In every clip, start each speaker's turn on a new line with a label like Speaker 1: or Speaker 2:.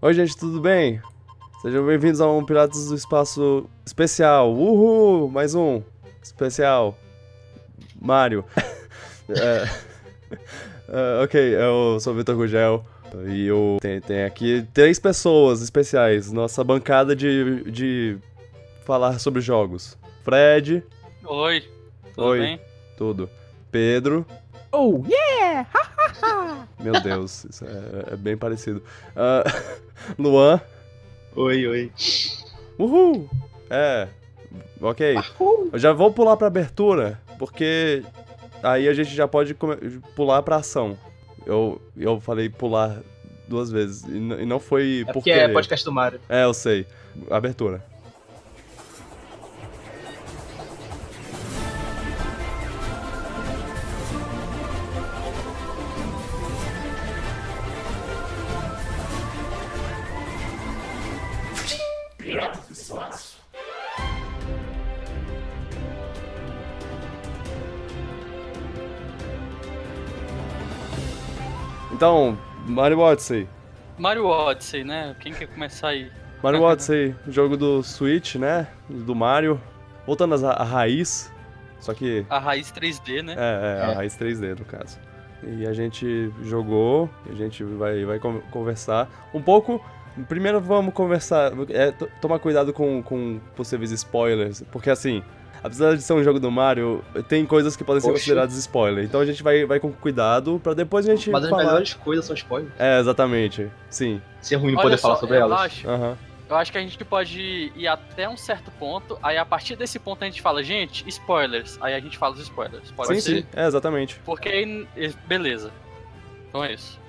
Speaker 1: Oi, gente, tudo bem? Sejam bem-vindos a um Piratas do Espaço especial. Uhul! Mais um especial. Mario. É, é, ok, eu sou o Vitor Gugel. E eu tem, tem aqui três pessoas especiais. Nossa bancada de, de falar sobre jogos. Fred,
Speaker 2: Oi, tudo
Speaker 1: Oi.
Speaker 2: bem?
Speaker 1: tudo. Pedro.
Speaker 3: Oh, yeah! Ha!
Speaker 1: Meu Deus, isso é, é bem parecido. Ah, Luan.
Speaker 4: Oi, oi.
Speaker 1: Uhul! É. Ok.
Speaker 3: Uhul.
Speaker 1: Eu já vou pular pra abertura, porque aí a gente já pode come- pular pra ação. Eu, eu falei pular duas vezes, e, n- e não foi
Speaker 4: É
Speaker 1: porque...
Speaker 4: porque é podcast do Mario.
Speaker 1: É, eu sei. Abertura. Então, Mario Odyssey.
Speaker 2: Mario Odyssey, né? Quem quer começar aí?
Speaker 1: Mario Odyssey, jogo do Switch, né? Do Mario. Voltando às- à raiz. Só que.
Speaker 2: A raiz 3D, né?
Speaker 1: É, é, a
Speaker 4: É.
Speaker 1: raiz 3D, no caso. E a gente jogou, a gente vai, vai con- conversar um pouco. Primeiro vamos conversar. É, to- tomar cuidado com, com possíveis spoilers, porque assim. Apesar de ser um jogo do Mario, tem coisas que podem ser
Speaker 4: Poxa.
Speaker 1: consideradas spoiler. Então a gente vai, vai com cuidado pra depois a gente
Speaker 4: Mas é as
Speaker 1: falar.
Speaker 4: melhores coisas são spoilers.
Speaker 1: É, exatamente. Sim.
Speaker 4: Se é ruim poder falar sobre
Speaker 2: eu
Speaker 4: elas.
Speaker 2: Acho,
Speaker 1: Aham.
Speaker 2: eu acho que a gente pode ir até um certo ponto, aí a partir desse ponto a gente fala, gente, spoilers. Aí a gente fala os spoilers. Pode
Speaker 1: Sim,
Speaker 2: ser?
Speaker 1: sim. É, exatamente.
Speaker 2: Porque aí. eh, Beleza. Então é isso.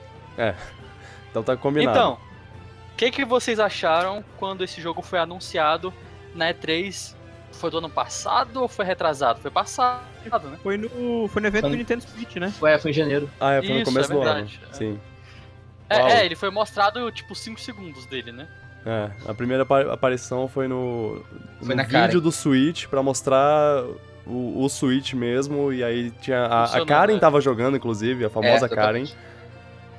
Speaker 1: Então tá combinado.
Speaker 2: Então, o que, que vocês acharam quando esse jogo foi anunciado na E3? Foi do ano passado ou foi retrasado? Foi passado, né?
Speaker 3: Foi no, foi no evento
Speaker 4: Foi
Speaker 3: do
Speaker 4: no-
Speaker 3: Nintendo Switch, né?
Speaker 4: Ué, foi em janeiro.
Speaker 1: Ah, é, foi no
Speaker 2: Isso,
Speaker 1: começo
Speaker 2: é
Speaker 1: do ano.
Speaker 2: verdade.
Speaker 1: Sim.
Speaker 2: É,
Speaker 1: Uau.
Speaker 2: é, ele foi mostrado, tipo, 5 segundos dele, né?
Speaker 1: É, a primeira apa- aparição foi no,
Speaker 4: Foi
Speaker 1: no
Speaker 4: na
Speaker 1: vídeo
Speaker 4: Karen.
Speaker 1: do Switch pra mostrar o, o Switch mesmo. E aí tinha. A, a
Speaker 2: Funcionou,
Speaker 1: Karen
Speaker 2: né?
Speaker 1: tava jogando, inclusive, a famosa
Speaker 4: É,
Speaker 1: Karen.
Speaker 4: exatamente.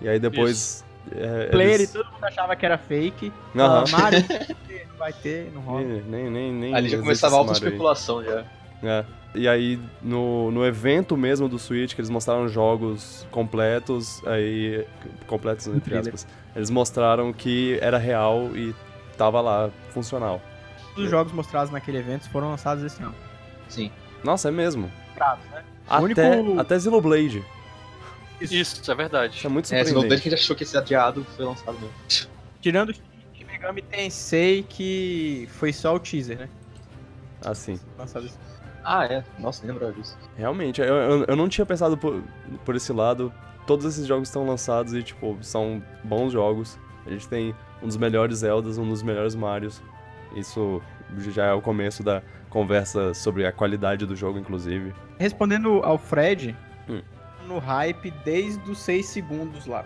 Speaker 1: E aí depois. é,
Speaker 3: Player e
Speaker 1: eles-
Speaker 3: todo mundo achava que era fake.
Speaker 1: Aham.
Speaker 3: Ah, Mario não vai ter, não rola.
Speaker 1: Ih, Nem, nem, nem.
Speaker 4: Ali já
Speaker 1: existe
Speaker 4: começava
Speaker 1: esse
Speaker 4: a
Speaker 1: Mario aí.
Speaker 4: auto-especulação já.
Speaker 1: É. E aí, no, no evento mesmo do Switch, que eles mostraram jogos completos, aí. Completos, entre
Speaker 3: Thriller.
Speaker 1: aspas. Eles mostraram que era real e tava lá, funcional.
Speaker 3: Todos os jogos mostrados naquele evento foram lançados esse ano.
Speaker 4: Sim.
Speaker 1: Nossa, é mesmo.
Speaker 3: Comprados, né? O único-
Speaker 1: Até, até Xenoblade.
Speaker 3: Isso.
Speaker 2: Isso, é
Speaker 1: Isso
Speaker 2: verdade.
Speaker 1: é muito
Speaker 4: É, se não desde
Speaker 1: surpreendente.
Speaker 4: que a gente achou que esse adiado foi lançado mesmo.
Speaker 3: Tirando o Shin Megami Tensei, que foi só o teaser, né?
Speaker 1: assim,
Speaker 3: Lançado esse
Speaker 4: Ah, é. Nossa, nem lembrava disso.
Speaker 1: realmente, eu, eu, eu não tinha pensado por, por esse lado. Todos esses jogos estão lançados e, tipo, são bons jogos. A gente tem um dos melhores Zeldas, um dos melhores Marios. Isso já é o começo da conversa sobre a qualidade do jogo, inclusive.
Speaker 3: Respondendo ao Fred,
Speaker 1: Hum.
Speaker 3: no hype desde os 6 segundos lá.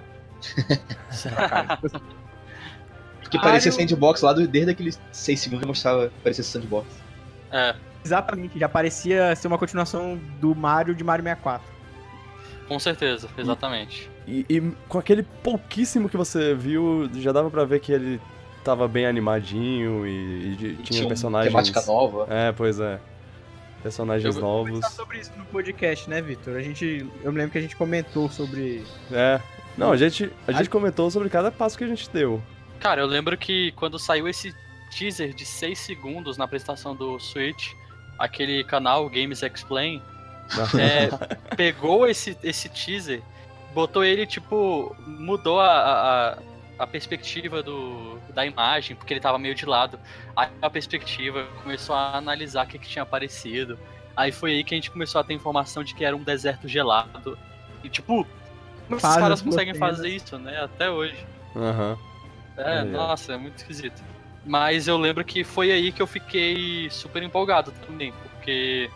Speaker 4: Porque
Speaker 3: Mario-
Speaker 4: parecia sandbox lá do- desde aqueles 6 segundos que mostrava parecia sandbox.
Speaker 2: É,
Speaker 3: Exatamente, já parecia ser uma continuação do Mario de Mario 64.
Speaker 2: com certeza, exatamente.
Speaker 1: E, e com aquele pouquíssimo que você viu, já dava pra ver que ele tava bem animadinho e, e de- tinha,
Speaker 4: um-
Speaker 1: personagens.
Speaker 4: Temática nova.
Speaker 1: É, pois é. Personagens
Speaker 2: Eu-
Speaker 1: novos.
Speaker 3: conversar tá sobre isso no podcast, né, Vitor? A gente, eu me lembro que a gente comentou sobre
Speaker 1: É. Não, a gente, a gente comentou sobre cada passo que a gente deu.
Speaker 2: Cara, eu lembro que quando saiu esse teaser de 6 segundos na apresentação do Switch, aquele canal Games Explain
Speaker 1: né?
Speaker 2: é, pegou esse, esse teaser, botou ele, tipo, mudou a- a, a, a perspectiva do, da imagem, porque ele tava meio de lado. Aí a perspectiva começou a analisar o que, que tinha aparecido. Aí foi aí que a gente começou a ter informação de que era um deserto gelado. E, tipo, como esses
Speaker 3: Fazem
Speaker 2: caras
Speaker 3: duas
Speaker 2: conseguem
Speaker 3: cenas.
Speaker 2: fazer isso, né? Até hoje.
Speaker 1: Aham.
Speaker 2: É,
Speaker 1: É.
Speaker 2: nossa, é muito esquisito. Mas eu lembro que foi aí que eu fiquei super empolgado também, porque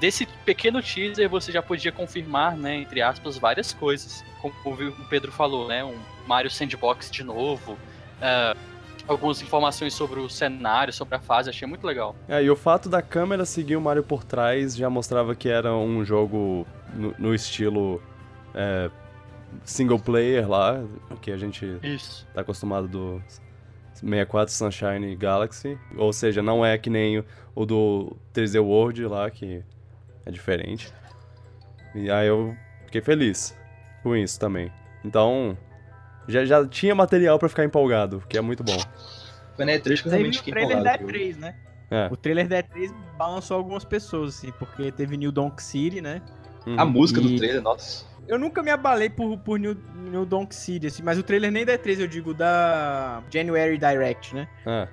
Speaker 2: desse pequeno teaser você já podia confirmar, né, entre aspas, várias coisas. Como o Pedro falou, né, um Mario Sandbox de novo, é, algumas informações sobre o cenário, sobre a fase, achei muito legal.
Speaker 1: É, e o fato da câmera seguir o Mario por trás já mostrava que era um jogo no, no estilo é, single player lá, que a gente
Speaker 2: Isso.
Speaker 1: tá acostumado do 64 Sunshine Galaxy. Ou seja, não é que nem o- o do 3D World lá, que é diferente. E aí eu fiquei feliz com isso também. Então, já, já tinha material pra ficar empolgado, que é muito bom.
Speaker 4: Foi na E3 que eu
Speaker 3: Teve
Speaker 4: realmente
Speaker 3: o
Speaker 4: fiquei
Speaker 3: trailer
Speaker 4: empolgado.
Speaker 3: da
Speaker 4: porque eu-
Speaker 3: E3, né?
Speaker 1: É.
Speaker 3: O trailer da E3 balançou algumas pessoas, assim, porque teve New Donk City, né?
Speaker 1: Uhum. Ah,
Speaker 4: A música
Speaker 3: E-
Speaker 4: do trailer, nossa.
Speaker 3: Eu nunca me abalei por, por New, New Donk City, assim, mas o trailer nem da E3, eu digo da January Direct, né?
Speaker 1: É.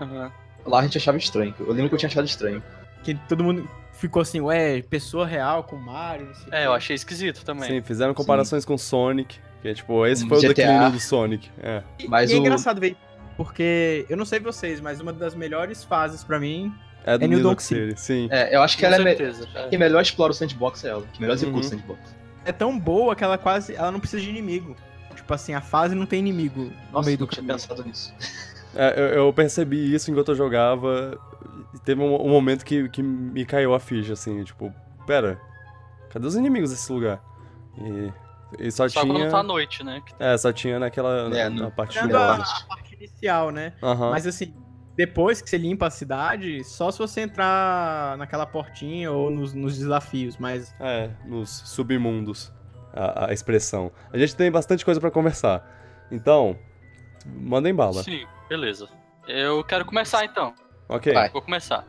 Speaker 2: Aham.
Speaker 4: Lá a gente achava estranho. Eu lembro que eu tinha achado estranho.
Speaker 3: Que todo mundo ficou assim, ué, pessoa real com Mario, não sei o
Speaker 2: É,
Speaker 3: quê.
Speaker 2: eu achei esquisito também.
Speaker 1: Sim, fizeram comparações com Sonic. Que é tipo, esse
Speaker 4: Um
Speaker 1: foi o
Speaker 4: GTA.
Speaker 1: declínio do Sonic. É.
Speaker 3: E,
Speaker 4: Mas
Speaker 3: e é
Speaker 4: o-
Speaker 3: engraçado, velho, porque eu não sei vocês, mas uma das melhores fases pra mim
Speaker 1: É do
Speaker 3: É New
Speaker 1: New Donk
Speaker 3: Donk
Speaker 1: City. Sim.
Speaker 4: É, eu acho que
Speaker 2: Com
Speaker 4: ela é, me...
Speaker 2: certeza. é.
Speaker 4: que melhor explora o sandbox é ela. Que melhor executa
Speaker 1: Uhum.
Speaker 4: o sandbox.
Speaker 3: é tão boa que ela quase, ela não precisa de inimigo. Tipo assim, a fase não tem inimigo no
Speaker 4: Nossa,
Speaker 3: meio
Speaker 4: eu
Speaker 3: do
Speaker 4: não tinha
Speaker 3: caminho.
Speaker 4: pensado nisso.
Speaker 1: É, eu, eu percebi isso enquanto eu jogava. e Teve um, um momento que, que me caiu a ficha, assim, tipo, pera, cadê os inimigos desse lugar? E, e só,
Speaker 2: Só
Speaker 1: tinha.
Speaker 2: quando tá à noite, né? que-
Speaker 1: É, só tinha naquela.
Speaker 4: É,
Speaker 1: na,
Speaker 4: no-
Speaker 1: na parte
Speaker 3: Tirando
Speaker 1: final.
Speaker 3: a,
Speaker 1: lá.
Speaker 3: a parte inicial, né?
Speaker 1: Aham.
Speaker 3: Mas assim, depois que você limpa a cidade, só se você entrar naquela portinha ou nos, nos desafios, mas
Speaker 1: É, nos submundos. A, a expressão. A gente tem bastante coisa pra conversar. Então, mandem bala.
Speaker 2: Sim, beleza. Eu quero começar então.
Speaker 1: Ok.
Speaker 4: Vai.
Speaker 2: Vou começar.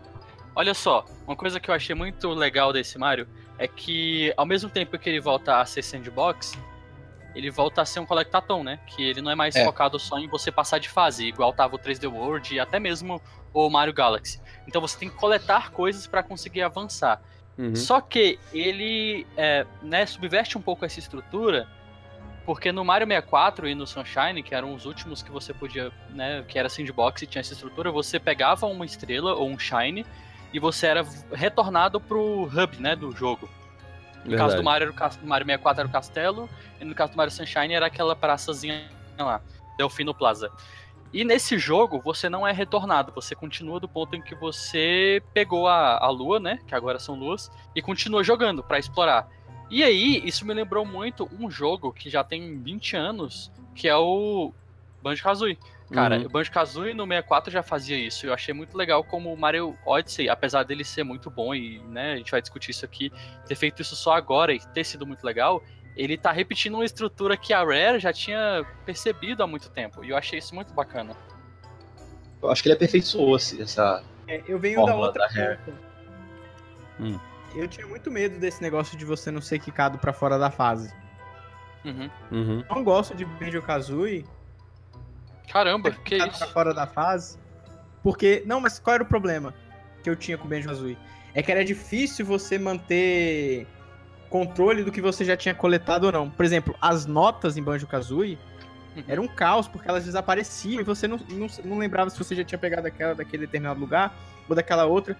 Speaker 2: Olha só, uma coisa que eu achei muito legal desse Mario é que, ao mesmo tempo que ele volta a ser sandbox, ele volta a ser um collectathon, né? Que ele não é mais
Speaker 4: É.
Speaker 2: focado só em você passar de fase, igual tava o 3D World e até mesmo o Mario Galaxy. Então você tem que coletar coisas pra conseguir avançar.
Speaker 1: Uhum.
Speaker 2: Só que ele é, né, subverte um pouco essa estrutura, porque no Mario 64 e no Sunshine, que eram os últimos que você podia, né, que era sandbox e tinha essa estrutura, você pegava uma estrela ou um shine e você era retornado pro hub, né, do jogo. No
Speaker 1: Verdade.
Speaker 2: caso do Mario, era o cas- do Mario 64 era o castelo, e no caso do Mario Sunshine era aquela praçazinha lá, Delfino Plaza. E nesse jogo você não é retornado, você continua do ponto em que você pegou a, a lua, né? Que agora são luas, e continua jogando pra explorar. E aí, isso me lembrou muito um jogo que já tem 20 anos, que é o Banjo Kazooie. Cara,
Speaker 1: Uhum.
Speaker 2: o Banjo Kazooie no 64 já fazia isso. Eu achei muito legal como o Mario Odyssey, apesar dele ser muito bom e, né, a gente vai discutir isso aqui, ter feito isso só agora e ter sido muito legal, ele tá repetindo uma estrutura que a Rare já tinha percebido há muito tempo. E eu achei isso muito bacana.
Speaker 4: Eu acho que ele aperfeiçoou assim, essa.
Speaker 3: é, eu venho da
Speaker 4: Fórmula
Speaker 3: outra
Speaker 4: da Rare.
Speaker 3: ponta.
Speaker 1: Hum.
Speaker 3: Eu tinha muito medo desse negócio de você não ser quicado pra fora da fase.
Speaker 2: Uhum.
Speaker 1: Uhum.
Speaker 3: Não gosto de Banjo Kazooie,
Speaker 2: Caramba,
Speaker 3: ser
Speaker 2: que
Speaker 3: quicado pra
Speaker 2: isso?
Speaker 3: fora da fase, porque não, mas qual era o problema que eu tinha com o Banjo Kazooie? É que era difícil você manter controle do que você já tinha coletado ou não. Por exemplo, as notas em Banjo Kazooie
Speaker 2: Uhum.
Speaker 3: Era um caos, porque elas desapareciam e você não, não, não lembrava se você já tinha pegado aquela daquele determinado lugar ou daquela outra.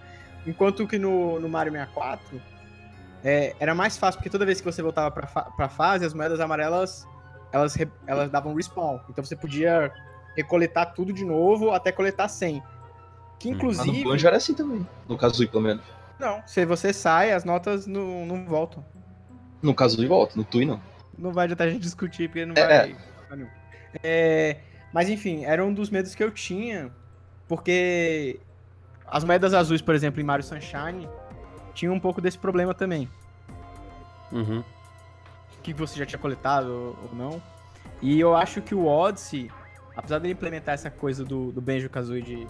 Speaker 3: Enquanto que no, no Mario 64 é, era mais fácil, porque toda vez que você voltava pra, fa pra fase, as moedas amarelas elas, re- elas davam respawn. Então você podia recoletar tudo de novo até coletar 100. Que
Speaker 1: Hum.
Speaker 4: Mas
Speaker 3: inclusive.
Speaker 4: no Banjo era assim também. No Kazooie, pelo menos.
Speaker 3: Não, se você sai, as notas não, não voltam.
Speaker 4: No Kazooie volta, no Tui não.
Speaker 3: Não vai adiantar a gente discutir, porque não
Speaker 4: É,
Speaker 3: vai. É, mas enfim, era um dos medos que eu tinha, porque as moedas azuis, por exemplo, em Mario Sunshine, tinham um pouco desse problema também,
Speaker 1: Uhum.
Speaker 3: que você já tinha coletado ou- ou não. E eu acho que o Odyssey, apesar dele implementar essa coisa do, do Benjo Kazooie de,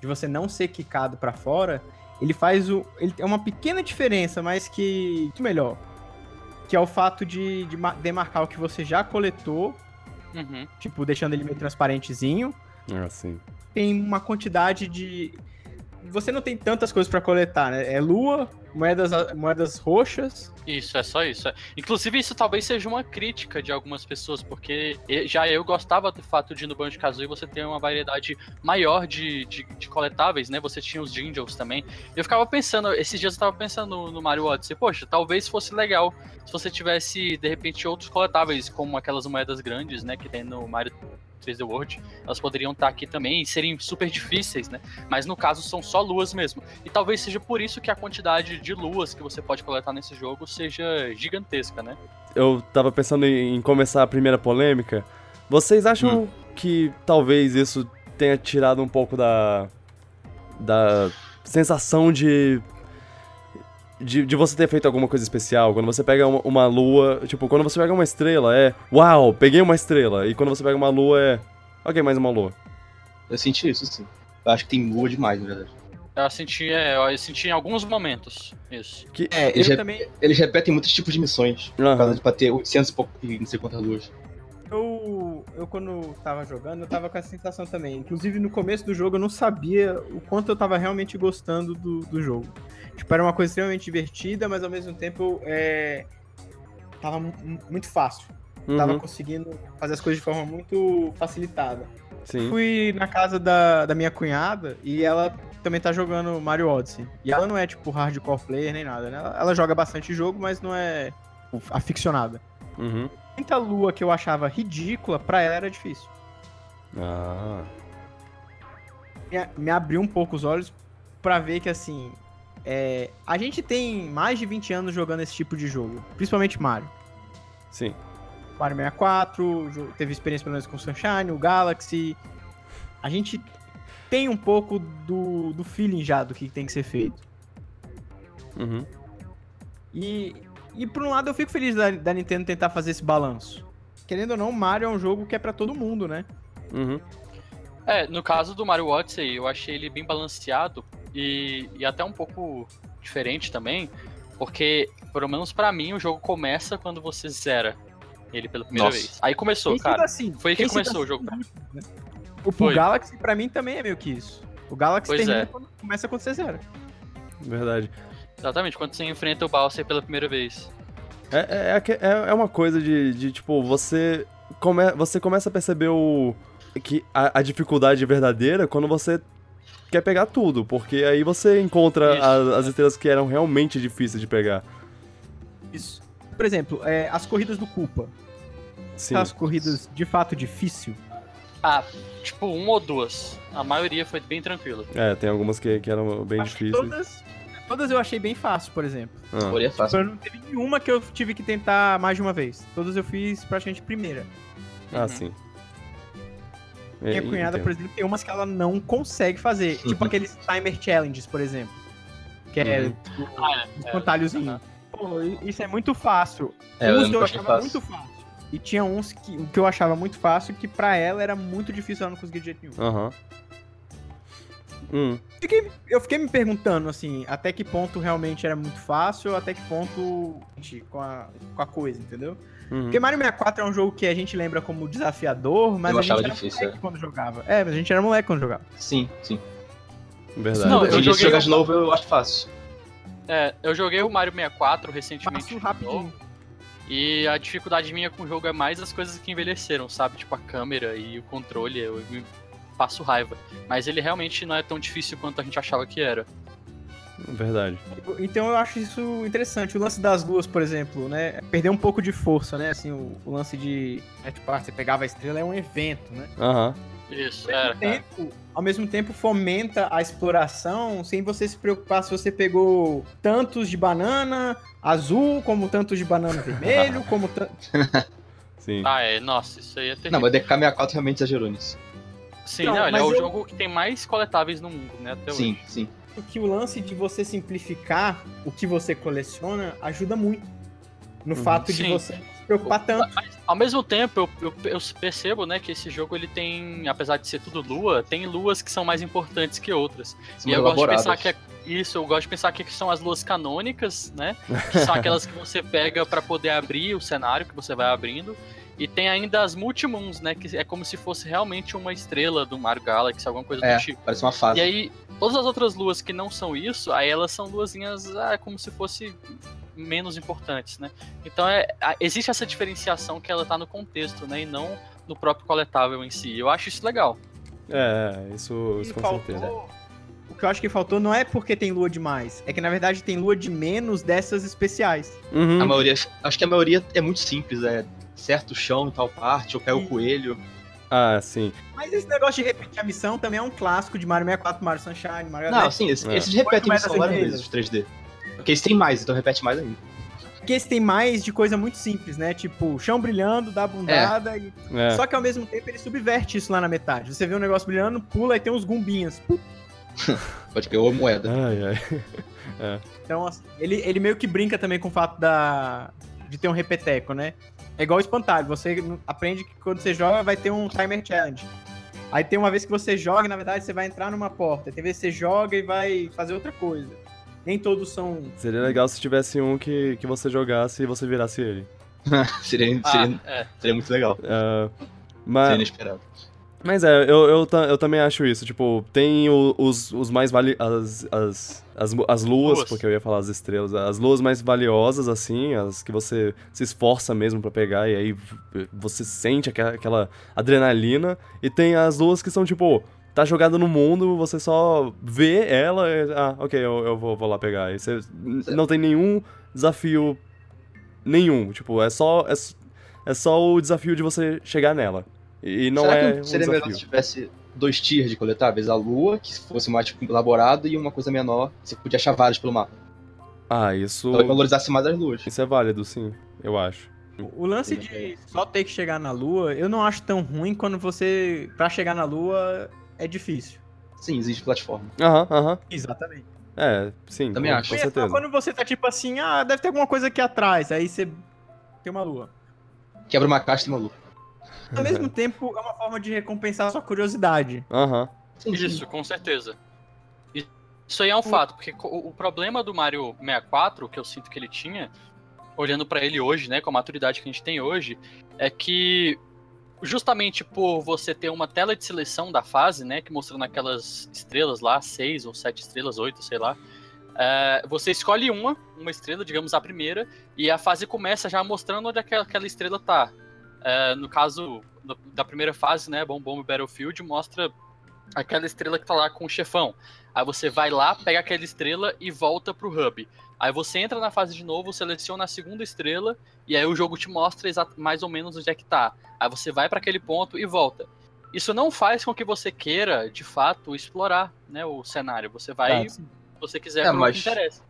Speaker 3: de você não ser quicado pra fora, ele faz o. Ele é uma pequena diferença, mas que. Muito melhor. Que é o fato de, de ma- demarcar o que você já coletou,
Speaker 2: Uhum.
Speaker 3: tipo, deixando ele meio transparentezinho.
Speaker 1: É assim.
Speaker 3: tem uma quantidade de. Você não tem tantas coisas pra coletar, né? É lua, moedas, moedas roxas.
Speaker 2: Isso, é só isso. é. Inclusive, isso talvez seja uma crítica de algumas pessoas, porque e- já eu gostava do fato de no Banjo Kazooie você ter uma variedade maior de, de, de coletáveis, né? Você tinha os Jingles também. Eu ficava pensando, esses dias eu tava pensando no, no Mario Odyssey, poxa, talvez fosse legal se você tivesse, de repente, outros coletáveis, como aquelas moedas grandes, né? Que tem no Mario 3D World, elas poderiam estar aqui também e serem super difíceis, né? Mas no caso são só luas mesmo. E talvez seja por isso que a quantidade de luas que você pode coletar nesse jogo seja gigantesca, né?
Speaker 1: Eu tava pensando em começar a primeira polêmica. Vocês acham
Speaker 3: Hum.
Speaker 1: que talvez isso tenha tirado um pouco da. da sensação de. De, de você ter feito alguma coisa especial, quando você pega uma, uma lua, tipo, quando você pega uma estrela é, uau, peguei uma estrela, e quando você pega uma lua é, ok, mais uma lua.
Speaker 4: Eu senti isso, sim. Eu acho que tem lua demais, na verdade.
Speaker 2: Eu senti, é, eu senti em alguns momentos isso.
Speaker 4: É,
Speaker 3: Eu
Speaker 4: eles, re-
Speaker 3: também.
Speaker 4: eles repetem muitos tipos de missões. Por causa de pra ter 800 e pouco e não sei quantas luas.
Speaker 3: Eu, eu, quando tava jogando, eu tava com essa sensação também. Inclusive, no começo do jogo, eu não sabia o quanto eu tava realmente gostando do, do jogo. Tipo, era uma coisa extremamente divertida, mas ao mesmo tempo, é... Tava mu- mu- muito fácil.
Speaker 1: Uhum,
Speaker 3: Tava conseguindo fazer as coisas de forma muito facilitada.
Speaker 1: sim.
Speaker 3: Fui na casa da, da minha cunhada e ela também tá jogando Mario Odyssey. E ela não é, tipo, hardcore player nem nada, né? Ela, ela joga bastante jogo, mas não é aficionada.
Speaker 1: Uhum.
Speaker 3: Muita lua que eu achava ridícula, pra ela era difícil.
Speaker 1: Ah.
Speaker 3: me, me abriu um pouco os olhos pra ver que, assim, é, a gente tem mais de 20 anos jogando esse tipo de jogo, principalmente Mario.
Speaker 1: Sim.
Speaker 3: Mario 64, jo- teve experiência pelo menos com o Sunshine, o Galaxy. A gente tem um pouco do, do feeling já do que tem que ser feito.
Speaker 1: Uhum.
Speaker 3: E, e por um lado eu fico feliz da, da Nintendo tentar fazer esse balanço. Querendo ou não, Mario é um jogo que é pra todo mundo, né?
Speaker 1: Uhum.
Speaker 2: É, no caso do Mario Odyssey, eu achei ele bem balanceado e, e até um pouco diferente também, porque, pelo menos pra mim, o jogo começa quando você zera ele pela primeira
Speaker 4: Nossa.
Speaker 2: vez. Aí começou,
Speaker 3: Tem sido
Speaker 2: cara.
Speaker 3: assim,
Speaker 2: Foi aí que
Speaker 3: tem sido
Speaker 2: começou o
Speaker 3: assim
Speaker 2: jogo. pra mim.
Speaker 3: O, o
Speaker 2: Foi.
Speaker 3: Galaxy pra mim também é meio que isso. O Galaxy
Speaker 2: Pois
Speaker 3: termina
Speaker 2: é.
Speaker 3: quando começa a acontecer zero.
Speaker 1: Verdade.
Speaker 2: Exatamente, quando você enfrenta o Bowser pela primeira vez.
Speaker 1: É, é, aque- é, é uma coisa de, de tipo, você, come, você começa a perceber o, que a, a dificuldade verdadeira quando você quer pegar tudo, porque aí você encontra
Speaker 2: Isso.
Speaker 1: a- as estrelas que eram realmente difíceis de pegar.
Speaker 3: Isso. Por exemplo, é, as corridas do Culpa.
Speaker 1: Sim.
Speaker 3: Aquelas corridas de fato difícil.
Speaker 2: Ah, tipo, uma ou duas. A maioria foi bem tranquila.
Speaker 1: É, tem algumas que, que eram bem
Speaker 3: Acho que
Speaker 1: difíceis.
Speaker 3: Todas, todas eu achei bem fácil, por exemplo.
Speaker 1: Ah,
Speaker 4: Olha, é fácil.
Speaker 3: Eu não teve nenhuma que eu tive que tentar mais de uma vez. Todas eu fiz praticamente primeira.
Speaker 1: ah,
Speaker 2: Uhum.
Speaker 1: sim.
Speaker 3: Minha
Speaker 1: É,
Speaker 3: cunhada,
Speaker 1: entendo.
Speaker 3: por exemplo, tem umas que ela não consegue fazer. Tipo aqueles timer challenges, por exemplo. Que é
Speaker 1: Uhum.
Speaker 3: tipo,
Speaker 2: Ah,
Speaker 3: um espantalhozinho. Pô, isso é muito fácil.
Speaker 4: É, eu
Speaker 3: uns
Speaker 4: lembro
Speaker 3: eu
Speaker 4: que eu achei
Speaker 3: achava
Speaker 4: fácil.
Speaker 3: muito fácil. E tinha uns que, que eu achava muito fácil, que pra ela era muito difícil, ela não conseguia de jeito nenhum.
Speaker 1: Aham. Hum,
Speaker 3: Fiquei- eu fiquei me perguntando, assim, até que ponto realmente era muito fácil, até que ponto gente, com a, com a coisa, entendeu?
Speaker 1: uhum.
Speaker 3: Porque Mario 64 é um jogo que a gente lembra como desafiador, mas
Speaker 4: Eu
Speaker 3: a gente
Speaker 4: achava
Speaker 3: era
Speaker 4: difícil, é.
Speaker 3: moleque quando jogava. É, mas a gente era moleque quando jogava.
Speaker 4: Sim, sim.
Speaker 1: Verdade.
Speaker 2: Não, eu
Speaker 4: Hoje em dia, se
Speaker 2: joguei-
Speaker 4: jogar de novo, eu acho fácil.
Speaker 2: É, eu joguei o Mario 64 recentemente.
Speaker 3: Passo
Speaker 2: de novo.
Speaker 3: rapidinho.
Speaker 2: E a dificuldade minha com o jogo é mais as coisas que envelheceram, sabe? Tipo a câmera e o controle, eu me passo raiva. Mas ele realmente não é tão difícil quanto a gente achava que era.
Speaker 1: Verdade.
Speaker 3: Então eu acho isso interessante. O lance das luas, por exemplo, né? Perdeu um pouco de força, né? Assim, o, o lance de. É, tipo, ah, você pegava a estrela é um evento, né?
Speaker 1: Aham.
Speaker 2: Isso,
Speaker 3: Ao
Speaker 2: era,
Speaker 3: mesmo
Speaker 2: cara.
Speaker 3: tempo- ao mesmo tempo fomenta a exploração sem você se preocupar se você pegou tantos de banana azul, como tantos de banana vermelho, como tan-
Speaker 1: Sim.
Speaker 2: Ah, é, nossa, isso aí é terrível.
Speaker 4: Não, mas DK64 realmente exagerou nisso.
Speaker 2: Sim,
Speaker 3: Não,
Speaker 2: não, ele é
Speaker 3: mas
Speaker 2: o
Speaker 3: eu-
Speaker 2: jogo que tem mais coletáveis no mundo, né? Até
Speaker 4: Sim,
Speaker 2: hoje.
Speaker 4: sim.
Speaker 3: tipo, que o lance de você simplificar o que você coleciona ajuda muito no
Speaker 1: Uhum.
Speaker 3: fato de
Speaker 2: Sim.
Speaker 3: você não se preocupar tanto.
Speaker 2: Mas, ao mesmo tempo, eu, eu, eu percebo, né, que esse jogo ele tem, apesar de ser tudo lua, tem luas que são mais importantes que outras.
Speaker 4: São
Speaker 2: E eu gosto de
Speaker 4: elaboradas.
Speaker 2: pensar que é isso, eu gosto de pensar que são as luas canônicas, né? Que são aquelas que você pega pra poder abrir o cenário que você vai abrindo. E tem ainda as multimuns, né? Que é como se fosse realmente uma estrela do Mario Galaxy, alguma coisa do
Speaker 4: É,
Speaker 2: tipo.
Speaker 4: parece uma fase.
Speaker 2: E aí, todas as outras luas que não são isso, aí elas são luazinhas ah, como se fosse menos importantes, né? Então é, a- existe essa diferenciação que ela tá no contexto, né? E não no próprio coletável em si. Eu acho isso legal.
Speaker 1: É, é, isso, isso
Speaker 3: E
Speaker 1: com
Speaker 3: faltou-
Speaker 1: certeza.
Speaker 3: O que eu acho que faltou não é porque tem lua demais, é que na verdade tem lua de menos dessas especiais.
Speaker 1: Uhum.
Speaker 4: A maioria, acho que a maioria é muito simples, é certo o chão em tal parte, eu pego
Speaker 3: Sim.
Speaker 4: o coelho.
Speaker 1: Ah, sim.
Speaker 3: Mas esse negócio de repetir a missão também é um clássico de Mario 64, Mario Sunshine, Mario
Speaker 4: Não,
Speaker 3: Galaxy.
Speaker 4: sim, esse-
Speaker 1: É.
Speaker 4: esses repetem
Speaker 3: Oito
Speaker 4: missão
Speaker 3: metas
Speaker 4: várias
Speaker 3: em
Speaker 4: vezes, os 3D. Porque eles têm mais, então repete mais ainda.
Speaker 3: Porque esse tem mais de coisa muito simples, né? Tipo, chão brilhando, dá bundada. E...
Speaker 1: É.
Speaker 3: Só que ao mesmo tempo ele subverte isso lá na metade. Você vê um negócio brilhando, pula e tem uns gumbinhas.
Speaker 4: Pode que ou moeda.
Speaker 1: Ai, ai.
Speaker 3: Então, assim, ele, ele meio que brinca também com o fato da, de ter um repeteco, né? É igual o espantalho, você n- aprende que quando você joga vai ter um timer challenge. Aí tem uma vez que você joga, e, na verdade, você vai entrar numa porta. Tem vez que você joga e vai fazer outra coisa. Nem todos são. um.
Speaker 1: Seria legal se tivesse um que, que você jogasse e você virasse ele.
Speaker 4: seria,
Speaker 2: Ah,
Speaker 4: seria,
Speaker 2: é.
Speaker 4: seria muito legal.
Speaker 1: Ah,
Speaker 4: Seria
Speaker 1: mas,
Speaker 4: inesperado.
Speaker 1: mas é, eu, eu, ta- eu também acho isso. Tipo, tem o- os, os mais vali... As, as, as, mu- as luas,
Speaker 2: Luas.
Speaker 1: porque eu ia falar as estrelas. As luas mais valiosas, assim, as que você se esforça mesmo pra pegar e aí v- você sente aquela, aquela adrenalina. E tem as luas que são, tipo... Tá jogada no mundo, você só vê ela e, Ah, ok, eu, eu vou, vou lá pegar. E você n- não tem nenhum desafio nenhum. Tipo, é só, é, s- é só o desafio de você chegar nela. E e não
Speaker 4: Será
Speaker 1: é
Speaker 4: que
Speaker 1: um
Speaker 4: seria melhor se
Speaker 1: desafio.
Speaker 4: tivesse dois tiers de coletáveis? A lua, que fosse mais tipo, elaborada, e uma coisa menor, que você podia achar vários pelo mapa.
Speaker 1: Ah, isso,
Speaker 4: Talvez valorizasse mais as luas.
Speaker 1: isso é válido, sim, eu acho.
Speaker 3: O lance de só ter que chegar na lua, eu não acho tão ruim quando você. Pra chegar na lua é difícil.
Speaker 4: Sim, existe plataforma.
Speaker 1: Aham, aham.
Speaker 3: Exatamente.
Speaker 1: É, sim.
Speaker 4: Também
Speaker 1: com,
Speaker 4: acho.
Speaker 1: Com
Speaker 3: Porque só
Speaker 1: certeza.
Speaker 3: quando você tá tipo assim, ah, deve ter alguma coisa aqui atrás. Aí você tem uma lua.
Speaker 4: Quebra uma caixa e uma lua.
Speaker 3: Ao mesmo tempo, é uma forma de recompensar a sua curiosidade.
Speaker 1: Aham.
Speaker 4: Sim, sim.
Speaker 2: Isso, com certeza. E Isso aí é um fato, porque co- o o problema do Mario 64, que eu sinto que ele tinha, olhando pra ele hoje, né, com a maturidade que a gente tem hoje, é que justamente por você ter uma tela de seleção da fase, né, que mostrando aquelas estrelas lá, seis ou sete estrelas, oito, sei lá, é, você escolhe uma, uma estrela, digamos a primeira, e a fase começa já mostrando onde aquela, aquela estrela tá. É, no caso do- da primeira fase, né, Bom Bomb Battlefield, mostra aquela estrela que tá lá com o chefão. Aí você vai lá, pega aquela estrela e volta pro hub. Aí você entra na fase de novo, seleciona a segunda estrela, e aí o jogo te mostra exa- mais ou menos onde é que tá. Aí você vai pra aquele ponto e volta. Isso não faz com que você queira, de fato, explorar né, o cenário. Você
Speaker 3: Tá?
Speaker 2: vai, se você quiser,
Speaker 4: É,
Speaker 2: pro
Speaker 4: mas-
Speaker 2: que interessa.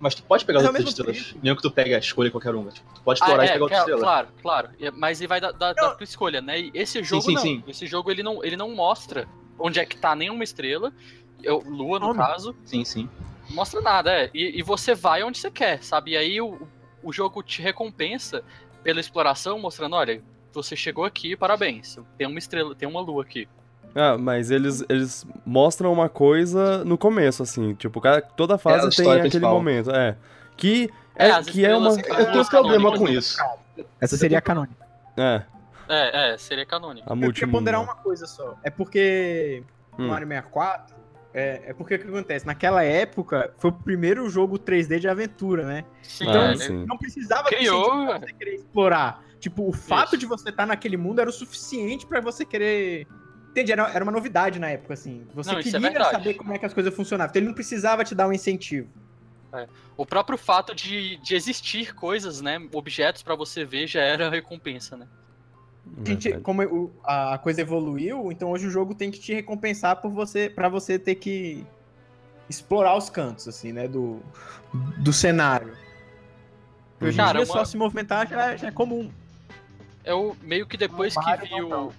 Speaker 4: Mas tu pode pegar
Speaker 3: Mas
Speaker 4: as
Speaker 3: ao
Speaker 4: outras
Speaker 3: mesmo
Speaker 4: estrelas. Mesmo que tu pegue a escolha qualquer uma. Tipo, tu pode explorar
Speaker 2: Ah,
Speaker 4: e
Speaker 2: é,
Speaker 4: pegar outra
Speaker 2: cla-
Speaker 4: estrela.
Speaker 2: claro, claro. E- Mas aí vai da, da, da tua escolha, né? E esse jogo
Speaker 4: sim,
Speaker 2: não.
Speaker 4: sim.
Speaker 2: Esse jogo ele não, ele não mostra onde é que tá nenhuma estrela, eu, lua no
Speaker 3: Homem.
Speaker 2: caso.
Speaker 4: Sim, sim.
Speaker 2: mostra nada, é. E, e você vai onde você quer, sabe? E aí o, o jogo te recompensa pela exploração, mostrando, olha, você chegou aqui, parabéns. Tem uma estrela, tem uma lua aqui.
Speaker 1: Ah, mas eles, eles mostram uma coisa no começo, assim. Tipo, cada, toda fase
Speaker 4: é a
Speaker 1: tem
Speaker 4: história
Speaker 1: aquele
Speaker 4: principal.
Speaker 1: momento. É. Que é,
Speaker 2: as
Speaker 1: que é uma.
Speaker 2: estrelas
Speaker 4: Eu tenho um problema com isso.
Speaker 3: Essa seria a canônica.
Speaker 1: É,
Speaker 2: É, é, seria canônico.
Speaker 1: a
Speaker 3: Eu queria
Speaker 1: multimundo.
Speaker 3: ponderar uma coisa
Speaker 2: Hum.
Speaker 3: só. É porque
Speaker 1: Hum.
Speaker 3: no Mario 64, é, é porque o que acontece? Naquela época, foi o primeiro jogo 3D de aventura, né?
Speaker 2: Sim,
Speaker 1: Então,
Speaker 2: é,
Speaker 1: Ah, sim.
Speaker 3: Não precisava ter
Speaker 2: Criou.
Speaker 3: sentido pra você querer explorar. Tipo, o fato
Speaker 2: Isso.
Speaker 3: de você estar naquele mundo era o suficiente pra você querer... Entende? Era, era uma novidade na época, assim. Você
Speaker 2: Não, isso é
Speaker 3: queria
Speaker 2: verdade.
Speaker 3: saber como é que as coisas funcionavam. Então ele não precisava te dar um incentivo.
Speaker 2: O próprio fato de, de existir coisas, né? Objetos pra você ver já era a recompensa, né?
Speaker 3: A gente,
Speaker 1: É Verdade.
Speaker 3: como o- a coisa evoluiu, então hoje o jogo tem que te recompensar por você, para você ter que explorar os cantos, assim, né, do, do cenário. Porque Hoje em
Speaker 2: Cara,
Speaker 3: dia
Speaker 2: uma-
Speaker 3: só se movimentar já, já é comum.
Speaker 2: Eu meio que depois
Speaker 3: Não,
Speaker 2: que
Speaker 3: Mario
Speaker 2: vi
Speaker 3: não,
Speaker 2: o,
Speaker 3: não.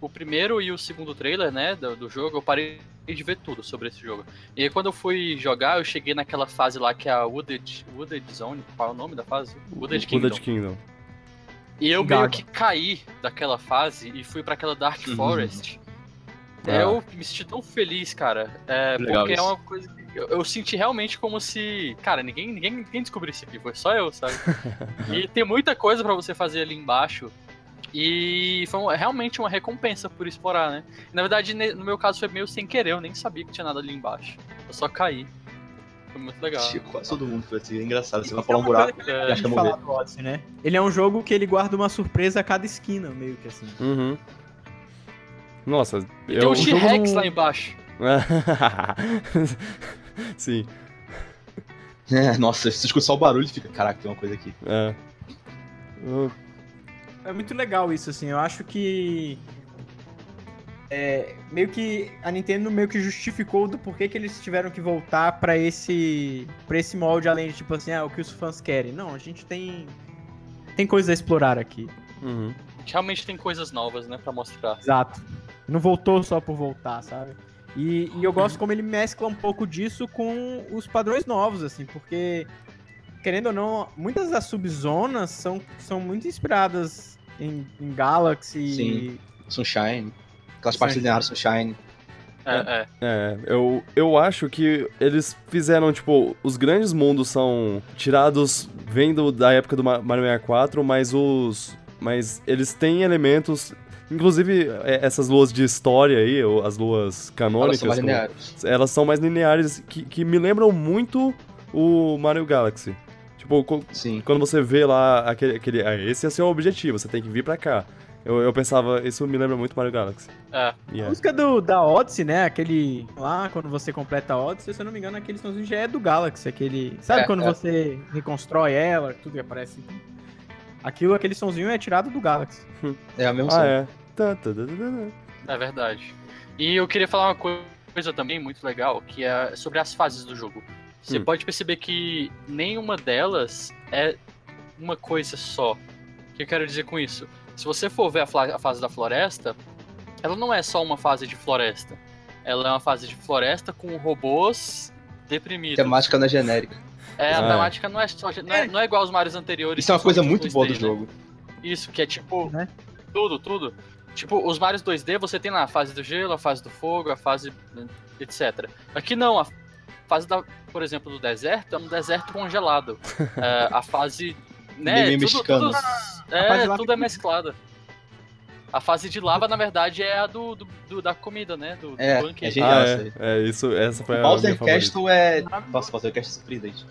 Speaker 2: o primeiro e o segundo trailer, né, do, do jogo, eu parei de ver tudo sobre esse jogo. E aí quando eu fui jogar, eu cheguei naquela fase lá que é a Wooded, Wooded Zone, qual é o nome da fase? Wooded Kingdom.
Speaker 1: Wooded Kingdom.
Speaker 2: E eu
Speaker 3: Gaga.
Speaker 2: meio que caí daquela fase e fui pra aquela Dark
Speaker 4: Uhum.
Speaker 2: Forest.
Speaker 1: Ah.
Speaker 2: Eu me senti tão feliz, cara. É,
Speaker 4: Que legal
Speaker 2: porque é
Speaker 4: isso.
Speaker 2: uma coisa que eu, eu senti realmente como se. Cara, ninguém, ninguém, ninguém descobriu isso aqui, foi só eu, sabe? e tem muita coisa pra você fazer ali embaixo. E foi um- realmente uma recompensa por explorar, né? Na verdade, ne- no meu caso foi meio sem querer, eu nem sabia que tinha nada ali embaixo. Eu só caí. Foi muito legal.
Speaker 4: Tipo, quase todo mundo foi assim. É engraçado. Você vai
Speaker 3: Isso
Speaker 4: pular
Speaker 3: é
Speaker 4: um
Speaker 3: uma
Speaker 4: buraco.
Speaker 3: coisa
Speaker 2: É,
Speaker 3: que a gente
Speaker 4: Acho que eu
Speaker 3: falar do Odyssey, né? Ele é um jogo que ele guarda uma surpresa a cada esquina, meio que assim.
Speaker 1: Uhum. Nossa,
Speaker 2: tem
Speaker 1: eu.
Speaker 2: um
Speaker 1: o jogo
Speaker 2: T-Rex
Speaker 1: não-
Speaker 2: lá embaixo.
Speaker 1: Sim,
Speaker 4: É, nossa, se tu escutar só o barulho, fica. Caraca, tem uma coisa aqui.
Speaker 1: é. Eu-
Speaker 3: É muito legal isso, assim. Eu acho que é, meio que a Nintendo meio que justificou do porquê que eles tiveram que voltar pra esse para esse molde além de tipo assim, ah, o que os fãs querem. Não, a gente tem tem coisa a explorar aqui.
Speaker 1: Uhum.
Speaker 2: Realmente tem coisas novas, né, pra mostrar.
Speaker 3: Exato. Não voltou só por voltar, sabe? E, e eu gosto como ele mescla um pouco disso com os padrões novos, assim, porque, querendo ou não, muitas das subzonas são, são muito inspiradas em, em Galaxy.
Speaker 4: Sim. Sunshine. Aquelas
Speaker 3: Sim.
Speaker 4: partes lineares Sunshine.
Speaker 2: É, é.
Speaker 1: É, eu, eu acho que eles fizeram, tipo, os grandes mundos são tirados, vendo da época do Ma- Mario 64, mas os. Mas eles têm elementos. Inclusive, é, essas luas de história aí, ou as luas
Speaker 4: Elas
Speaker 1: canônicas.
Speaker 4: são mais
Speaker 1: como-
Speaker 4: lineares.
Speaker 1: elas são mais lineares, que, que me lembram muito o Mario Galaxy. Tipo, co-
Speaker 4: Sim.
Speaker 1: quando você vê lá aquele. aquele ah, esse é o seu objetivo, você tem que vir pra cá. Eu, eu pensava, isso me lembra muito Mario Galaxy.
Speaker 2: É.
Speaker 1: E
Speaker 3: A
Speaker 1: é.
Speaker 3: música do, da Odyssey, né? Aquele. Lá, quando você completa a Odyssey, se eu não me engano, aquele sonzinho já é do Galaxy. Aquele. Sabe
Speaker 4: É,
Speaker 3: quando
Speaker 4: é.
Speaker 3: você reconstrói ela, tudo que aparece? Aquilo, aquele sonzinho é tirado do Galaxy.
Speaker 4: É a mesma
Speaker 1: Ah,
Speaker 4: som.
Speaker 1: é. Tá, tá, tá, tá, tá.
Speaker 2: É verdade. E eu queria falar uma co- coisa também muito legal, que é sobre as fases do jogo. Você
Speaker 1: Hum.
Speaker 2: pode perceber que nenhuma delas é uma coisa só. O que eu quero dizer com isso? Se você for ver a, fla- a fase da floresta, ela não é só uma fase de floresta. Ela é uma fase de floresta com robôs deprimidos.
Speaker 4: Temática na genérica.
Speaker 2: É, a
Speaker 1: Ah, é.
Speaker 2: temática não é só. Não é, não é igual aos Marios anteriores.
Speaker 4: Isso é uma coisa
Speaker 2: principalmente os
Speaker 4: muito boa do
Speaker 2: 2D, né?
Speaker 4: jogo.
Speaker 2: Isso, que é tipo.
Speaker 3: Né?
Speaker 2: Tudo, tudo. Tipo, os Marios 2D você tem lá a fase do gelo, a fase do fogo, a fase. né, etc. Aqui não, a fase da. Por exemplo, do deserto é um deserto congelado. É, a fase. Né,
Speaker 4: Meio
Speaker 2: tudo,
Speaker 4: mexicano.
Speaker 2: tudo-
Speaker 3: Ah, A fase
Speaker 2: é,
Speaker 3: lá-
Speaker 2: tudo é mesclada. A fase de lava, na verdade, é a do, do- do- da comida, né? Do, do
Speaker 4: É,
Speaker 2: banquete.
Speaker 4: é genial
Speaker 1: Ah,
Speaker 4: isso aí.
Speaker 1: é, é, isso, essa foi a minha
Speaker 4: Bowser
Speaker 1: favorita.
Speaker 4: Castle é. Nossa, Bowser Castle é surpreendente.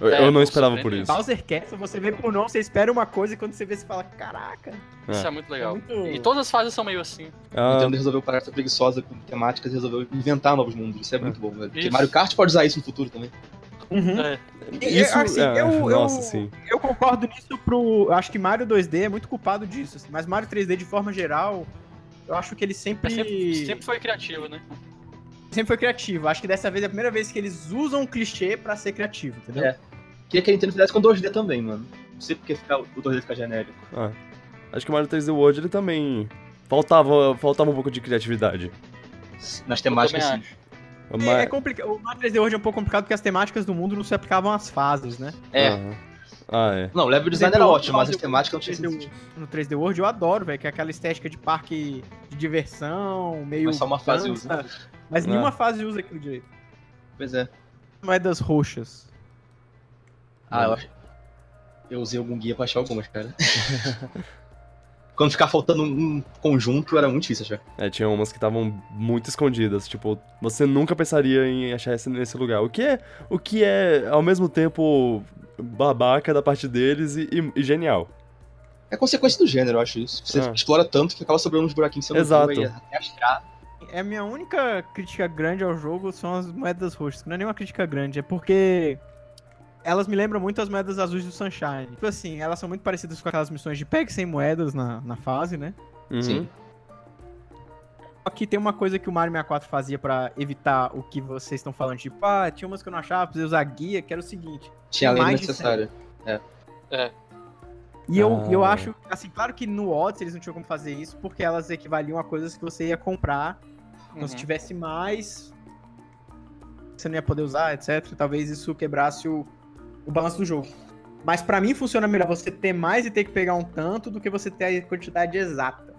Speaker 1: Eu, eu
Speaker 2: É,
Speaker 1: não
Speaker 2: pô,
Speaker 1: esperava por
Speaker 2: surpreendente.
Speaker 1: isso.
Speaker 3: Bowser Castle, você vê por nome, você espera uma coisa e quando você vê, você fala: caraca.
Speaker 2: Isso é muito legal.
Speaker 3: É muito-
Speaker 2: E todas as fases são meio assim.
Speaker 1: Ah,
Speaker 4: Então ele resolveu parar de ser preguiçosa com temáticas e resolveu inventar novos mundos. Isso é muito bom, velho. Porque
Speaker 2: Isso.
Speaker 4: Mario Kart pode usar isso no futuro também.
Speaker 3: Uhum.
Speaker 2: É,
Speaker 1: isso,
Speaker 3: Eu- assim,
Speaker 1: é,
Speaker 3: eu-
Speaker 1: nossa,
Speaker 3: eu-
Speaker 1: sim.
Speaker 3: Eu concordo nisso pro. Eu acho que Mario 2D é muito culpado disso. assim, mas Mario 3D, de forma geral, eu acho que ele sempre.
Speaker 2: mas é sempre, sempre foi criativo, né?
Speaker 3: sempre foi criativo. Acho que dessa vez é a primeira vez que eles usam um clichê pra ser criativo, entendeu?
Speaker 4: É. Queria que a Nintendo fizesse com 2D também, mano. Não sei porque fica- o 2D fica genérico.
Speaker 1: Ah, acho que o Mario 3D World ele também faltava, faltava um pouco de criatividade.
Speaker 4: Nas temáticas, assim.
Speaker 2: também
Speaker 4: sim.
Speaker 1: Mas,
Speaker 3: É, é complicado. O Mario 3D hoje é um pouco complicado porque as temáticas do mundo não se aplicavam às fases, né?
Speaker 2: É.
Speaker 1: Aham. Ah, é.
Speaker 4: Não, o level design era ótimo, mas as temáticas não tinham
Speaker 3: tinham
Speaker 4: sentido.
Speaker 3: No 3D World eu adoro, velho, que é aquela estética de parque de diversão, é meio.
Speaker 4: Mas só uma fase
Speaker 3: dança,
Speaker 4: usa. É.
Speaker 3: Mas
Speaker 1: Né?
Speaker 3: nenhuma fase usa aquilo direito.
Speaker 4: Pois é.
Speaker 3: Moedas roxas.
Speaker 4: Ah, eu acho. Eu usei algum guia pra achar algumas, cara. Quando ficar faltando um um conjunto, era muito difícil achar.
Speaker 1: É, tinha umas que estavam muito escondidas. Tipo, você nunca pensaria em achar esse nesse lugar. O que é, o que é ao mesmo tempo babaca da parte deles e, e- e genial.
Speaker 4: É consequência do gênero, eu acho isso. Você
Speaker 1: Ah.
Speaker 4: explora tanto que acaba sobrando uns buraquinhos que você não
Speaker 1: Exato.
Speaker 4: viu, aí até achar.
Speaker 3: É a minha única crítica grande ao jogo são as moedas roxas, que não é nenhuma crítica grande, é porque elas me lembram muito as moedas azuis do Sunshine. Tipo assim, elas são muito parecidas com aquelas missões de pegue 100 moedas na, na fase, né?
Speaker 1: Uhum.
Speaker 4: Sim.
Speaker 3: Só que tem uma coisa que o Mario 64 fazia pra evitar o que vocês estão falando, tipo, ah, tinha umas que eu não achava, precisei usar guia, que era o seguinte.
Speaker 4: Tinha a lenda
Speaker 3: Mais de
Speaker 4: necessária.
Speaker 3: E eu,
Speaker 1: Ah.
Speaker 3: eu acho, assim, claro que no Odyssey eles não tinham como fazer isso, porque elas equivaliam a coisas que você ia comprar Então, se
Speaker 2: Uhum.
Speaker 3: tivesse mais, você não ia poder usar, etc. Talvez isso quebrasse o, o balanço do jogo. Mas pra mim funciona melhor você ter mais e ter que pegar um tanto do que você ter a quantidade exata.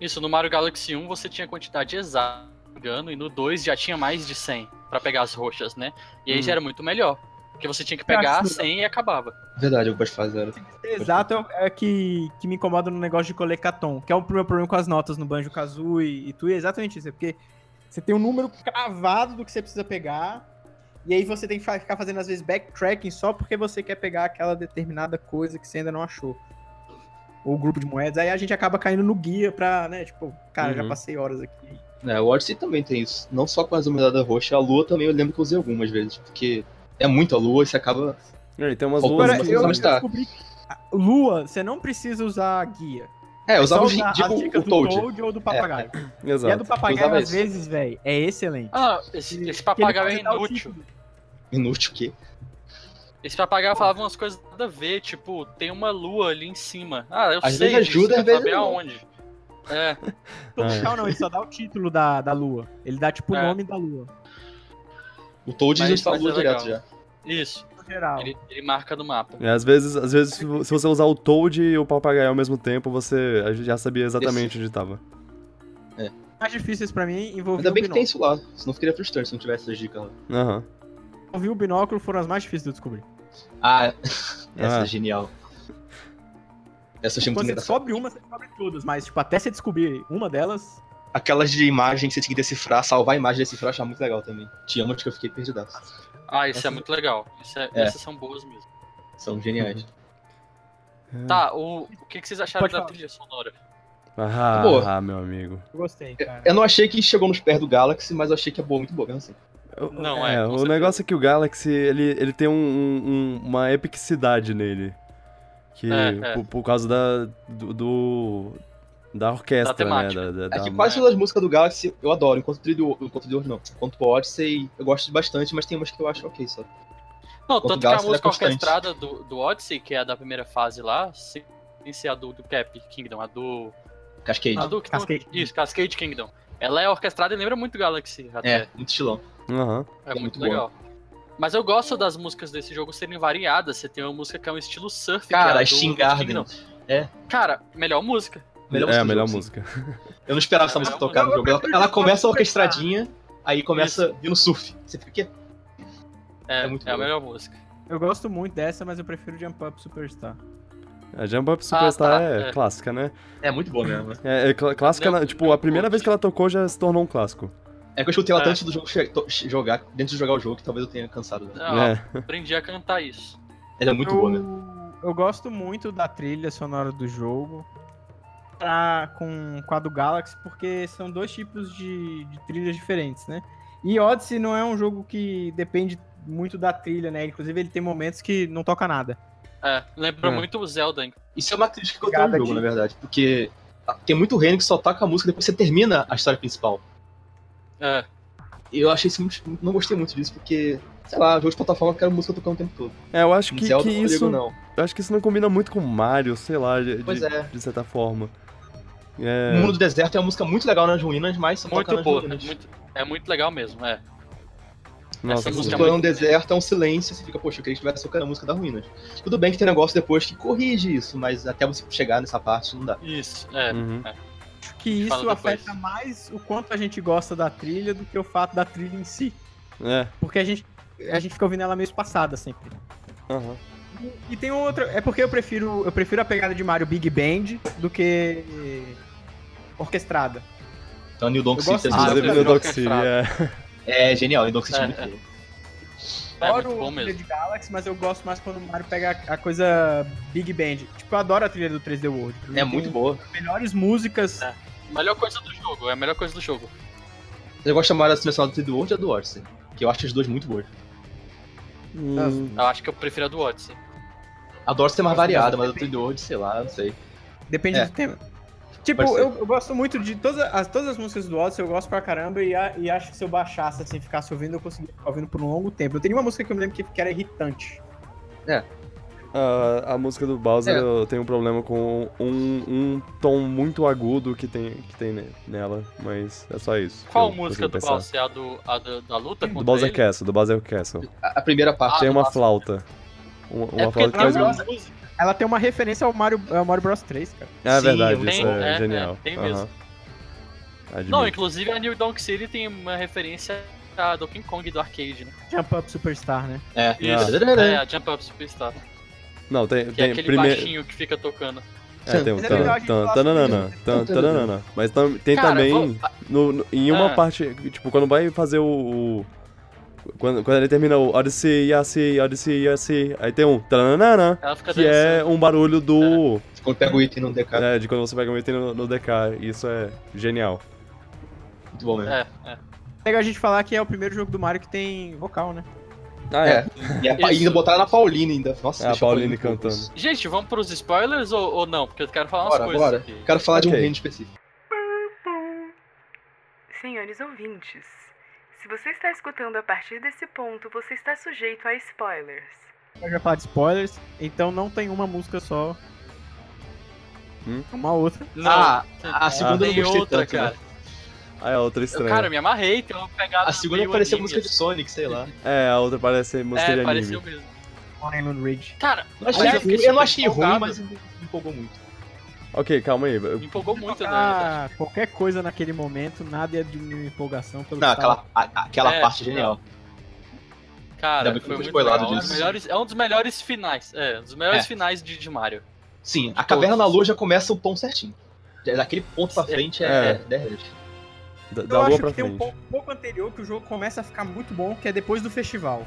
Speaker 2: Isso, no Mario Galaxy 1 você tinha quantidade exata, se não me engano, e no 2 já tinha mais de 100 pra pegar as roxas, né? E aí
Speaker 1: Hum.
Speaker 2: já era muito melhor, porque você tinha que pegar
Speaker 3: acho
Speaker 2: 100 e acabava.
Speaker 4: Verdade, algumas fases eram.
Speaker 3: Exato é o- é que, que me incomoda no negócio de colecatom, que é o meu problema com as notas no Banjo Kazooie e tu, é exatamente isso, é porque você tem um número cravado do que você precisa pegar, e aí você tem que fa- ficar fazendo às vezes backtracking só porque você quer pegar aquela determinada coisa que você ainda não achou. Ou grupo de moedas, aí a gente acaba caindo no guia pra, né, tipo, cara, já
Speaker 1: Uhum.
Speaker 3: passei horas aqui.
Speaker 4: É, o Odyssey também tem isso. Não só com as umidades roxas, a lua também eu lembro que eu usei algumas vezes, porque é muita lua e você acaba.
Speaker 1: É, e tem umas
Speaker 4: Faltou
Speaker 1: duas.
Speaker 4: Agora, uma
Speaker 3: eu tá. ah,
Speaker 4: eu- coisa.
Speaker 3: descobri que a Lua, você não precisa usar guia.
Speaker 4: É, eu usava
Speaker 3: Só
Speaker 4: o,
Speaker 3: usar
Speaker 4: tipo,
Speaker 3: as dicas
Speaker 4: o
Speaker 3: do
Speaker 4: Toad. É,
Speaker 3: Toad ou do papagaio. E a
Speaker 1: Exato.
Speaker 3: do papagaio,
Speaker 4: Usava
Speaker 3: às
Speaker 4: esse.
Speaker 3: vezes, velho, é excelente.
Speaker 2: Ah, esse, esse papagaio é inútil.
Speaker 4: Inútil o quê?
Speaker 2: Esse papagaio falava umas coisas nada a ver, tipo, tem uma lua ali em cima. Ah, eu
Speaker 4: Às
Speaker 2: sei
Speaker 4: vezes
Speaker 2: disso,
Speaker 4: ajuda,
Speaker 2: quero
Speaker 4: às vezes
Speaker 2: saber
Speaker 4: não.
Speaker 2: aonde. É,
Speaker 1: Ah, é.
Speaker 3: Não, não, ele só dá o título da, da lua. Ele dá, tipo, o
Speaker 2: É.
Speaker 3: nome da lua.
Speaker 4: O Toad
Speaker 2: Mas-
Speaker 4: já está
Speaker 2: mas é
Speaker 4: direto
Speaker 2: legal.
Speaker 4: já.
Speaker 2: isso.
Speaker 3: No geral.
Speaker 2: Ele, ele marca no mapa.
Speaker 1: É, às vezes, às vezes se vo- se você usar o Toad e o papagaio ao mesmo tempo, você a gente já sabia exatamente onde tava.
Speaker 3: O mais difíceis pra mim envolviam
Speaker 4: Ainda
Speaker 3: o
Speaker 4: bem que
Speaker 3: binóculo.
Speaker 4: tem isso lá, senão ficaria frustrante se não tivesse essas dicas lá.
Speaker 1: Aham.
Speaker 3: Envolvia o binóculo foram as mais difíceis de eu descobrir.
Speaker 4: Ah, essa
Speaker 1: Ah.
Speaker 4: é genial. Essa eu achei muito
Speaker 3: Quando você
Speaker 4: engraçada.
Speaker 3: descobre uma, você descobre todas, mas, tipo, até você descobrir uma delas,
Speaker 4: Aquelas de imagem que você tinha que decifrar, salvar a imagem e decifrar, eu achava muito legal também. Tinha umas que eu fiquei perdidaço.
Speaker 2: Ah, isso
Speaker 4: Essa-
Speaker 2: é muito legal. Isso é-
Speaker 4: É.
Speaker 2: Essas são boas mesmo.
Speaker 4: São
Speaker 3: Uhum.
Speaker 4: geniais.
Speaker 1: É.
Speaker 2: Tá, o, o que, que vocês acharam
Speaker 3: Pode
Speaker 2: da
Speaker 3: falar.
Speaker 2: trilha sonora?
Speaker 1: Ah,
Speaker 3: Tá
Speaker 4: Boa.
Speaker 1: meu amigo.
Speaker 3: eu gostei, cara.
Speaker 4: Eu não achei que chegou nos pés do Galaxy, mas eu achei que é boa, muito boa, mesmo assim.
Speaker 2: Não, é, com
Speaker 1: o
Speaker 2: certeza.
Speaker 1: negócio é que o Galaxy, ele, ele tem um- um- um- uma epicidade nele. Que,
Speaker 2: É, é.
Speaker 1: Por, por causa da, do, do- da orquestra, né? Da,
Speaker 2: temática.
Speaker 1: da- da-
Speaker 4: Aqui É quase todas as músicas do Galaxy eu adoro, enquanto Trilho do enquanto Trilho do- não. Enquanto o Odyssey eu gosto bastante, mas tem umas que eu acho ok só.
Speaker 2: Não,
Speaker 4: Quanto
Speaker 2: tanto que a
Speaker 4: gasto, ele é
Speaker 2: música
Speaker 4: constante.
Speaker 2: orquestrada do, do Odyssey, que é a da primeira fase lá, sem ser a do, do Cap Kingdom, a do.
Speaker 4: Cascade.
Speaker 3: Ah,
Speaker 2: A do que um-
Speaker 3: Cascade.
Speaker 2: Isso, Cascade Kingdom. Ela é orquestrada e lembra muito Galaxy, até.
Speaker 4: é, muito estilão.
Speaker 1: Aham.
Speaker 2: É,
Speaker 4: muito
Speaker 2: muito
Speaker 4: boa.
Speaker 2: legal. Mas eu gosto das músicas desse jogo serem variadas. Você tem uma música que é um estilo surf.
Speaker 4: Cara,
Speaker 2: que é
Speaker 4: É.
Speaker 2: a do
Speaker 4: Steam
Speaker 2: Lost
Speaker 4: Garden.
Speaker 2: Kingdom. Cara, melhor música.
Speaker 1: É a
Speaker 4: do
Speaker 1: melhor
Speaker 4: jogo, sim.
Speaker 1: música.
Speaker 4: Eu não esperava
Speaker 2: É,
Speaker 4: essa música
Speaker 2: não,
Speaker 4: tocar no
Speaker 3: eu
Speaker 4: jogo. Ela,
Speaker 3: prefiro
Speaker 4: ela
Speaker 3: jogar
Speaker 4: começa
Speaker 3: com
Speaker 4: orquestradinha, aí começa vindo surf. Você fica o quê?
Speaker 2: É,
Speaker 4: É muito
Speaker 2: é a
Speaker 4: boa.
Speaker 2: melhor música.
Speaker 3: Eu gosto muito dessa, mas eu prefiro Jump Up Superstar.
Speaker 1: A Jump Up Superstar
Speaker 2: tá,
Speaker 1: é,
Speaker 2: é.
Speaker 1: clássica, né?
Speaker 4: É muito boa mesmo. né?
Speaker 1: É, é cl- clássica,
Speaker 2: Não,
Speaker 1: na- tipo,
Speaker 2: não,
Speaker 1: a primeira
Speaker 2: não.
Speaker 1: vez que ela tocou já se tornou um clássico.
Speaker 4: É que eu escutei ela
Speaker 2: É.
Speaker 4: tanto do jogo che- to- che- jogar, dentro de jogar o jogo, que talvez eu tenha cansado. dela.
Speaker 2: Não,
Speaker 1: É.
Speaker 2: Ah, Aprendi a cantar isso.
Speaker 4: Ela é muito
Speaker 3: eu,
Speaker 4: boa mesmo.
Speaker 3: Eu gosto muito da trilha sonora do jogo pra, com, com a do Galaxy, porque são dois tipos de, de trilhas diferentes, né? E Odyssey não é um jogo que depende muito da trilha, né? Inclusive, ele tem momentos que não toca nada.
Speaker 2: É, lembra
Speaker 1: É.
Speaker 2: muito o Zelda. hein?
Speaker 4: Isso é uma crítica que eu tenho no
Speaker 3: Obrigado
Speaker 4: jogo,
Speaker 3: aqui.
Speaker 4: na verdade. Porque tem muito reino que só toca a música depois que você termina a história principal.
Speaker 2: É,
Speaker 4: E eu achei isso muito. Não gostei muito disso, porque, sei lá, jogo de plataforma eu quero música tocando o tempo todo. Tipo,
Speaker 1: É, eu acho que,
Speaker 4: Zelda
Speaker 1: que
Speaker 4: eu não
Speaker 1: isso.
Speaker 4: ligo, não.
Speaker 1: Eu acho que isso não combina muito com Mario, sei lá, de,
Speaker 4: Pois
Speaker 1: de-
Speaker 4: é.
Speaker 1: de certa forma.
Speaker 4: O
Speaker 1: É,
Speaker 4: Mundo do Deserto é uma música muito legal nas ruínas, mas só toca
Speaker 2: muito
Speaker 4: nas
Speaker 2: boa. É
Speaker 4: ruínas.
Speaker 2: muito, é muito legal mesmo, é.
Speaker 1: nossa,
Speaker 2: essa
Speaker 4: Você
Speaker 2: música
Speaker 1: sim.
Speaker 2: é
Speaker 4: explora um
Speaker 2: muito-
Speaker 4: deserto, é um silêncio, você fica, poxa, eu queria que tivesse tocando a música da ruínas. Tudo bem que tem negócio depois que corrige isso, mas até você chegar nessa parte não dá.
Speaker 2: Isso, é.
Speaker 4: Hum.
Speaker 1: Uhum.
Speaker 3: Acho que isso
Speaker 2: Fala depois.
Speaker 3: afeta mais o quanto a gente gosta da trilha do que o fato da trilha em si.
Speaker 1: É,
Speaker 3: Porque a gente, a gente fica ouvindo ela meio espaçada sempre.
Speaker 1: aham.
Speaker 2: Ah,
Speaker 3: E tem outra. É porque eu prefiro, eu prefiro a pegada de Mario Big Band do que orquestrada.
Speaker 4: Então, New Donk
Speaker 3: Eu
Speaker 4: City
Speaker 3: gosto
Speaker 4: é
Speaker 3: de-
Speaker 4: muito
Speaker 1: Inclusive
Speaker 4: legal.
Speaker 1: no
Speaker 2: prefiro
Speaker 1: Dock
Speaker 2: a
Speaker 1: City,
Speaker 2: orquestrada.
Speaker 1: é.
Speaker 4: É genial, New Donk City é,
Speaker 2: É,
Speaker 4: muito
Speaker 2: é.
Speaker 4: legal.
Speaker 2: É muito
Speaker 3: Adoro
Speaker 2: bom
Speaker 3: a trilha
Speaker 2: mesmo.
Speaker 3: de Galaxy, mas eu gosto mais quando o Mario pega a coisa Big Band. Tipo, eu adoro a trilha do 3D World. Pra mim
Speaker 4: É
Speaker 2: Uhum.
Speaker 3: tem
Speaker 4: muito boa.
Speaker 3: as melhores músicas.
Speaker 2: É. Melhor coisa do jogo, é a melhor coisa do jogo.
Speaker 4: Eu gosto mais da seleção do 3D World e a do Odyssey, que eu acho as duas muito boas.
Speaker 1: Hum,
Speaker 2: Eu acho que eu prefiro a do Odyssey.
Speaker 4: A do Odyssey é mais
Speaker 3: Gosto
Speaker 4: variada,
Speaker 3: dessa
Speaker 4: mas a do 3D World, sei lá, não sei.
Speaker 3: Depende
Speaker 4: É.
Speaker 3: do tema. Tipo,
Speaker 4: Pode ser.
Speaker 3: eu, eu gosto muito de todas as, todas as músicas do Odyssey, eu gosto pra caramba e, a- e acho que se eu baixasse assim, ficasse ouvindo, eu conseguia ficar ouvindo por um longo tempo. Eu tenho uma música que eu me lembro que, que era irritante.
Speaker 1: Ah, a, a música do Bowser
Speaker 4: É.
Speaker 1: eu tenho um problema com um, um tom muito agudo que tem, que tem ne- nela, mas é só isso. que
Speaker 2: Qual
Speaker 1: eu consigo
Speaker 2: música do
Speaker 1: pensar.
Speaker 2: Bowser? A, do, a do- da luta contra
Speaker 1: Do Bowser
Speaker 2: ele?
Speaker 1: Castle, do Bowser Castle.
Speaker 4: A a primeira
Speaker 2: Ah,
Speaker 4: parte
Speaker 1: tem
Speaker 4: é
Speaker 1: uma flauta. Uma, uma
Speaker 2: É porque
Speaker 1: flauta que faz
Speaker 2: tem
Speaker 1: um...
Speaker 2: uma
Speaker 3: um-
Speaker 2: música.
Speaker 3: Ela tem uma referência ao Mario, ao Mario Bros 3, cara.
Speaker 1: É
Speaker 4: Sim,
Speaker 1: verdade,
Speaker 4: eu
Speaker 1: isso
Speaker 2: tenho,
Speaker 1: é,
Speaker 2: é,
Speaker 1: genial.
Speaker 2: é, tem
Speaker 1: Aham.
Speaker 2: mesmo. Não,
Speaker 1: Admito.
Speaker 2: inclusive a New Donk City tem uma referência a Donkey Kong do arcade, né?
Speaker 3: Jump Up Superstar, né?
Speaker 4: É.
Speaker 1: Ah.
Speaker 2: Isso. É,
Speaker 4: Tadadadã.
Speaker 2: a Jump Up Superstar.
Speaker 1: Não, tem,
Speaker 2: Que é
Speaker 1: tem
Speaker 2: aquele
Speaker 1: primeiro.
Speaker 2: baixinho que fica tocando.
Speaker 1: É, tem um.
Speaker 3: Mas é
Speaker 1: tan-
Speaker 3: legal a gente
Speaker 1: tan-
Speaker 3: falar
Speaker 1: tananana,
Speaker 3: sobre
Speaker 1: tan- tananana. Mas tam- tem
Speaker 2: Cara,
Speaker 1: também.
Speaker 2: vamos-
Speaker 1: no- no- em uma
Speaker 2: Ah.
Speaker 1: parte. Tipo, quando vai fazer o. o- quando, quando ele termina o Odyssey, Yassi, Odyssey, Yassi. Aí tem um. Tananana,
Speaker 2: Ela fica
Speaker 1: que é um barulho do.
Speaker 2: é.
Speaker 4: Quando pega o item no é DK,
Speaker 1: né, de quando você pega um item no, no DK. Isso é genial.
Speaker 4: muito bom mesmo.
Speaker 2: É, é.
Speaker 3: É legal a gente falar que é o primeiro jogo do Mario que tem vocal, né?
Speaker 1: Ah, é.
Speaker 4: E a,
Speaker 2: Isso.
Speaker 4: ainda botaram na Paulina ainda. Nossa,
Speaker 1: É, a
Speaker 4: deixa eu
Speaker 1: Pauline
Speaker 4: falar um pouco
Speaker 1: cantando.
Speaker 4: isso.
Speaker 2: Gente, vamos pros spoilers ou, ou não? Porque eu quero falar umas
Speaker 4: Bora,
Speaker 2: coisas.
Speaker 4: bora.
Speaker 2: aqui.
Speaker 4: Quero falar de um
Speaker 1: Ok.
Speaker 4: reino específico.
Speaker 5: Senhores ouvintes, se você está escutando a partir desse ponto, você está sujeito a spoilers.
Speaker 3: Eu já falar de spoilers, então não tem uma música só.
Speaker 1: Hum?
Speaker 3: É Uma outra.
Speaker 2: Não,
Speaker 4: Ah,
Speaker 2: tem-
Speaker 4: a segunda eu não
Speaker 2: tem
Speaker 4: gostei
Speaker 2: outra,
Speaker 4: tanto,
Speaker 2: cara.
Speaker 4: né?
Speaker 1: Ah, é a outra
Speaker 2: Eu,
Speaker 1: estranha.
Speaker 2: cara, eu me amarrei, tem uma pegada.
Speaker 4: A segunda
Speaker 2: meio
Speaker 4: parecia
Speaker 2: anime,
Speaker 4: música de Sonic, sei lá.
Speaker 1: É, a outra parece música
Speaker 2: É,
Speaker 1: de
Speaker 2: pareceu
Speaker 1: anime.
Speaker 2: mesmo.
Speaker 3: On Island Ridge.
Speaker 2: Cara,
Speaker 4: Eu, achei-
Speaker 2: Aliás,
Speaker 4: eu
Speaker 2: fiquei
Speaker 4: não
Speaker 2: super
Speaker 4: achei ruim,
Speaker 2: empolgado.
Speaker 4: mas me empolgou muito.
Speaker 1: Ok, calma aí. eu-
Speaker 2: me empolgou muito, né?
Speaker 3: Ah, qualquer coisa naquele momento, nada ia diminuir a empolgação. Pelo
Speaker 4: Não,
Speaker 3: que tá tava-
Speaker 4: aquela, a- aquela
Speaker 2: É,
Speaker 4: parte é genial.
Speaker 2: Cara,
Speaker 4: Ainda bem que
Speaker 2: foi
Speaker 4: eu fui
Speaker 2: muito
Speaker 4: spoilado
Speaker 2: legal. Um dos
Speaker 4: disso.
Speaker 2: melhores- é um dos melhores finais. É, um dos melhores
Speaker 4: É.
Speaker 2: finais de, de Mario.
Speaker 4: Sim, a
Speaker 2: Todos.
Speaker 4: caverna na lua já começa o tom certinho. Já- Daquele ponto pra
Speaker 2: É.
Speaker 4: frente é,
Speaker 1: É.
Speaker 4: é. derrete.
Speaker 1: Da, da
Speaker 3: Eu
Speaker 1: lua
Speaker 3: acho
Speaker 1: pra
Speaker 3: que tem um
Speaker 1: frente.
Speaker 3: pouco, pouco anterior que o jogo começa a ficar muito bom, que é depois do festival.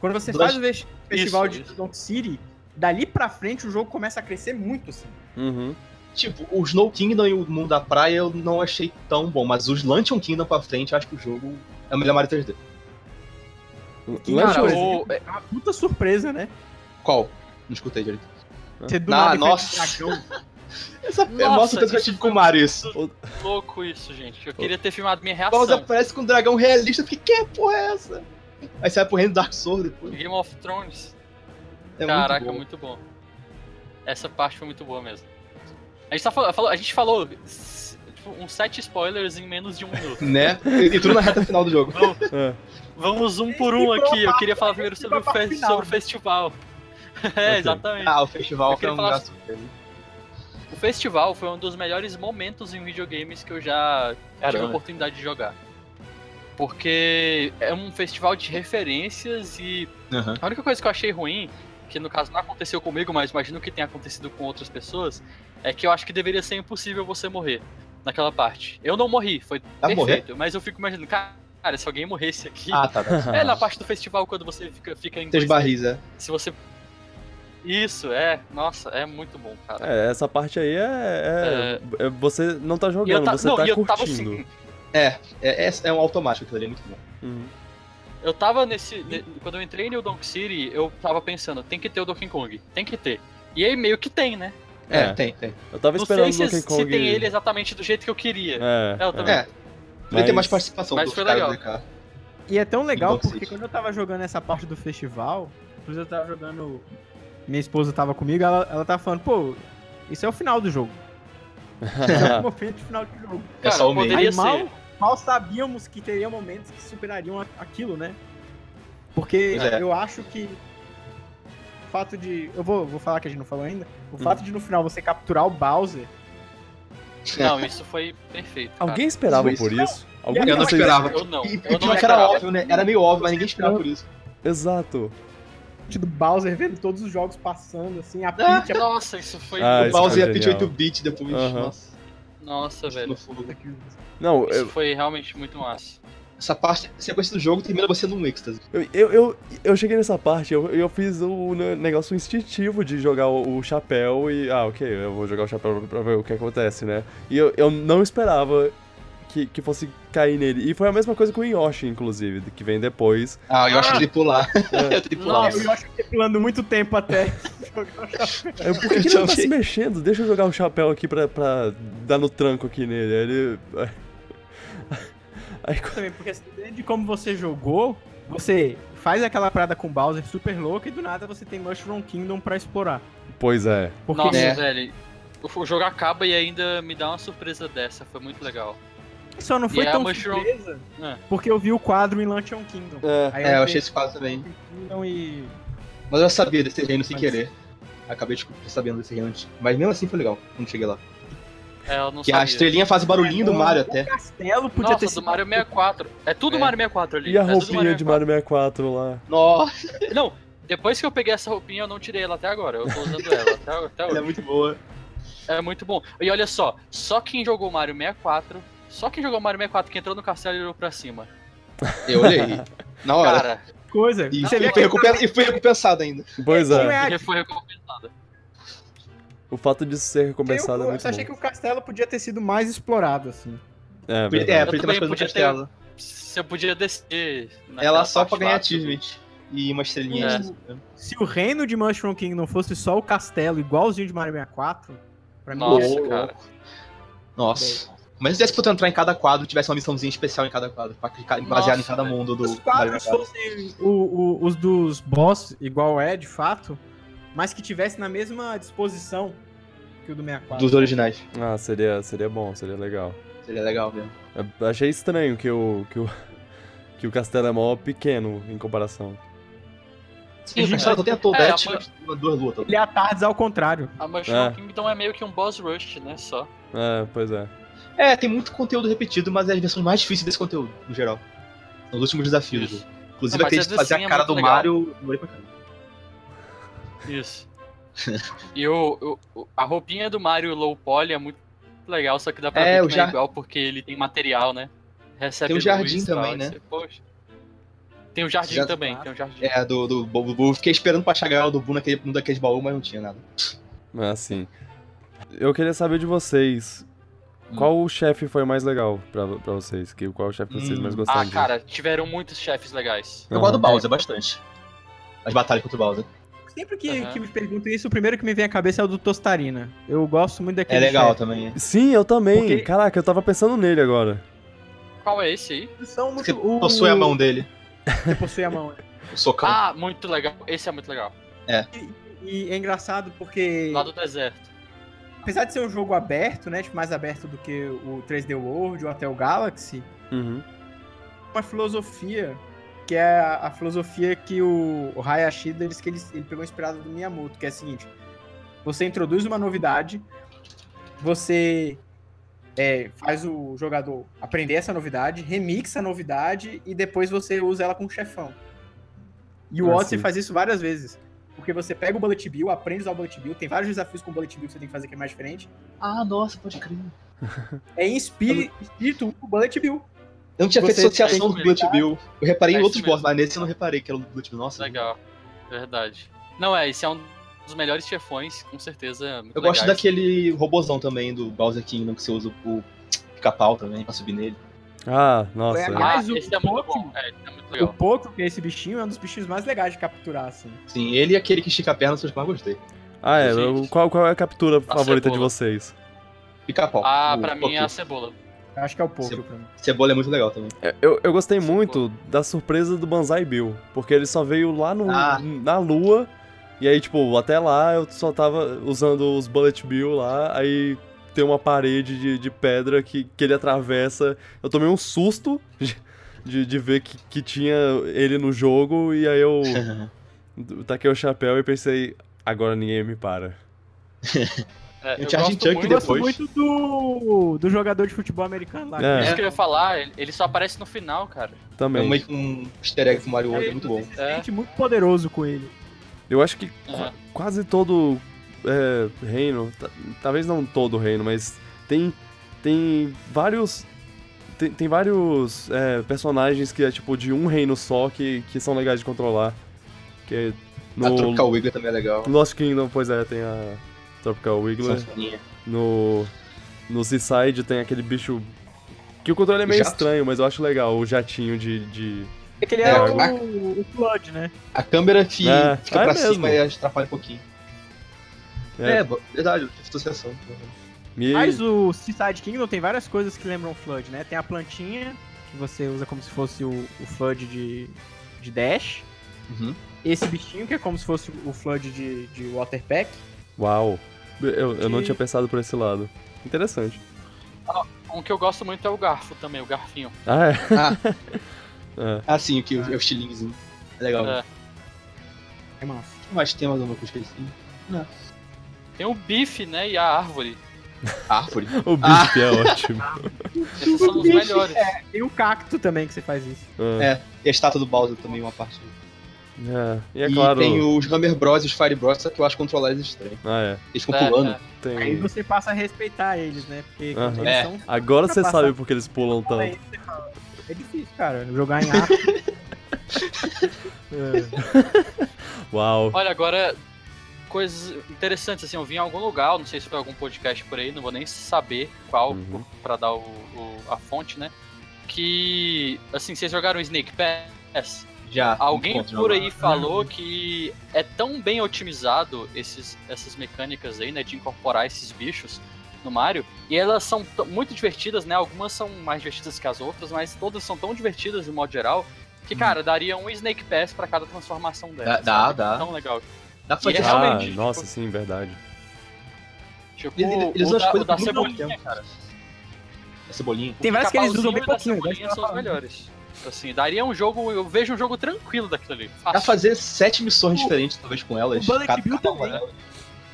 Speaker 3: Quando você
Speaker 4: Durante-
Speaker 3: faz o fes- festival de
Speaker 2: isso.
Speaker 3: Donk City, dali pra frente o jogo começa a crescer muito, assim.
Speaker 1: Uhum.
Speaker 4: Tipo, o Snow Kingdom e o Mundo da Praia eu não achei tão bom, mas os Luncheon Kingdom pra frente eu acho que o jogo é o melhor Mario 3D.
Speaker 3: Que
Speaker 1: Lanche
Speaker 3: cara,
Speaker 1: hoje.
Speaker 2: o-
Speaker 3: É uma puta surpresa, né?
Speaker 4: Qual? Não escutei direito.
Speaker 3: Você do
Speaker 4: Ah,
Speaker 3: nada enfrenta
Speaker 4: nossa.
Speaker 3: um dragão.
Speaker 4: Essa
Speaker 2: Nossa,
Speaker 4: é a maior surpresa que eu
Speaker 2: isso
Speaker 4: tive com o Mario, isso.
Speaker 2: Louco isso, gente. Eu queria ter filmado minha reação.
Speaker 4: Bowser aparece com um dragão realista, eu fiquei, que porra é essa? Aí sai pro reino do Dark Sword depois.
Speaker 2: Game of Thrones.
Speaker 4: É
Speaker 2: Caraca,
Speaker 4: muito bom.
Speaker 2: muito bom. Essa parte foi muito boa mesmo. A gente, tá fal- falou, a gente falou s- tipo, uns sete spoilers em menos de um minuto.
Speaker 4: Né? E e tudo na reta final do jogo.
Speaker 1: É.
Speaker 2: Vamos um por um aqui. Eu queria falar primeiro sobre o,
Speaker 3: Vamos pra
Speaker 2: fe-
Speaker 3: final.
Speaker 2: sobre o festival. É,
Speaker 1: Ok.
Speaker 2: exatamente.
Speaker 4: Ah, o
Speaker 2: Eu
Speaker 4: festival foi
Speaker 2: queria
Speaker 4: um
Speaker 2: falar assim.
Speaker 4: braço.
Speaker 2: O festival foi um dos melhores momentos em videogames que eu já tive a
Speaker 4: Caramba.
Speaker 2: oportunidade de jogar. Porque é um festival de referências e
Speaker 4: Aham.
Speaker 2: A única coisa que eu achei ruim, que no caso não aconteceu comigo, mas imagino que tenha acontecido com outras pessoas, é que eu acho que deveria ser impossível você morrer naquela parte. Eu não morri, foi
Speaker 4: Ah, morrer?
Speaker 2: perfeito, mas eu fico imaginando, cara, se alguém morresse aqui.
Speaker 4: Ah, tá. tá.
Speaker 2: É na parte do festival quando você fica, fica em
Speaker 4: Seus
Speaker 2: dois-
Speaker 4: barris, é.
Speaker 2: Se você. Isso, é. Nossa, é muito bom, cara.
Speaker 1: É, essa parte aí é, é- é- Você não tá
Speaker 2: E eu
Speaker 1: jogando,
Speaker 2: ta-
Speaker 1: você
Speaker 2: não,
Speaker 1: tá
Speaker 2: e eu tava
Speaker 1: curtindo.
Speaker 2: assim,
Speaker 4: É, é, é um automático aquilo ali, é muito bom.
Speaker 1: Uhum.
Speaker 2: Eu tava nesse. ne- quando eu entrei no Donk City, eu tava pensando, tem que ter o Donkey Kong, tem que ter. E aí meio que tem, né?
Speaker 4: É,
Speaker 1: É.
Speaker 4: tem, tem.
Speaker 1: Eu tava
Speaker 2: Não
Speaker 1: esperando
Speaker 2: sei
Speaker 1: o
Speaker 2: se,
Speaker 1: Donkey
Speaker 2: se
Speaker 1: Kong.
Speaker 2: tem ele exatamente do jeito que eu queria.
Speaker 1: É,
Speaker 2: É, eu também.
Speaker 4: É, Vai ter mais
Speaker 1: Mas-
Speaker 4: participação
Speaker 2: mas
Speaker 4: dos
Speaker 2: foi
Speaker 4: caras né,
Speaker 2: legal.
Speaker 4: do DK.
Speaker 3: E é tão legal
Speaker 4: Inbox
Speaker 3: porque
Speaker 4: City.
Speaker 3: quando eu tava jogando essa parte do festival, inclusive eu tava jogando. Minha esposa tava comigo, ela, ela tava falando, pô, isso é o final do jogo.
Speaker 4: Ah.
Speaker 3: Isso é o momento final do jogo.
Speaker 4: É só o meio.
Speaker 2: poderia
Speaker 3: Aí mal,
Speaker 2: ser.
Speaker 3: mal sabíamos que teria momentos que superariam a- aquilo, né? Porque
Speaker 4: Pois é.
Speaker 3: eu acho que o fato de. Eu vou, vou falar que a gente não falou ainda. O
Speaker 4: Hum.
Speaker 3: fato de no final você capturar o Bowser.
Speaker 4: É.
Speaker 2: Não, isso foi perfeito. cara.
Speaker 1: Alguém esperava
Speaker 4: Foi isso.
Speaker 1: por isso? Algum
Speaker 3: Eu
Speaker 1: de
Speaker 4: Eu não
Speaker 1: vocês-
Speaker 4: esperava.
Speaker 2: Eu não.
Speaker 4: E, e
Speaker 2: então, Eu não
Speaker 4: pior que era
Speaker 2: esperava.
Speaker 4: óbvio, né? Era meio óbvio, mas ninguém esperava por isso.
Speaker 1: Exato.
Speaker 3: Do Bowser vendo todos os jogos passando, assim, a
Speaker 4: Ah.
Speaker 3: Peach,
Speaker 2: Nossa, isso foi.
Speaker 1: Ah,
Speaker 4: o
Speaker 1: isso foi
Speaker 4: Bowser e a Peach
Speaker 1: genial.
Speaker 4: 8-bit depois.
Speaker 1: Aham.
Speaker 4: Nossa,
Speaker 2: Nossa,
Speaker 4: no
Speaker 2: velho.
Speaker 4: fundo.
Speaker 1: Não,
Speaker 2: Isso
Speaker 1: eu,
Speaker 2: foi realmente muito massa.
Speaker 4: Essa parte, a sequência do jogo termina você num êxtase.
Speaker 1: eu, eu, eu, eu cheguei nessa parte, eu, eu fiz o ne- negócio instintivo de jogar o, o chapéu e. Ah, ok, eu vou jogar o chapéu pra ver o que acontece, né? E eu, eu não esperava que, que fosse cair nele. E foi a mesma coisa com o Yoshi, inclusive, que vem depois.
Speaker 4: Ah, eu acho que ele pular. eu teria
Speaker 2: Nossa.
Speaker 4: pular.
Speaker 3: Eu acho que pulando muito tempo até jogar o chapéu.
Speaker 1: É, por que, que ele não tá se mexendo? Deixa eu jogar o chapéu aqui pra, pra dar no tranco aqui nele. Aí ele. Aí,
Speaker 3: também, porque assim, depende de como você jogou, você faz aquela parada com Bowser super louca e do nada você tem Mushroom Kingdom pra explorar.
Speaker 1: pois é.
Speaker 3: Porque
Speaker 2: Nossa,
Speaker 4: É.
Speaker 2: velho. O o jogo acaba e ainda me dá uma surpresa dessa. Foi muito legal.
Speaker 3: só não foi
Speaker 2: E a
Speaker 3: tão
Speaker 2: Mushroom-
Speaker 3: surpresa,
Speaker 2: É.
Speaker 3: porque eu vi o quadro em Luncheon Kingdom. Aí
Speaker 4: É, eu
Speaker 3: entrei
Speaker 4: achei esse quadro também.
Speaker 3: em Mushroom Kingdom e...
Speaker 4: Mas eu sabia desse reino sem
Speaker 3: Mas-
Speaker 4: querer. Acabei de sabendo desse reino antes. Mas mesmo assim foi legal quando cheguei lá.
Speaker 2: É, eu não
Speaker 4: Que
Speaker 2: sabia.
Speaker 4: a estrelinha faz o barulhinho do
Speaker 3: O-
Speaker 4: Mario
Speaker 3: O
Speaker 4: até.
Speaker 3: castelo podia ter
Speaker 2: Nossa,
Speaker 3: sido...
Speaker 2: do Mario 64. É tudo
Speaker 4: É.
Speaker 2: Mario 64 ali.
Speaker 1: um E a
Speaker 2: é tudo
Speaker 1: roupinha de
Speaker 2: 64.
Speaker 1: Mario 64 lá?
Speaker 4: Nossa,
Speaker 2: Não, depois que eu peguei essa roupinha, eu não tirei ela até agora. Eu tô usando ela até, até
Speaker 4: ela é
Speaker 2: hoje.
Speaker 4: muito boa.
Speaker 2: É muito bom. E olha só, só quem jogou Mario 64, só quem jogou Mario 64 que entrou no castelo e olhou pra cima.
Speaker 4: Eu olhei. Na hora.
Speaker 2: Cara,
Speaker 3: Coisa.
Speaker 4: E,
Speaker 3: Você
Speaker 4: e
Speaker 3: vê
Speaker 4: foi
Speaker 3: que
Speaker 4: recompensa- e foi recompensado ainda.
Speaker 1: Pois
Speaker 3: não
Speaker 1: é.
Speaker 3: é
Speaker 2: porque foi recompensado.
Speaker 1: O fato disso ser recompensado é
Speaker 3: eu
Speaker 1: muito
Speaker 3: só achei que
Speaker 1: bom.
Speaker 3: o castelo podia ter sido mais explorado, assim.
Speaker 1: É,
Speaker 4: É,
Speaker 1: verdade.
Speaker 4: porque
Speaker 2: Eu
Speaker 4: tem mais
Speaker 2: também
Speaker 4: coisa no
Speaker 2: podia ter-
Speaker 4: castelo.
Speaker 2: Você podia descer. naquela
Speaker 4: Ela só
Speaker 2: parte
Speaker 4: pra ganhar
Speaker 2: lá,
Speaker 4: achievement. e uma estrelinha.
Speaker 2: É.
Speaker 4: assim, né?
Speaker 3: Se o reino de Mushroom King não fosse só o castelo, igualzinho de Mario 64, pra mim
Speaker 2: Nossa,
Speaker 4: Ô,
Speaker 2: cara.
Speaker 4: louco. Nossa. Mas se desse pra tu entrar em cada quadro, tivesse uma missãozinha especial em cada quadro, pra clicar, baseado em
Speaker 2: Nossa,
Speaker 4: cada
Speaker 2: velho.
Speaker 4: mundo do
Speaker 3: os
Speaker 4: Mario
Speaker 3: quadros
Speaker 4: Kart.
Speaker 3: fossem o- o- os dos boss, igual é de fato, mas que tivesse na mesma disposição que o do 64.
Speaker 4: dos originais.
Speaker 1: Ah, seria, seria bom, seria legal.
Speaker 4: Seria legal mesmo.
Speaker 1: Eu achei estranho que o, que o, que o castelo é mó pequeno em comparação.
Speaker 4: Sim, o
Speaker 2: Sim,
Speaker 4: pessoal
Speaker 2: é.
Speaker 4: tentou,
Speaker 2: É,
Speaker 4: é,
Speaker 2: a
Speaker 4: tinha duas lutas. né?
Speaker 3: Ele é tardes ao contrário.
Speaker 2: A Mushroom
Speaker 1: É.
Speaker 2: Kingdom é meio que um boss rush, né? Só.
Speaker 1: É, pois é.
Speaker 4: É, tem muito conteúdo repetido, mas é as versões mais difíceis desse conteúdo, no geral. São os últimos desafios.
Speaker 2: Isso.
Speaker 4: Inclusive,
Speaker 2: Não, mas
Speaker 4: aquele
Speaker 2: às
Speaker 4: de
Speaker 2: vezes
Speaker 4: fazer
Speaker 2: sim,
Speaker 4: a
Speaker 2: é
Speaker 4: cara do
Speaker 2: muito legal.
Speaker 4: Mario, eu olhei pra cara.
Speaker 2: Isso. e o, o- o- a roupinha do Mario Low Poly é muito legal, só que dá pra
Speaker 4: É,
Speaker 2: ver que
Speaker 4: o
Speaker 2: não é
Speaker 4: jar-
Speaker 2: igual porque ele tem material, né? Recebe
Speaker 4: Tem um
Speaker 2: luz
Speaker 4: jardim
Speaker 2: e tal,
Speaker 4: também,
Speaker 2: aí
Speaker 4: né?
Speaker 2: você, poxa. Tem um jardim
Speaker 4: Já-
Speaker 2: também, tem um jardim.
Speaker 4: É, do, do, do, do- fiquei esperando pra achar a galera do Boom naquele, num daqueles baús, mas não tinha nada.
Speaker 1: Mas assim. Eu queria saber de vocês.
Speaker 2: Hum.
Speaker 1: Qual o chefe foi mais legal pra, pra vocês? Que, qual o chefe que vocês
Speaker 4: Hum.
Speaker 1: mais gostaram?
Speaker 2: Ah,
Speaker 1: de-
Speaker 2: cara, tiveram muitos chefes legais.
Speaker 4: Eu gosto do Bowser bastante. As batalhas contra o Bowser.
Speaker 3: Sempre que,
Speaker 2: Aham.
Speaker 3: que me perguntam isso, o primeiro que me vem à cabeça é o do Tostarina. Eu gosto muito
Speaker 4: É
Speaker 3: daquele
Speaker 4: legal
Speaker 3: chefe.
Speaker 4: também.
Speaker 1: Sim, eu também.
Speaker 3: Porque-
Speaker 1: Caraca, eu tava pensando nele agora.
Speaker 2: Qual é esse aí?
Speaker 3: São muito-
Speaker 4: Você
Speaker 3: o-
Speaker 4: possui a mão né? dele,
Speaker 3: Você possui a mão. né?
Speaker 4: o socão.
Speaker 2: Ah, muito legal. Esse é muito legal.
Speaker 3: E é engraçado porque,
Speaker 2: Lá do deserto.
Speaker 3: apesar de ser um jogo aberto, né, tipo, mais aberto do que o 3D World ou até o Galaxy,
Speaker 1: Uhum.
Speaker 3: uma filosofia que é a, a filosofia que o, o Hayashi diz que ele, ele pegou inspirado do Miyamoto, que é a seguinte: você introduz uma novidade, você é, faz o jogador aprender essa novidade, remixa a novidade e depois você usa ela com o chefão. E o
Speaker 1: Ah,
Speaker 3: Odyssey
Speaker 1: sim.
Speaker 3: faz isso várias vezes. Porque você pega o Bullet Bill, aprende a usar o Bullet Bill, tem vários desafios com o Bullet Bill que você tem que fazer que é mais diferente.
Speaker 4: Ah, nossa, pode crer.
Speaker 3: É em espí- espírito o Bullet Bill.
Speaker 4: Eu não tinha feito
Speaker 3: Você
Speaker 2: tem
Speaker 4: associação do
Speaker 2: que
Speaker 4: Bullet Bill. Eu reparei
Speaker 2: É
Speaker 4: em
Speaker 2: isso
Speaker 4: outros boss,
Speaker 2: mesmo.
Speaker 4: mas nesse eu não reparei que era o do Bullet Bill. Nossa,
Speaker 2: Legal. Verdade. Não, é, esse é um dos melhores chefões, com certeza. é Muito
Speaker 4: Eu gosto
Speaker 2: legais.
Speaker 4: daquele robozão também do Bowser Kingdom que você usa pro pica-pau também pra subir nele.
Speaker 1: Ah, nossa.
Speaker 3: Foi a-
Speaker 2: Ah,
Speaker 3: Mas o
Speaker 2: esse é muito bom.
Speaker 3: último-
Speaker 2: É, esse é muito
Speaker 3: O
Speaker 2: legal.
Speaker 3: Poco, que é esse bichinho, é um dos bichinhos mais legais de capturar, assim.
Speaker 4: Sim, ele e aquele que estica a perna são os que eu mais gostei.
Speaker 1: Ah, é.
Speaker 2: Gente.
Speaker 1: o- Qual, qual é a captura favorita de
Speaker 2: cebola.
Speaker 1: vocês?
Speaker 4: Pica-pau.
Speaker 2: Ah,
Speaker 4: O
Speaker 2: pra mim é a
Speaker 4: Poki.
Speaker 2: cebola.
Speaker 3: Eu acho que é o Poco
Speaker 4: Sim.
Speaker 3: pra mim.
Speaker 4: Cebola é muito legal também.
Speaker 1: Eu, eu gostei
Speaker 2: Cebola.
Speaker 1: muito da surpresa do Banzai Bill. Porque ele só veio lá no,
Speaker 4: Ah.
Speaker 1: na lua. E aí, tipo, até lá eu só tava usando os Bullet Bill lá. Aí tem uma parede de, de pedra que, que ele atravessa. Eu tomei um susto de- de, de ver que, que tinha ele no jogo. E aí eu.
Speaker 4: É
Speaker 1: Taquei o chapéu e pensei, agora ninguém me para.
Speaker 2: É, eu
Speaker 4: O Charging
Speaker 2: gosto
Speaker 4: Chuck
Speaker 2: muito-
Speaker 3: Eu gosto
Speaker 4: depois-
Speaker 3: muito do, do jogador de futebol americano lá.
Speaker 1: É.
Speaker 2: Isso que eu ia falar, ele- ele só aparece no final, cara.
Speaker 4: É
Speaker 1: Também.
Speaker 4: meio que um easter egg pro Mario World, é muito bom.
Speaker 3: Você se sente muito poderoso com ele.
Speaker 1: Eu acho que
Speaker 4: É.
Speaker 2: Aham.
Speaker 1: quase todo é, reino, ta- talvez não todo reino, mas tem, tem vários. Tem, tem vários é, personagens que é tipo de um reino só que, que são legais de controlar. Que é
Speaker 4: A
Speaker 1: no
Speaker 4: Tropical Wiggler também é legal.
Speaker 1: Lost Kingdom, pois é, tem a Tropical Wiggler.
Speaker 4: Sanfoninha.
Speaker 1: No, no Seaside tem aquele bicho. Que o controle é meio
Speaker 4: Jato.
Speaker 1: estranho, mas eu acho legal o jatinho de- de
Speaker 3: É que ele
Speaker 4: É,
Speaker 3: é,
Speaker 4: eu-
Speaker 3: o, o Flood, né?
Speaker 4: A câmera que
Speaker 1: É,
Speaker 4: fica
Speaker 1: é
Speaker 4: pra
Speaker 1: mesmo.
Speaker 4: cima e atrapalha um pouquinho.
Speaker 1: É.
Speaker 4: É, bo- verdade, eu tive associação.
Speaker 2: Uhum.
Speaker 1: Me-
Speaker 3: Mas o Seaside Kingdom tem várias coisas que lembram o Flood, né? Tem a plantinha, que você usa como se fosse o, o Flood de, de Dash.
Speaker 4: Uhum.
Speaker 3: Esse bichinho, que é como se fosse o Flood de, de Water Pack.
Speaker 1: Uau! Eu, eu não
Speaker 3: Que-
Speaker 1: tinha pensado por esse lado. Interessante.
Speaker 2: Um que eu gosto muito é o garfo também, o garfinho.
Speaker 1: Ah, é.
Speaker 4: Ah.
Speaker 1: É.
Speaker 4: Ah, sim, o que é o estilinguezinho. É
Speaker 1: Então.
Speaker 4: legal.
Speaker 2: É.
Speaker 3: É massa.
Speaker 4: Mas tem mais alguma coisa que eu esqueci?
Speaker 2: Tem o bife, né, e a árvore.
Speaker 4: Árvore.
Speaker 1: O bife é ótimo.
Speaker 2: Esses são os
Speaker 3: bife,
Speaker 2: melhores.
Speaker 3: Tem o cacto também que você faz isso.
Speaker 1: É.
Speaker 4: E a estátua do Bowser também, uma parte.
Speaker 1: É. E é claro.
Speaker 4: tem os Hammer Bros e os Fire Bros, só que eu acho controlar eles estranho.
Speaker 1: Ah, é.
Speaker 4: Eles ficam
Speaker 2: É,
Speaker 4: pulando.
Speaker 2: é.
Speaker 3: Aí
Speaker 1: Tem.
Speaker 3: você passa a respeitar eles, né? Porque quando
Speaker 1: Aham.
Speaker 3: eles
Speaker 4: É.
Speaker 3: são
Speaker 1: Agora você
Speaker 3: Pra
Speaker 1: sabe
Speaker 3: passar-
Speaker 1: por que eles pulam tanto.
Speaker 3: Aí você fala, É difícil, cara, jogar em ar. É.
Speaker 1: É. Uau.
Speaker 2: Olha, agora, coisas interessantes, assim, eu vi em algum lugar, não sei se foi algum podcast por aí, não vou nem saber qual,
Speaker 1: Uhum.
Speaker 2: pra dar o, o- a fonte, né, que, assim, vocês jogaram Snake Pass?
Speaker 4: Já.
Speaker 2: Alguém
Speaker 4: encontro,
Speaker 2: por
Speaker 4: né?
Speaker 2: aí falou que é tão bem otimizado esses, essas mecânicas aí, né, de incorporar esses bichos no Mario, e elas são t- muito divertidas, né, algumas são mais divertidas que as outras, mas todas são tão divertidas de modo geral, que, cara, daria um Snake Pass pra cada transformação dela.
Speaker 4: Dá- Hum. dá,
Speaker 2: sabe?
Speaker 4: dá.
Speaker 2: Tão legal.
Speaker 4: Dá pra
Speaker 2: E é
Speaker 4: fazer.
Speaker 2: realmente,
Speaker 1: Ah,
Speaker 2: tipo-
Speaker 1: nossa, sim, verdade.
Speaker 2: Tipo,
Speaker 4: Eles- eles
Speaker 2: o
Speaker 4: usam as
Speaker 2: da, o
Speaker 4: coisas
Speaker 2: da
Speaker 4: por muito pouco
Speaker 2: cebolinha, cara.
Speaker 4: a cebolinha.
Speaker 3: Tem várias que eles usam bem
Speaker 2: O da
Speaker 3: pouquinho. né?
Speaker 2: cebolinha são os melhores. Assim, daria um jogo, eu vejo um jogo tranquilo daquilo ali.
Speaker 4: Dá pra
Speaker 2: Fácil.
Speaker 4: fazer sete missões
Speaker 3: O-
Speaker 4: diferentes, talvez, com elas.
Speaker 3: o Bullet
Speaker 4: cada-
Speaker 3: Bill
Speaker 4: cada uma
Speaker 3: também.
Speaker 4: delas.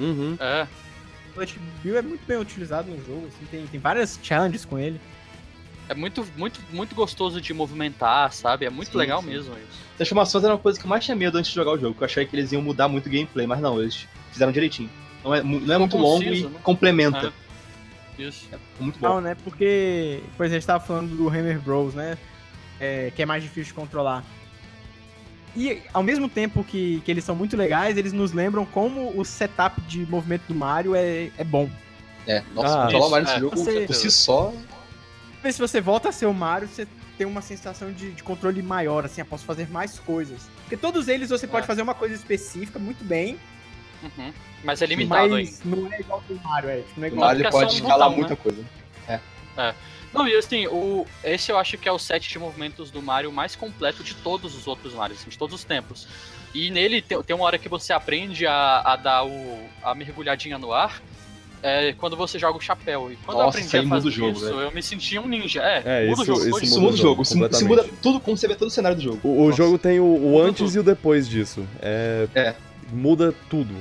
Speaker 1: Uhum.
Speaker 2: É.
Speaker 3: O Bullet Bill é muito bem utilizado no jogo, assim, tem, tem várias challenges com ele.
Speaker 2: É muito, muito, muito gostoso de movimentar, sabe? É muito
Speaker 4: Sim,
Speaker 2: legal
Speaker 4: sim.
Speaker 2: mesmo isso.
Speaker 4: Transformações era uma coisa que eu mais tinha medo antes de jogar o jogo, que eu achei que eles iam mudar muito o gameplay, mas não, eles fizeram direitinho. Não é, mu- não é muito longo
Speaker 2: conciso,
Speaker 4: e
Speaker 2: né?
Speaker 4: complementa.
Speaker 2: Isso.
Speaker 4: É Muito bom.
Speaker 3: Não, né? Porque, pois é, a gente tava falando do Hammer Bros, né? É, que é mais difícil de controlar. E ao mesmo tempo que, que eles são muito legais, eles nos lembram como o setup de movimento do Mario é, é bom.
Speaker 4: É,
Speaker 1: Ah,
Speaker 4: nossa, controlar o Mario
Speaker 2: isso,
Speaker 4: nesse
Speaker 2: é,
Speaker 4: jogo
Speaker 3: com
Speaker 4: por
Speaker 2: certeza.
Speaker 4: si só.
Speaker 3: Mas se você volta a ser o Mario, você tem uma sensação de, de controle maior, assim, eu posso fazer mais coisas. Porque todos eles você pode
Speaker 2: É.
Speaker 3: fazer uma coisa específica muito bem,
Speaker 2: Uhum. Mas é limitado ainda.
Speaker 3: mas não é igual do Mario, é. Tipo, não é
Speaker 4: O
Speaker 3: igual
Speaker 4: Mario
Speaker 2: fica só
Speaker 4: pode
Speaker 2: um
Speaker 4: falar
Speaker 2: botão,
Speaker 4: muita coisa.
Speaker 2: Não, e assim, o, esse eu acho que é o set de movimentos do Mario mais completo de todos os outros Marios, assim, de todos os tempos. E nele tem, tem uma hora que você aprende a, a dar o, a mergulhadinha no ar é, quando você joga o chapéu. E quando eu
Speaker 4: Nossa,
Speaker 2: aprendi
Speaker 4: isso aí
Speaker 2: a fazer
Speaker 4: muda o jogo,
Speaker 2: isso,
Speaker 4: velho.
Speaker 2: eu me sentia um ninja. É,
Speaker 1: É,
Speaker 2: muda o
Speaker 1: isso-
Speaker 2: jogo.
Speaker 1: isso
Speaker 2: hoje.
Speaker 4: Isso muda o jogo, isso, isso
Speaker 1: completamente.
Speaker 4: muda tudo, como você vê todo o cenário do jogo.
Speaker 1: O, o
Speaker 4: Nossa.
Speaker 1: jogo tem o, o
Speaker 2: Muda
Speaker 1: antes
Speaker 2: tudo.
Speaker 1: e o depois disso. É,
Speaker 4: É.
Speaker 1: Muda tudo.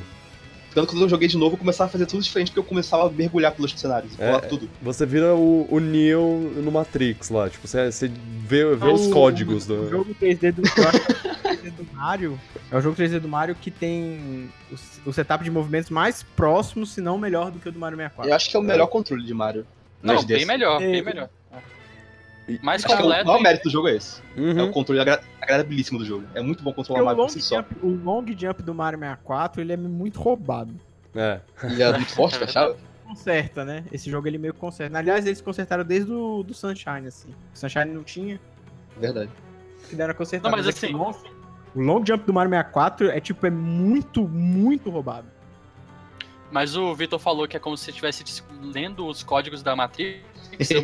Speaker 4: Tanto que quando eu joguei de novo, eu começava a fazer tudo diferente, porque eu começava a mergulhar pelos cenários,
Speaker 1: É.
Speaker 4: pular tudo.
Speaker 1: Você vira o, o Neo no Matrix lá. Tipo, você, você vê, vê os
Speaker 3: o-
Speaker 1: códigos
Speaker 3: O
Speaker 1: do.
Speaker 3: jogo 3D do, eu acho que o 3D do Mario é o jogo 3D do Mario que tem o, o setup de movimentos mais próximo, se não melhor, do que o do Mario 64.
Speaker 4: Eu acho que é o melhor controle de Mario.
Speaker 2: Não,
Speaker 4: Mas
Speaker 2: bem
Speaker 4: desse-
Speaker 2: melhor, bem
Speaker 3: É.
Speaker 2: melhor.
Speaker 1: E-
Speaker 2: Mais
Speaker 4: Acho que é o
Speaker 2: completo.
Speaker 4: maior
Speaker 2: e-
Speaker 4: mérito do jogo é esse.
Speaker 1: Uhum.
Speaker 4: É o controle agra- agradabilíssimo do jogo. É muito bom
Speaker 3: Porque
Speaker 4: controlar o
Speaker 3: o
Speaker 4: Mario
Speaker 3: long,
Speaker 4: por si só.
Speaker 3: jump, o long jump do Mario 64, ele é muito roubado.
Speaker 1: É.
Speaker 4: Ele era muito forte, tu achava?
Speaker 3: Conserta, né? Esse jogo ele meio que conserta. Aliás, eles consertaram desde o do Sunshine, assim. O Sunshine não tinha,
Speaker 4: é Verdade.
Speaker 3: que deram a consertar.
Speaker 2: Não, mas
Speaker 3: é que
Speaker 2: assim-
Speaker 3: o long- o long jump do Mario 64 é tipo, é muito, muito roubado.
Speaker 2: Mas o Vitor falou que é como se você estivesse des- lendo os códigos da Matrix. Eu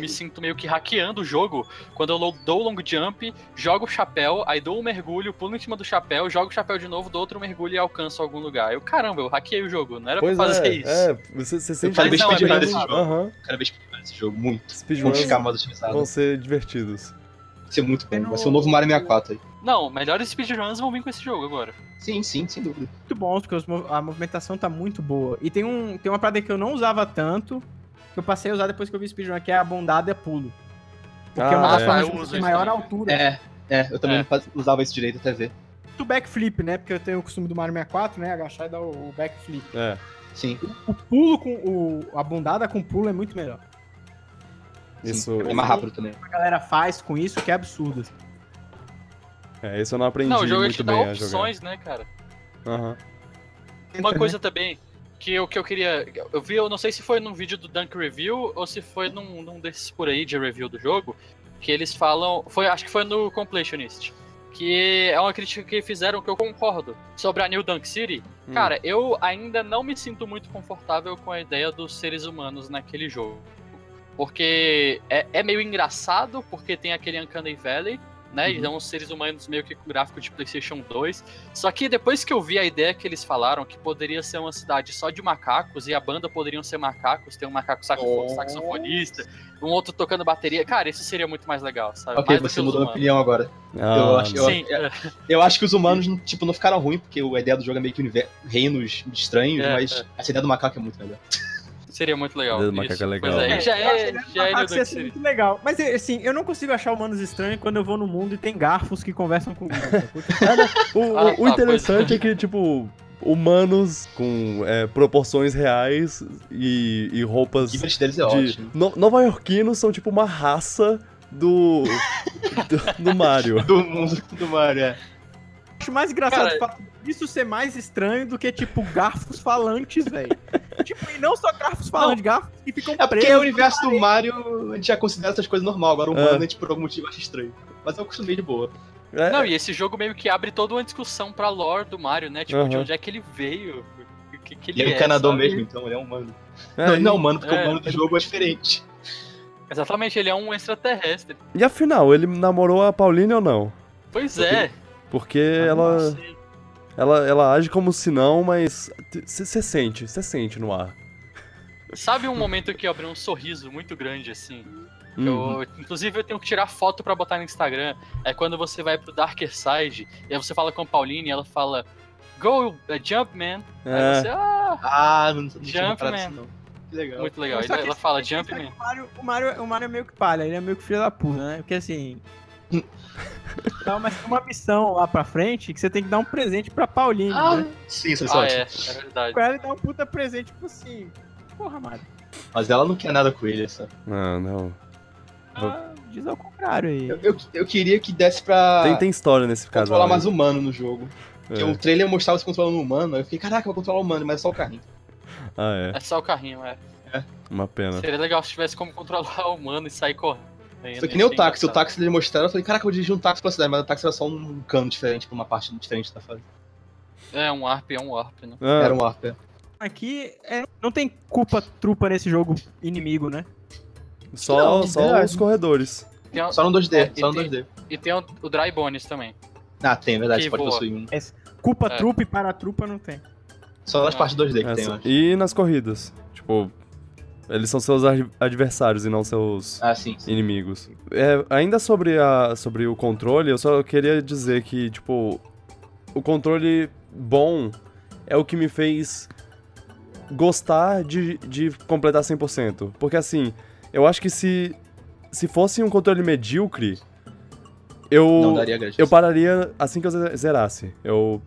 Speaker 2: me sinto meio que hackeando o jogo quando eu lo- dou o long jump, jogo o chapéu, aí dou um mergulho, pulo em cima do chapéu, jogo o chapéu de novo, dou outro mergulho e alcanço algum lugar. Eu, caramba, eu hackeei o jogo, não era
Speaker 1: Pois
Speaker 2: pra fazer
Speaker 1: é,
Speaker 2: isso.
Speaker 1: é, você, você sempre
Speaker 4: falei
Speaker 1: fica
Speaker 2: é
Speaker 4: bem
Speaker 1: esperando-
Speaker 4: desse jogo.
Speaker 1: Aham.
Speaker 4: Cada vez que eu jogo esse jogo, muito. Vão
Speaker 1: Speedruns
Speaker 4: ficar mal otimizados.
Speaker 1: vão ser divertidos.
Speaker 4: Vai ser muito
Speaker 3: Eu
Speaker 4: bom.
Speaker 3: não-
Speaker 4: Vai ser o novo Mario 64 aí.
Speaker 2: Não, melhores speedruns vão vir com esse jogo agora.
Speaker 4: Sim, sim, sem dúvida.
Speaker 3: muito bons, porque os mov- a movimentação tá muito boa. E tem, um, tem uma parada que eu não usava tanto, que eu passei a usar depois que eu vi speedrun, que é a bondada pulo. Porque é uma
Speaker 1: Ah,
Speaker 3: das
Speaker 1: é.
Speaker 2: formas-
Speaker 3: formas
Speaker 2: eu
Speaker 3: de
Speaker 2: uso
Speaker 3: você ter
Speaker 2: isso
Speaker 3: maior
Speaker 2: também.
Speaker 3: altura.
Speaker 4: É, é, eu também
Speaker 2: É.
Speaker 4: não faz- usava isso direito até ver.
Speaker 3: Do backflip, né? Porque eu tenho o costume do Mario 64, né? Agachar e dar o, o backflip.
Speaker 1: É.
Speaker 4: Sim.
Speaker 3: O pulo com. O, a bondada com pulo é muito melhor.
Speaker 1: Isso,
Speaker 4: Sim. É mais rápido também.
Speaker 3: A galera faz com isso que é absurdo.
Speaker 1: é, isso eu não aprendi
Speaker 2: não, o jogo ele te
Speaker 1: muito
Speaker 2: dá
Speaker 1: bem a jogar.
Speaker 2: opções, né, cara?
Speaker 1: Aham.
Speaker 2: Uma
Speaker 3: Entra, né?
Speaker 2: coisa também que eu, que eu queria. Eu vi, eu não sei se foi num vídeo do Dunk Review ou se foi num, num desses por aí de review do jogo, que eles falam. Foi, acho que foi no Completionist. Que é uma crítica que fizeram que eu concordo sobre a New Dunk City.
Speaker 1: Hum.
Speaker 2: Cara, eu ainda não me sinto muito confortável com a ideia dos seres humanos naquele jogo. Porque é, é meio engraçado, porque tem aquele Uncanny Valley, né?
Speaker 4: Uhum.
Speaker 2: E são os seres humanos meio que com gráfico de PlayStation 2. Só que depois que eu vi a ideia que eles falaram, que poderia ser uma cidade só de macacos e a banda poderiam ser macacos, tem um macaco saxo-
Speaker 4: Nossa.
Speaker 2: saxofonista, um outro tocando bateria. Cara, isso seria muito mais legal, sabe?
Speaker 4: Ok,
Speaker 2: mais do que
Speaker 4: você
Speaker 2: os
Speaker 4: mudou minha
Speaker 2: humanos.
Speaker 4: opinião agora. Eu
Speaker 1: Ah,
Speaker 4: acho-
Speaker 1: não.
Speaker 2: Sim, é,
Speaker 4: Eu acho que os humanos, tipo, não ficaram ruins, porque a ideia do jogo é meio que univer- reinos estranhos,
Speaker 2: É,
Speaker 4: mas
Speaker 2: é.
Speaker 4: essa ideia do macaco é muito melhor.
Speaker 2: seria muito legal.
Speaker 1: Dedo macaco
Speaker 2: isso.
Speaker 1: é legal.
Speaker 2: Pois é,
Speaker 1: É,
Speaker 2: já
Speaker 3: eu acho
Speaker 2: é,
Speaker 3: que ele
Speaker 2: já é New
Speaker 3: macaco
Speaker 2: Dunk
Speaker 3: ia ser
Speaker 2: City.
Speaker 3: muito legal. Mas assim, eu não consigo achar humanos estranhos quando eu vou no mundo e tem garfos que conversam comigo.
Speaker 1: O, É, o-
Speaker 2: Ah,
Speaker 1: o
Speaker 2: tá,
Speaker 1: interessante
Speaker 2: pois é.
Speaker 1: é que, tipo, humanos com é, proporções reais e, e
Speaker 4: O
Speaker 1: roupas
Speaker 4: gift deles é
Speaker 1: de.
Speaker 4: ótimo.
Speaker 1: No, Nova Yorkinos são tipo uma raça do. do, do Mario.
Speaker 4: Do mundo do Mario, é.
Speaker 3: acho mais engraçado
Speaker 2: Cara,
Speaker 3: de fato isso ser mais estranho do que, tipo, garfos falantes, velho. tipo, e não só garfos falantes, garfos que ficam
Speaker 4: É porque
Speaker 3: presos.
Speaker 4: o universo do Mario, a gente já considera essas coisas normal, agora o humano
Speaker 1: É.
Speaker 4: a gente por algum motivo acha estranho. Mas eu acostumei de boa.
Speaker 1: É,
Speaker 2: Não, e esse jogo meio que abre toda uma discussão pra lore do Mario, né? Tipo, de
Speaker 1: Aham.
Speaker 2: onde é que ele veio? O que, que ele
Speaker 4: Ele é
Speaker 2: é,
Speaker 4: encanador
Speaker 2: sabe?
Speaker 4: mesmo, então ele é humano.
Speaker 1: é,
Speaker 4: não,
Speaker 1: e-
Speaker 4: ele não é humano, porque
Speaker 2: é.
Speaker 4: o humano do jogo é diferente.
Speaker 2: Exatamente, ele é um extraterrestre.
Speaker 1: E afinal, ele namorou a Pauline ou não?
Speaker 2: Pois é.
Speaker 1: Porque ela,
Speaker 2: Não sei.
Speaker 1: ela ela age como se não, mas você sente, você sente no ar.
Speaker 2: Sabe um momento que abriu um sorriso muito grande, assim?
Speaker 1: Hum.
Speaker 2: Eu- inclusive, eu tenho que tirar foto pra botar no Instagram. É quando você vai pro Darker Side, e aí você fala com a Pauline, e ela fala, Go, eh, jump, man. Aí
Speaker 1: É.
Speaker 2: você, ah,
Speaker 4: Ah, não, não tinha
Speaker 2: Jumpman.
Speaker 4: reparado isso não. Que legal.
Speaker 2: muito legal.
Speaker 3: Só
Speaker 2: Aí
Speaker 3: que
Speaker 2: ela
Speaker 3: esse-
Speaker 2: fala,
Speaker 3: esse-
Speaker 2: jump,
Speaker 3: esse-
Speaker 2: man.
Speaker 3: O Mario, o, Mario, o Mario é meio que palha, ele é meio que filho da puta, né? Porque assim. Dá uma, uma missão lá pra frente que você tem que dar um presente pra Pauline. né?
Speaker 4: Sim, isso é
Speaker 2: Ah, é,
Speaker 4: ótimo.
Speaker 2: é verdade.
Speaker 3: Pra ela dar um puta presente pro sim. Porra, Mario.
Speaker 4: Mas ela não quer nada com ele, sabe?
Speaker 1: Não, não.
Speaker 2: Ah.
Speaker 3: Ela então, diz ao contrário aí.
Speaker 4: Eu, eu, eu queria que desse pra
Speaker 1: Tem, tem história nesse caso.
Speaker 4: controlar Ah, mais um humano no jogo.
Speaker 1: É.
Speaker 4: Porque o trailer mostrava se controlando o humano, aí eu fiquei, caraca, eu vou controlar o humano, mas é só o carrinho.
Speaker 1: Ah, é.
Speaker 2: É só o carrinho, é.
Speaker 1: Uma
Speaker 4: né?
Speaker 1: pena.
Speaker 2: Seria legal se tivesse como controlar o humano e sair correndo.
Speaker 4: Foi que nem o
Speaker 2: Isso é
Speaker 4: táxi, o
Speaker 2: engraçado.
Speaker 4: táxi eles mostraram, eu falei, caraca, eu vou dirigir um táxi pra cidade, mas o táxi era só um cano diferente, pra uma parte diferente da fase.
Speaker 2: É, um ARP, é um ARP, né?
Speaker 1: Ah,
Speaker 4: Era um arco, é.
Speaker 3: Aqui é- não tem culpa trupa nesse jogo inimigo, né?
Speaker 1: só
Speaker 4: um- Não, né?
Speaker 1: só
Speaker 4: verdade.
Speaker 1: os corredores.
Speaker 2: Tem um-
Speaker 4: Só no 2D,
Speaker 2: É,
Speaker 4: só no
Speaker 2: e
Speaker 4: 2D.
Speaker 2: E tem o, o Dry Bones também.
Speaker 4: Ah, tem, é verdade,
Speaker 2: Que
Speaker 4: você pode
Speaker 2: boa.
Speaker 4: possuir um.
Speaker 3: Culpa
Speaker 2: É.
Speaker 3: trupa e para trupa não tem.
Speaker 4: Só nas
Speaker 2: Ah.
Speaker 4: partes 2D que
Speaker 1: É,
Speaker 4: tem, eu
Speaker 1: só-
Speaker 4: acho.
Speaker 1: e nas corridas. Tipo, eles são seus ad- adversários e não seus
Speaker 4: Ah, sim. sim.
Speaker 1: inimigos. É, ainda sobre, a, sobre o controle, eu só queria dizer que, tipo, o controle bom é o que me fez gostar de, de completar 100%. Porque, assim, eu acho que se, se fosse um controle medíocre, eu,
Speaker 4: Não daria grande.
Speaker 1: eu pararia assim que eu ze- zerasse. Eu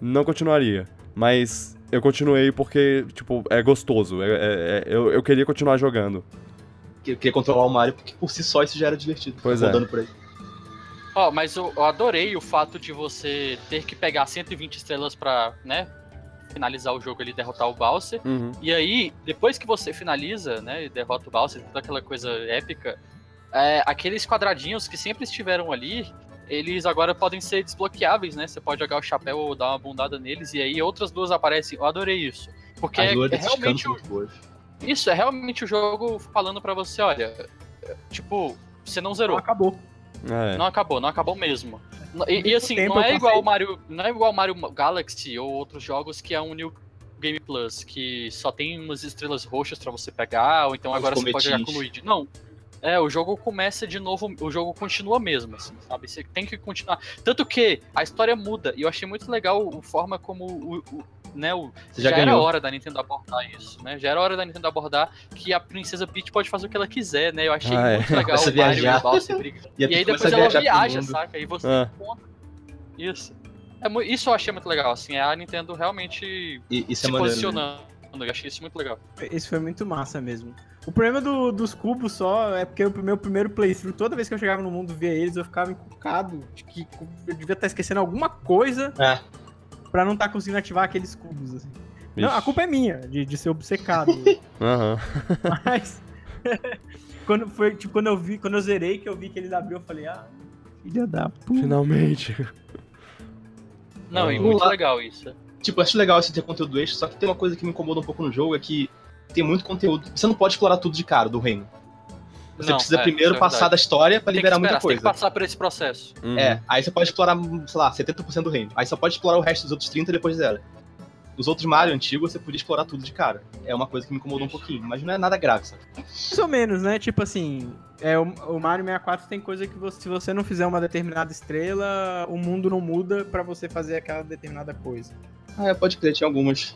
Speaker 1: não continuaria. Mas eu continuei porque, tipo, é gostoso. É- é- é- eu, eu queria continuar jogando.
Speaker 4: que- queria controlar o Mario, porque por si só isso já era divertido.
Speaker 1: Pois
Speaker 4: ficar
Speaker 1: é.
Speaker 4: Andando por aí.
Speaker 2: Ó, mas eu, eu adorei o fato de você ter que pegar 120 estrelas pra, né, finalizar o jogo ali, derrotar o Bowser.
Speaker 1: Uhum.
Speaker 2: E aí, depois que você finaliza, né, e derrota o Bowser, toda aquela coisa épica, é, aqueles quadradinhos que sempre estiveram ali, eles agora podem ser desbloqueáveis, né? Você pode jogar o chapéu ou dar uma bundada neles, e aí outras duas aparecem. Eu adorei isso. Porque é,
Speaker 4: As duas
Speaker 2: é
Speaker 4: desses cantos
Speaker 2: realmente o
Speaker 4: muito boas.
Speaker 2: Isso, é realmente o jogo falando pra você, olha, tipo, você não
Speaker 3: Não
Speaker 2: zerou.
Speaker 3: acabou.
Speaker 1: É.
Speaker 2: Não acabou, não acabou mesmo. E, e, assim,
Speaker 3: Tempo
Speaker 2: não
Speaker 3: eu
Speaker 2: é
Speaker 3: passei.
Speaker 2: igual o Mario, não é igual o Mario Galaxy ou outros jogos que é um New Game Plus, que só tem umas estrelas roxas pra você pegar, ou então
Speaker 4: Os
Speaker 2: agora você pode jogar com o
Speaker 4: cometinhos.
Speaker 2: Luigi. Não. É, o jogo começa de novo, o jogo continua mesmo, assim, sabe? Você tem que continuar. Tanto que a história muda, e eu achei muito legal a forma como o- o- né, o,
Speaker 4: Você já,
Speaker 2: era
Speaker 4: ganhou.
Speaker 2: hora da Nintendo abordar isso, né? Já era hora da Nintendo abordar que a Princesa Peach pode fazer o que ela quiser, né? Eu achei
Speaker 1: Ah, é.
Speaker 2: muito legal
Speaker 4: Começa a
Speaker 2: o Mario e
Speaker 4: viajar.
Speaker 2: o Bowser brigando.
Speaker 4: E
Speaker 2: E,
Speaker 4: a
Speaker 2: aí
Speaker 4: Peach
Speaker 2: depois
Speaker 4: começa a
Speaker 2: ela
Speaker 4: viajar pelo
Speaker 2: viaja,
Speaker 4: mundo.
Speaker 2: saca? Aí você
Speaker 1: Ah.
Speaker 2: encontra. Isso. É mu- isso eu achei muito legal, assim. É a Nintendo realmente
Speaker 4: E, isso
Speaker 2: se
Speaker 4: é maneiro. né?
Speaker 2: posicionando. Eu achei isso muito legal.
Speaker 3: Isso foi muito massa mesmo. O problema do- dos cubos só é porque o meu primeiro playthrough, toda vez que eu chegava no mundo via eles, eu ficava encucado de que eu devia estar esquecendo alguma coisa
Speaker 4: É.
Speaker 3: pra não estar conseguindo ativar aqueles cubos. assim. Não, a
Speaker 1: Vixe.
Speaker 3: culpa é minha de, de ser obcecado.
Speaker 1: Aham.
Speaker 3: mas quando foi, tipo, quando eu vi, quando eu zerei, que eu vi que eles abriu, eu falei, ah, filha da puta.
Speaker 1: Finalmente.
Speaker 2: Não, e
Speaker 1: Vamos
Speaker 2: muito
Speaker 4: lá.
Speaker 2: legal isso.
Speaker 4: Tipo, acho legal esse ter conteúdo extra, só que tem uma coisa que me incomoda um pouco no jogo, é que tem muito conteúdo. Você não pode explorar tudo de cara do reino. Você
Speaker 2: Não,
Speaker 4: precisa
Speaker 2: é,
Speaker 4: primeiro
Speaker 2: isso é
Speaker 4: passar da história pra
Speaker 2: Tem que
Speaker 4: liberar
Speaker 2: esperar,
Speaker 4: muita
Speaker 2: você
Speaker 4: coisa.
Speaker 2: Tem que passar por esse processo.
Speaker 1: Uhum.
Speaker 4: É, aí você pode explorar, sei lá, 70% do reino. Aí só pode explorar o resto dos outros 30 depois dela. Os outros Mario antigos você podia explorar tudo de cara. É uma coisa que me incomodou um pouquinho, mas não é nada grave, sabe?
Speaker 3: Mais ou menos, né? Tipo assim, é, o, o Mario 64 tem coisa que você- se você não fizer uma determinada estrela, o mundo não muda pra você fazer aquela determinada coisa.
Speaker 4: Ah, é, pode crer, tinha algumas.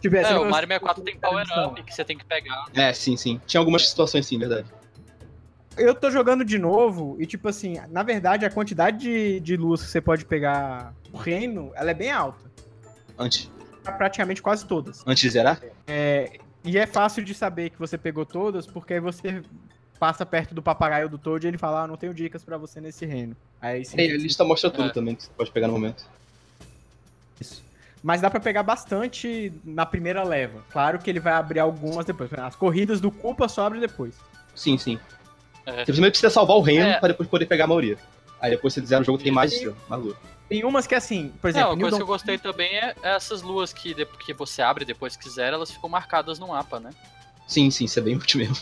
Speaker 3: Tipo,
Speaker 2: É,
Speaker 3: essa
Speaker 2: o
Speaker 3: você- tá
Speaker 2: Mario 64 tem
Speaker 3: você-
Speaker 2: power up que você tem que pegar.
Speaker 4: É, sim, sim. Tinha algumas situações sim, verdade.
Speaker 3: Eu tô jogando de novo e, tipo assim, na verdade, a quantidade de, de luz que você pode pegar o reino, ela é bem alta.
Speaker 4: Antes,
Speaker 3: Pra Praticamente quase todas.
Speaker 4: antes de zerar?
Speaker 3: E é fácil de saber que você pegou todas, porque aí você passa perto do papagaio do Toad e ele fala, ah, não tenho dicas pra você nesse reino. Aí você
Speaker 4: Tem, a lista mostra tudo
Speaker 2: É.
Speaker 4: também que você pode pegar no momento.
Speaker 3: Mas dá pra pegar bastante na primeira leva. Claro que ele vai abrir algumas depois. As corridas do Culpa só abre depois.
Speaker 4: Sim, sim.
Speaker 2: É.
Speaker 4: Você primeiro precisa salvar o reino
Speaker 2: É.
Speaker 4: pra depois poder pegar a maioria. Aí depois você zera o jogo, tem mais estrela. Maluco.
Speaker 3: Tem umas que é assim, por
Speaker 2: Não,
Speaker 3: exemplo.
Speaker 2: uma
Speaker 3: New
Speaker 2: coisa que
Speaker 3: Dawn
Speaker 2: eu gostei também é essas luas que, de- que você abre depois que zera, elas ficam marcadas no mapa, né?
Speaker 4: Sim, sim, isso é bem útil mesmo.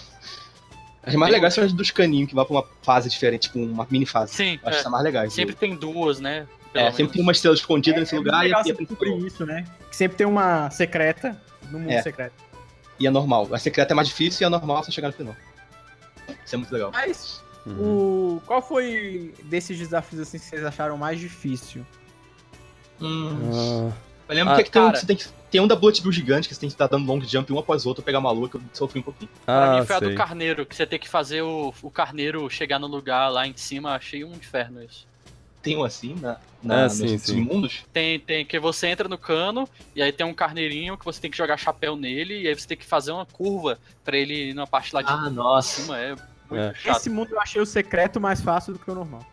Speaker 4: As mais
Speaker 2: um
Speaker 4: legais são as dos caninhos, que vão pra uma fase diferente, tipo uma mini fase.
Speaker 2: Sim,
Speaker 4: Eu acho que
Speaker 2: é.
Speaker 4: são mais legais.
Speaker 2: sempre tem duas, né? Pelo
Speaker 4: É, sempre
Speaker 2: menos.
Speaker 4: tem uma estrela escondida nesse
Speaker 3: é muito
Speaker 4: lugar e assim, um
Speaker 3: legal
Speaker 4: a
Speaker 3: você
Speaker 4: pia principal.
Speaker 3: descobrir isso, né? Que sempre tem uma secreta no mundo
Speaker 4: É.
Speaker 3: secreto.
Speaker 4: E a normal. A secreta é mais difícil e a normal você chegar no final. Isso é muito legal.
Speaker 3: Mas
Speaker 1: Uhum.
Speaker 3: o qual foi desses desafios assim que vocês acharam mais difícil?
Speaker 4: Hum,
Speaker 1: Ah,
Speaker 4: eu lembro
Speaker 1: Ah,
Speaker 4: que, é que tem, um,
Speaker 2: cara.
Speaker 4: você tem que tem um da Bullet Bill gigante que você tem que estar dando long jump um após o outro, pegar uma lua que eu sofri um pouquinho.
Speaker 2: Pra
Speaker 1: ah,
Speaker 2: mim foi a do
Speaker 1: sei.
Speaker 2: carneiro, que você tem que fazer o, o carneiro chegar no lugar lá em cima, achei um inferno isso.
Speaker 4: Tem um assim na,
Speaker 1: Ah,
Speaker 4: na nos
Speaker 1: sim, sim.
Speaker 4: submundos.
Speaker 2: Tem, tem que você entra no cano e aí tem um carneirinho que você tem que jogar chapéu nele e aí você tem que fazer uma curva pra ele ir numa parte lá de
Speaker 4: Ah, nossa.
Speaker 2: cima. É muito
Speaker 1: É.
Speaker 2: chato.
Speaker 3: Esse mundo eu achei o secreto mais fácil do que o normal.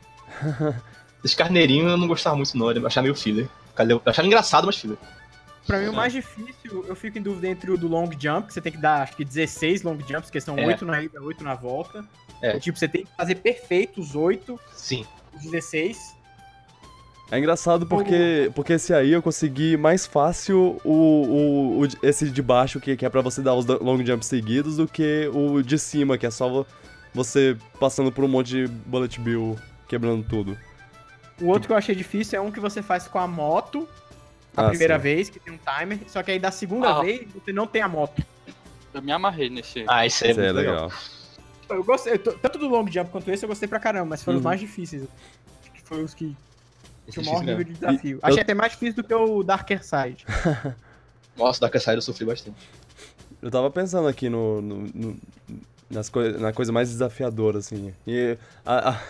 Speaker 4: Esse carneirinho eu não gostava muito, não. Eu achava meio filler. Eu achava engraçado, mas filler.
Speaker 3: Pra mim,
Speaker 2: É.
Speaker 3: o mais difícil, eu fico em dúvida entre o do long jump, que você tem que dar acho que 16 long jumps, que são
Speaker 4: É.
Speaker 3: 8 na ida, 8 na volta.
Speaker 4: É.
Speaker 3: Tipo, você tem que fazer perfeito os 8,
Speaker 4: Sim.
Speaker 3: os 16.
Speaker 1: É engraçado porque, porque esse aí eu consegui mais fácil o, o, o de- esse de baixo, que, que é pra você dar os do- long jumps seguidos, do que o de cima, que é só vo- você passando por um monte de bullet bill, quebrando tudo.
Speaker 3: O outro que eu achei difícil é um que você faz com a moto, a
Speaker 1: Ah,
Speaker 3: primeira
Speaker 1: sim.
Speaker 3: vez, que tem um timer. Só que aí da segunda
Speaker 2: Ah.
Speaker 3: vez, você não tem a moto.
Speaker 2: Eu me amarrei nesse.
Speaker 4: Ah, isso é,
Speaker 1: Isso
Speaker 4: muito
Speaker 1: é
Speaker 4: legal.
Speaker 1: legal.
Speaker 3: Eu gostei, eu tô- tanto do long jump quanto esse eu gostei pra caramba, mas foram os
Speaker 1: Uhum.
Speaker 3: mais difíceis. Acho que foi os que
Speaker 4: Esse é
Speaker 3: tinham
Speaker 4: difícil
Speaker 3: o maior nível
Speaker 4: mesmo.
Speaker 3: de desafio. Achei até mais difícil do que o Darker Side.
Speaker 4: Nossa, Dark Side eu sofri bastante.
Speaker 1: Eu tava pensando aqui no, no- no- nas coi na coisa mais desafiadora, assim. E a- a-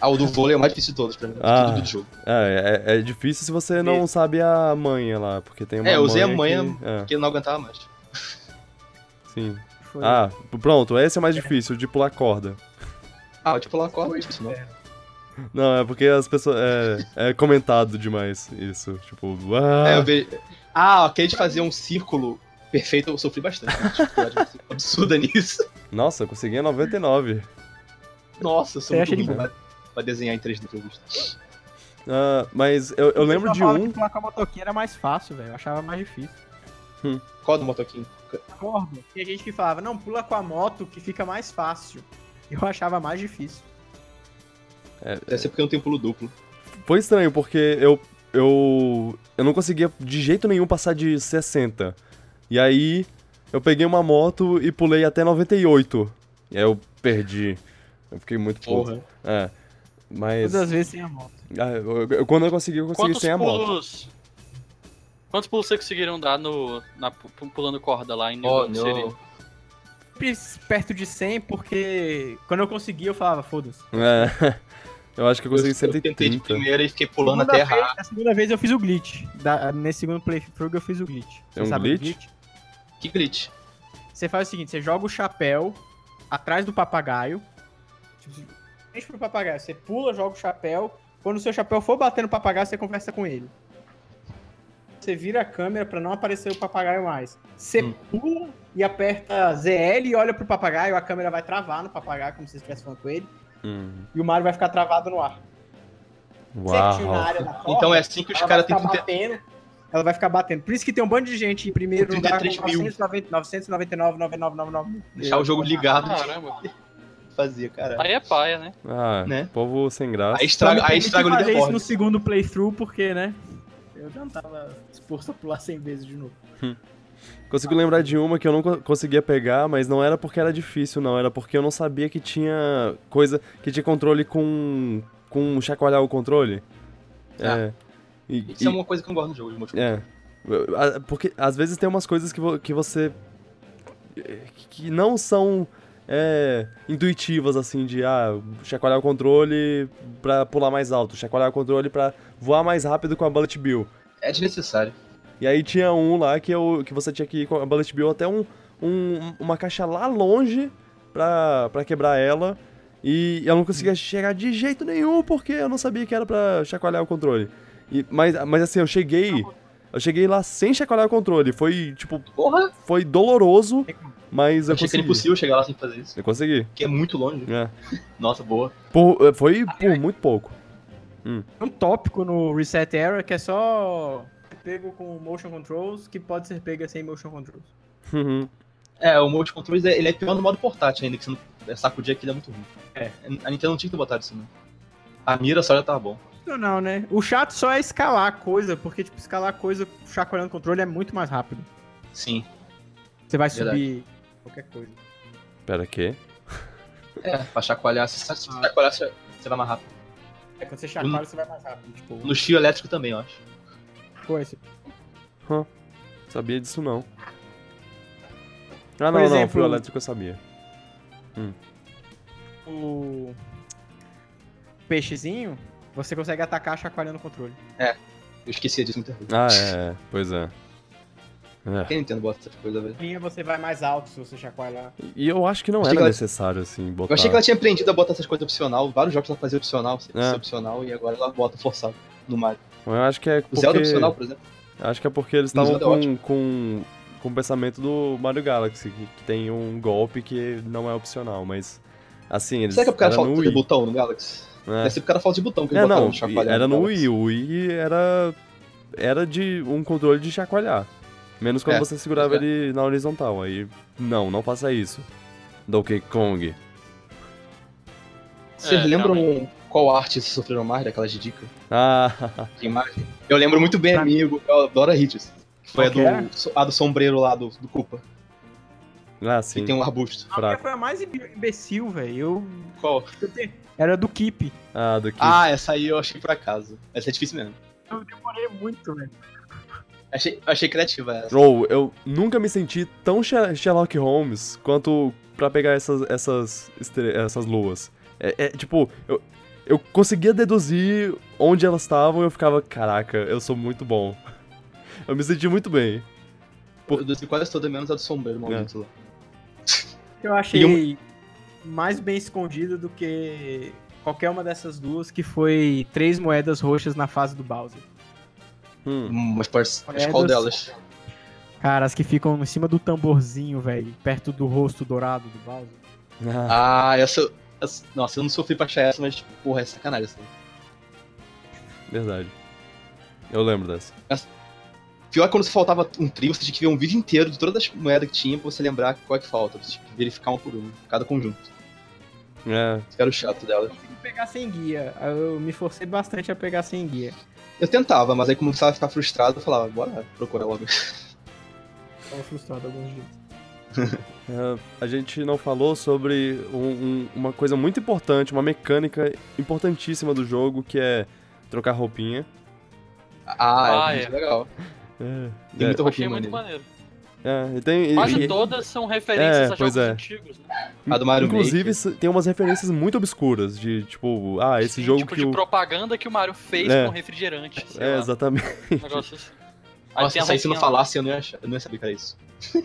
Speaker 4: Ah, o do vôlei é o mais difícil de todos pra mim. de
Speaker 1: Ah.
Speaker 4: Tudo do jogo.
Speaker 1: é, é- é difícil se você não sabe a manha lá, porque tem uma
Speaker 4: É, eu usei a
Speaker 1: manha
Speaker 4: manha
Speaker 1: que- é,
Speaker 4: Porque eu não aguentava mais.
Speaker 1: sim.
Speaker 3: Foi-
Speaker 1: Ah, pronto, esse é mais difícil, o de pular corda.
Speaker 4: Ah, eu, tipo, lá corda, é difícil, não.
Speaker 1: Não, é porque as pessoas. É, é comentado demais isso. Tipo,
Speaker 4: É, eu
Speaker 1: ah,
Speaker 4: vejo. Ah, aquele de fazer um círculo perfeito, eu sofri bastante. Tipo, uma dificuldade absurda um nisso.
Speaker 1: nossa, eu consegui a 99.
Speaker 4: Nossa, eu sou
Speaker 3: Você
Speaker 4: muito
Speaker 3: acha de
Speaker 4: ruim
Speaker 3: boa.
Speaker 4: pra, pra desenhar em 3D pra eu gostar.
Speaker 1: Ah, mas eu, eu lembro
Speaker 3: pessoal
Speaker 1: de
Speaker 3: fala
Speaker 1: um.
Speaker 3: Que pular com a motoquinha era mais fácil, velho. Eu achava mais difícil.
Speaker 4: Qual do motoquinho?
Speaker 3: Corda. Tinha gente que falava, não, pula com a moto que fica mais fácil. Eu achava mais difícil.
Speaker 4: Deve ser porque eu não tenho pulo duplo.
Speaker 1: Foi estranho, porque eu. Eu. Eu não conseguia de jeito nenhum passar de 60. E aí eu peguei uma moto e pulei até 98. E aí eu perdi. Eu fiquei muito puto.
Speaker 4: Porra.
Speaker 1: É. Mas.
Speaker 3: Todas as vezes sem a moto.
Speaker 1: ah, eu- eu- quando eu consegui, eu consegui
Speaker 2: Quantos
Speaker 1: sem a moto.
Speaker 2: pulos? Quantos pulos vocês conseguiram dar no. Na, pu- pulando corda lá em New
Speaker 4: Oh,
Speaker 2: York City?
Speaker 4: não.
Speaker 3: Sempre perto de 100, porque quando eu conseguia, eu falava, foda-se.
Speaker 1: É. Eu acho que eu
Speaker 4: Eu,
Speaker 1: consegui
Speaker 4: eu tentei de
Speaker 1: 130.
Speaker 4: primeira e fiquei pulando até
Speaker 3: Segunda vez-
Speaker 4: errar.
Speaker 3: A segunda vez eu fiz o glitch. Da- nesse segundo playthrough eu fiz o glitch.
Speaker 1: É um
Speaker 3: o
Speaker 1: glitch?
Speaker 4: Que glitch.
Speaker 3: Você faz o seguinte, você joga o chapéu atrás do papagaio. Tipo, frente pro papagaio. Você pula, joga o chapéu. Quando o seu chapéu for bater no papagaio, você conversa com ele. Você vira a câmera pra não aparecer o papagaio mais. Você
Speaker 4: Hum.
Speaker 3: pula e aperta ZL e olha pro papagaio, a câmera vai travar no papagaio, como se você estivesse falando com ele,
Speaker 1: Hum,
Speaker 3: e o Mario vai ficar travado no ar. Certinho na
Speaker 1: Uau.
Speaker 3: área da corda,
Speaker 4: Então é assim que os
Speaker 3: ela vai
Speaker 4: caras têm
Speaker 3: ficar
Speaker 4: que ter.
Speaker 3: batendo. Ela vai ficar batendo. Por isso que tem um bando de gente em primeiro lugar com
Speaker 4: 33 mil.
Speaker 3: 990, 999, 999.
Speaker 4: Deixar o jogo ligado
Speaker 3: Ah.
Speaker 4: de
Speaker 2: Caramba.
Speaker 4: fazer, cara.
Speaker 2: Aí é paia, né?
Speaker 1: Ah,
Speaker 4: Né?
Speaker 1: povo sem graça.
Speaker 4: Aí estraga, aí estraga o
Speaker 3: Eu fazer isso no
Speaker 4: leaderboard.
Speaker 3: segundo playthrough, porque, né? Eu já não tava disposto a pular 100 vezes de novo.
Speaker 1: Consigo lembrar de uma que eu não co- conseguia pegar, mas não era porque era difícil, não. Era porque eu não sabia que tinha coisa. que tinha controle com. com chacoalhar o controle. É. E,
Speaker 4: Tá. Isso é
Speaker 1: e-
Speaker 4: uma coisa que eu não gosto no jogo, de motion.
Speaker 1: é. A- Porque às vezes tem umas coisas que, vo- que você. que não são. é, intuitivas, assim, de ah, chacoalhar o controle pra pular mais alto, chacoalhar o controle pra voar mais rápido com a Bullet Bill.
Speaker 4: É desnecessário.
Speaker 1: E aí tinha um lá que, eu, que você tinha que ir com a Bullet Bill até um, um- uma caixa lá longe pra, pra quebrar ela. E eu não conseguia chegar de jeito nenhum porque eu não sabia que era pra chacoalhar o controle. E- mas, mas assim, eu cheguei. Eu cheguei lá sem chacoalhar o controle. Foi, tipo,
Speaker 4: Porra!
Speaker 1: foi doloroso. Mas eu
Speaker 4: Achei que
Speaker 1: consegui.
Speaker 4: era impossível chegar lá sem fazer isso.
Speaker 1: Eu consegui.
Speaker 4: Porque é muito longe.
Speaker 1: É.
Speaker 4: Nossa, boa.
Speaker 1: Por- eh, foi por muito pouco.
Speaker 3: Tem um tópico no Reset Era que é só pego com motion controls, que pode ser pega sem motion controls.
Speaker 1: Uhum.
Speaker 4: É, o Mode Controls ele é pior no modo portátil ainda, que você não sacudir aquilo é muito ruim.
Speaker 3: É.
Speaker 4: A Nintendo não tinha que botar isso, né? A mira só já tava bom.
Speaker 3: Não, não, né? O chato só é escalar a coisa, porque, tipo, escalar a coisa chacoalhando o controle é muito mais rápido.
Speaker 4: Sim.
Speaker 3: Você vai
Speaker 4: Verdade.
Speaker 3: subir qualquer coisa.
Speaker 1: Pera aqui.
Speaker 4: É, pra chacoalhar, se sa- se chacoalhar, você você vai mais rápido.
Speaker 3: É, quando você chacoalha, você vai mais rápido. Tipo,
Speaker 4: No fio elétrico também, eu acho.
Speaker 3: coisa.
Speaker 1: Sabia disso não. Ah, não,
Speaker 3: Por
Speaker 1: não.
Speaker 3: exemplo-
Speaker 1: Fui elétrico, eu sabia.
Speaker 3: O peixezinho, você consegue atacar chacoalhando o controle.
Speaker 4: Eu esquecia disso muitas vezes.
Speaker 1: Ah, é. é, Pois é. É.
Speaker 4: Quem Nintendo bota essas coisas, velho?
Speaker 3: Linha você vai mais alto se você chacoalhar.
Speaker 1: E eu acho que não
Speaker 4: Achei
Speaker 1: era
Speaker 4: que ela-
Speaker 1: necessário, assim, botar.
Speaker 4: Eu achei que ela tinha aprendido a botar essas coisas opcional. Vários jogos ela fazia opcional,
Speaker 1: É.
Speaker 4: opcional, e agora ela bota forçado no Mario.
Speaker 1: Eu acho que é
Speaker 4: O Zelda
Speaker 1: porque...
Speaker 4: opcional, por exemplo.
Speaker 1: Acho que é porque eles
Speaker 4: No
Speaker 1: estavam
Speaker 4: Zelda
Speaker 1: com,
Speaker 4: é
Speaker 1: com, com o pensamento do Mario Galaxy, que, que tem um golpe que não é opcional, mas... Assim, eles...
Speaker 4: Será que é por causa
Speaker 1: era
Speaker 4: da falta
Speaker 1: no
Speaker 4: de
Speaker 1: Wii.
Speaker 4: botão no Galaxy?
Speaker 1: né?
Speaker 4: Deve ser por causa da falta de botão que
Speaker 1: É,
Speaker 4: eles botaram
Speaker 1: não,
Speaker 4: no chacoalhar.
Speaker 1: era no Wii.
Speaker 4: Galaxy.
Speaker 1: O Wii era, era de um controle de chacoalhar. Menos quando
Speaker 4: É,
Speaker 1: você segurava
Speaker 4: é.
Speaker 1: ele na horizontal. Aí, não, não faça isso. Donkey Kong.
Speaker 4: Vocês
Speaker 2: É,
Speaker 4: lembram qual arte vocês sofreram mais daquelas de dica?
Speaker 1: Ah,
Speaker 4: de imagem? Eu lembro muito bem,
Speaker 3: Pra-
Speaker 4: amigo, eu adoro a Hits. Que foi a
Speaker 3: Qual
Speaker 4: do,
Speaker 3: que
Speaker 4: a do sombreiro lá do, do Koopa,
Speaker 1: ah
Speaker 4: que
Speaker 1: sim,
Speaker 4: tem um arbusto.
Speaker 3: A minha
Speaker 1: fraco.
Speaker 3: foi a mais imbecil, velho. Eu...
Speaker 4: Qual?
Speaker 3: Era do Keep.
Speaker 1: Ah, do que...
Speaker 4: Ah, essa aí eu achei por acaso. Essa é difícil mesmo.
Speaker 3: Eu demorei muito, velho.
Speaker 4: Achei, achei criativa essa.
Speaker 1: Ou, eu nunca me senti tão Sher- Sherlock Holmes quanto pra pegar essas, essas, estre- essas luas. É, é, tipo, eu, eu conseguia deduzir onde elas estavam e eu ficava, caraca, eu sou muito bom. Eu me senti muito bem.
Speaker 4: Eu deduzi quase toda, menos a do sombreiro,
Speaker 1: É.
Speaker 4: maldito lá.
Speaker 3: Eu achei mais bem escondida do que qualquer uma dessas duas, que foi três moedas roxas na fase do Bowser.
Speaker 1: Hum.
Speaker 4: Hum, mas parece. Mas qual
Speaker 3: Moedas.
Speaker 4: delas?
Speaker 3: Cara, as que ficam em cima do tamborzinho, velho, perto do rosto dourado do Bowser.
Speaker 1: Ah,
Speaker 4: Ah, essa, essa- Nossa, eu não sofri pra achar essa, mas porra, é sacanagem essa.
Speaker 1: verdade. Eu lembro dessa.
Speaker 4: Pior é quando você faltava um trio, você tinha que ver um vídeo inteiro de todas as moedas que tinha pra você lembrar qual é que falta. Você tinha que verificar um por um, cada conjunto.
Speaker 1: É,
Speaker 4: Isso que era o chato dela.
Speaker 3: Eu consegui pegar sem guia. Eu me forcei bastante a pegar sem guia.
Speaker 4: Eu tentava, mas aí começava a ficar frustrado, eu falava, bora procurar logo.
Speaker 3: Tava frustrado alguns dias.
Speaker 1: é, a gente não falou sobre um- um- uma coisa muito importante, uma mecânica importantíssima do jogo, que é trocar roupinha.
Speaker 4: Ah,
Speaker 2: Ah,
Speaker 4: é,
Speaker 2: é.
Speaker 4: muito legal.
Speaker 1: É,
Speaker 4: Tem muita
Speaker 2: Eu achei
Speaker 4: roupinha
Speaker 2: muito
Speaker 4: maneira.
Speaker 2: maneiro.
Speaker 1: é, e tem, e-
Speaker 2: Quase
Speaker 1: e-
Speaker 2: todas são referências
Speaker 1: É,
Speaker 2: a
Speaker 1: pois
Speaker 2: jogos
Speaker 1: é.
Speaker 2: antigos, né?
Speaker 4: A do Mario
Speaker 1: Inclusive,
Speaker 4: Maker.
Speaker 1: isso- tem umas referências muito obscuras de tipo, ah, esse
Speaker 2: Sim,
Speaker 1: jogo
Speaker 2: tipo
Speaker 1: que
Speaker 2: de
Speaker 1: o.
Speaker 2: propaganda que o Mario fez
Speaker 1: É.
Speaker 2: com refrigerante. sei
Speaker 1: É,
Speaker 2: lá,
Speaker 1: exatamente.
Speaker 2: um negócio assim. Aí
Speaker 4: Nossa,
Speaker 2: tem a
Speaker 4: se aí você não
Speaker 2: roupinha lá.
Speaker 4: falasse, eu não ia, achar- eu não ia saber que era isso.
Speaker 3: Eu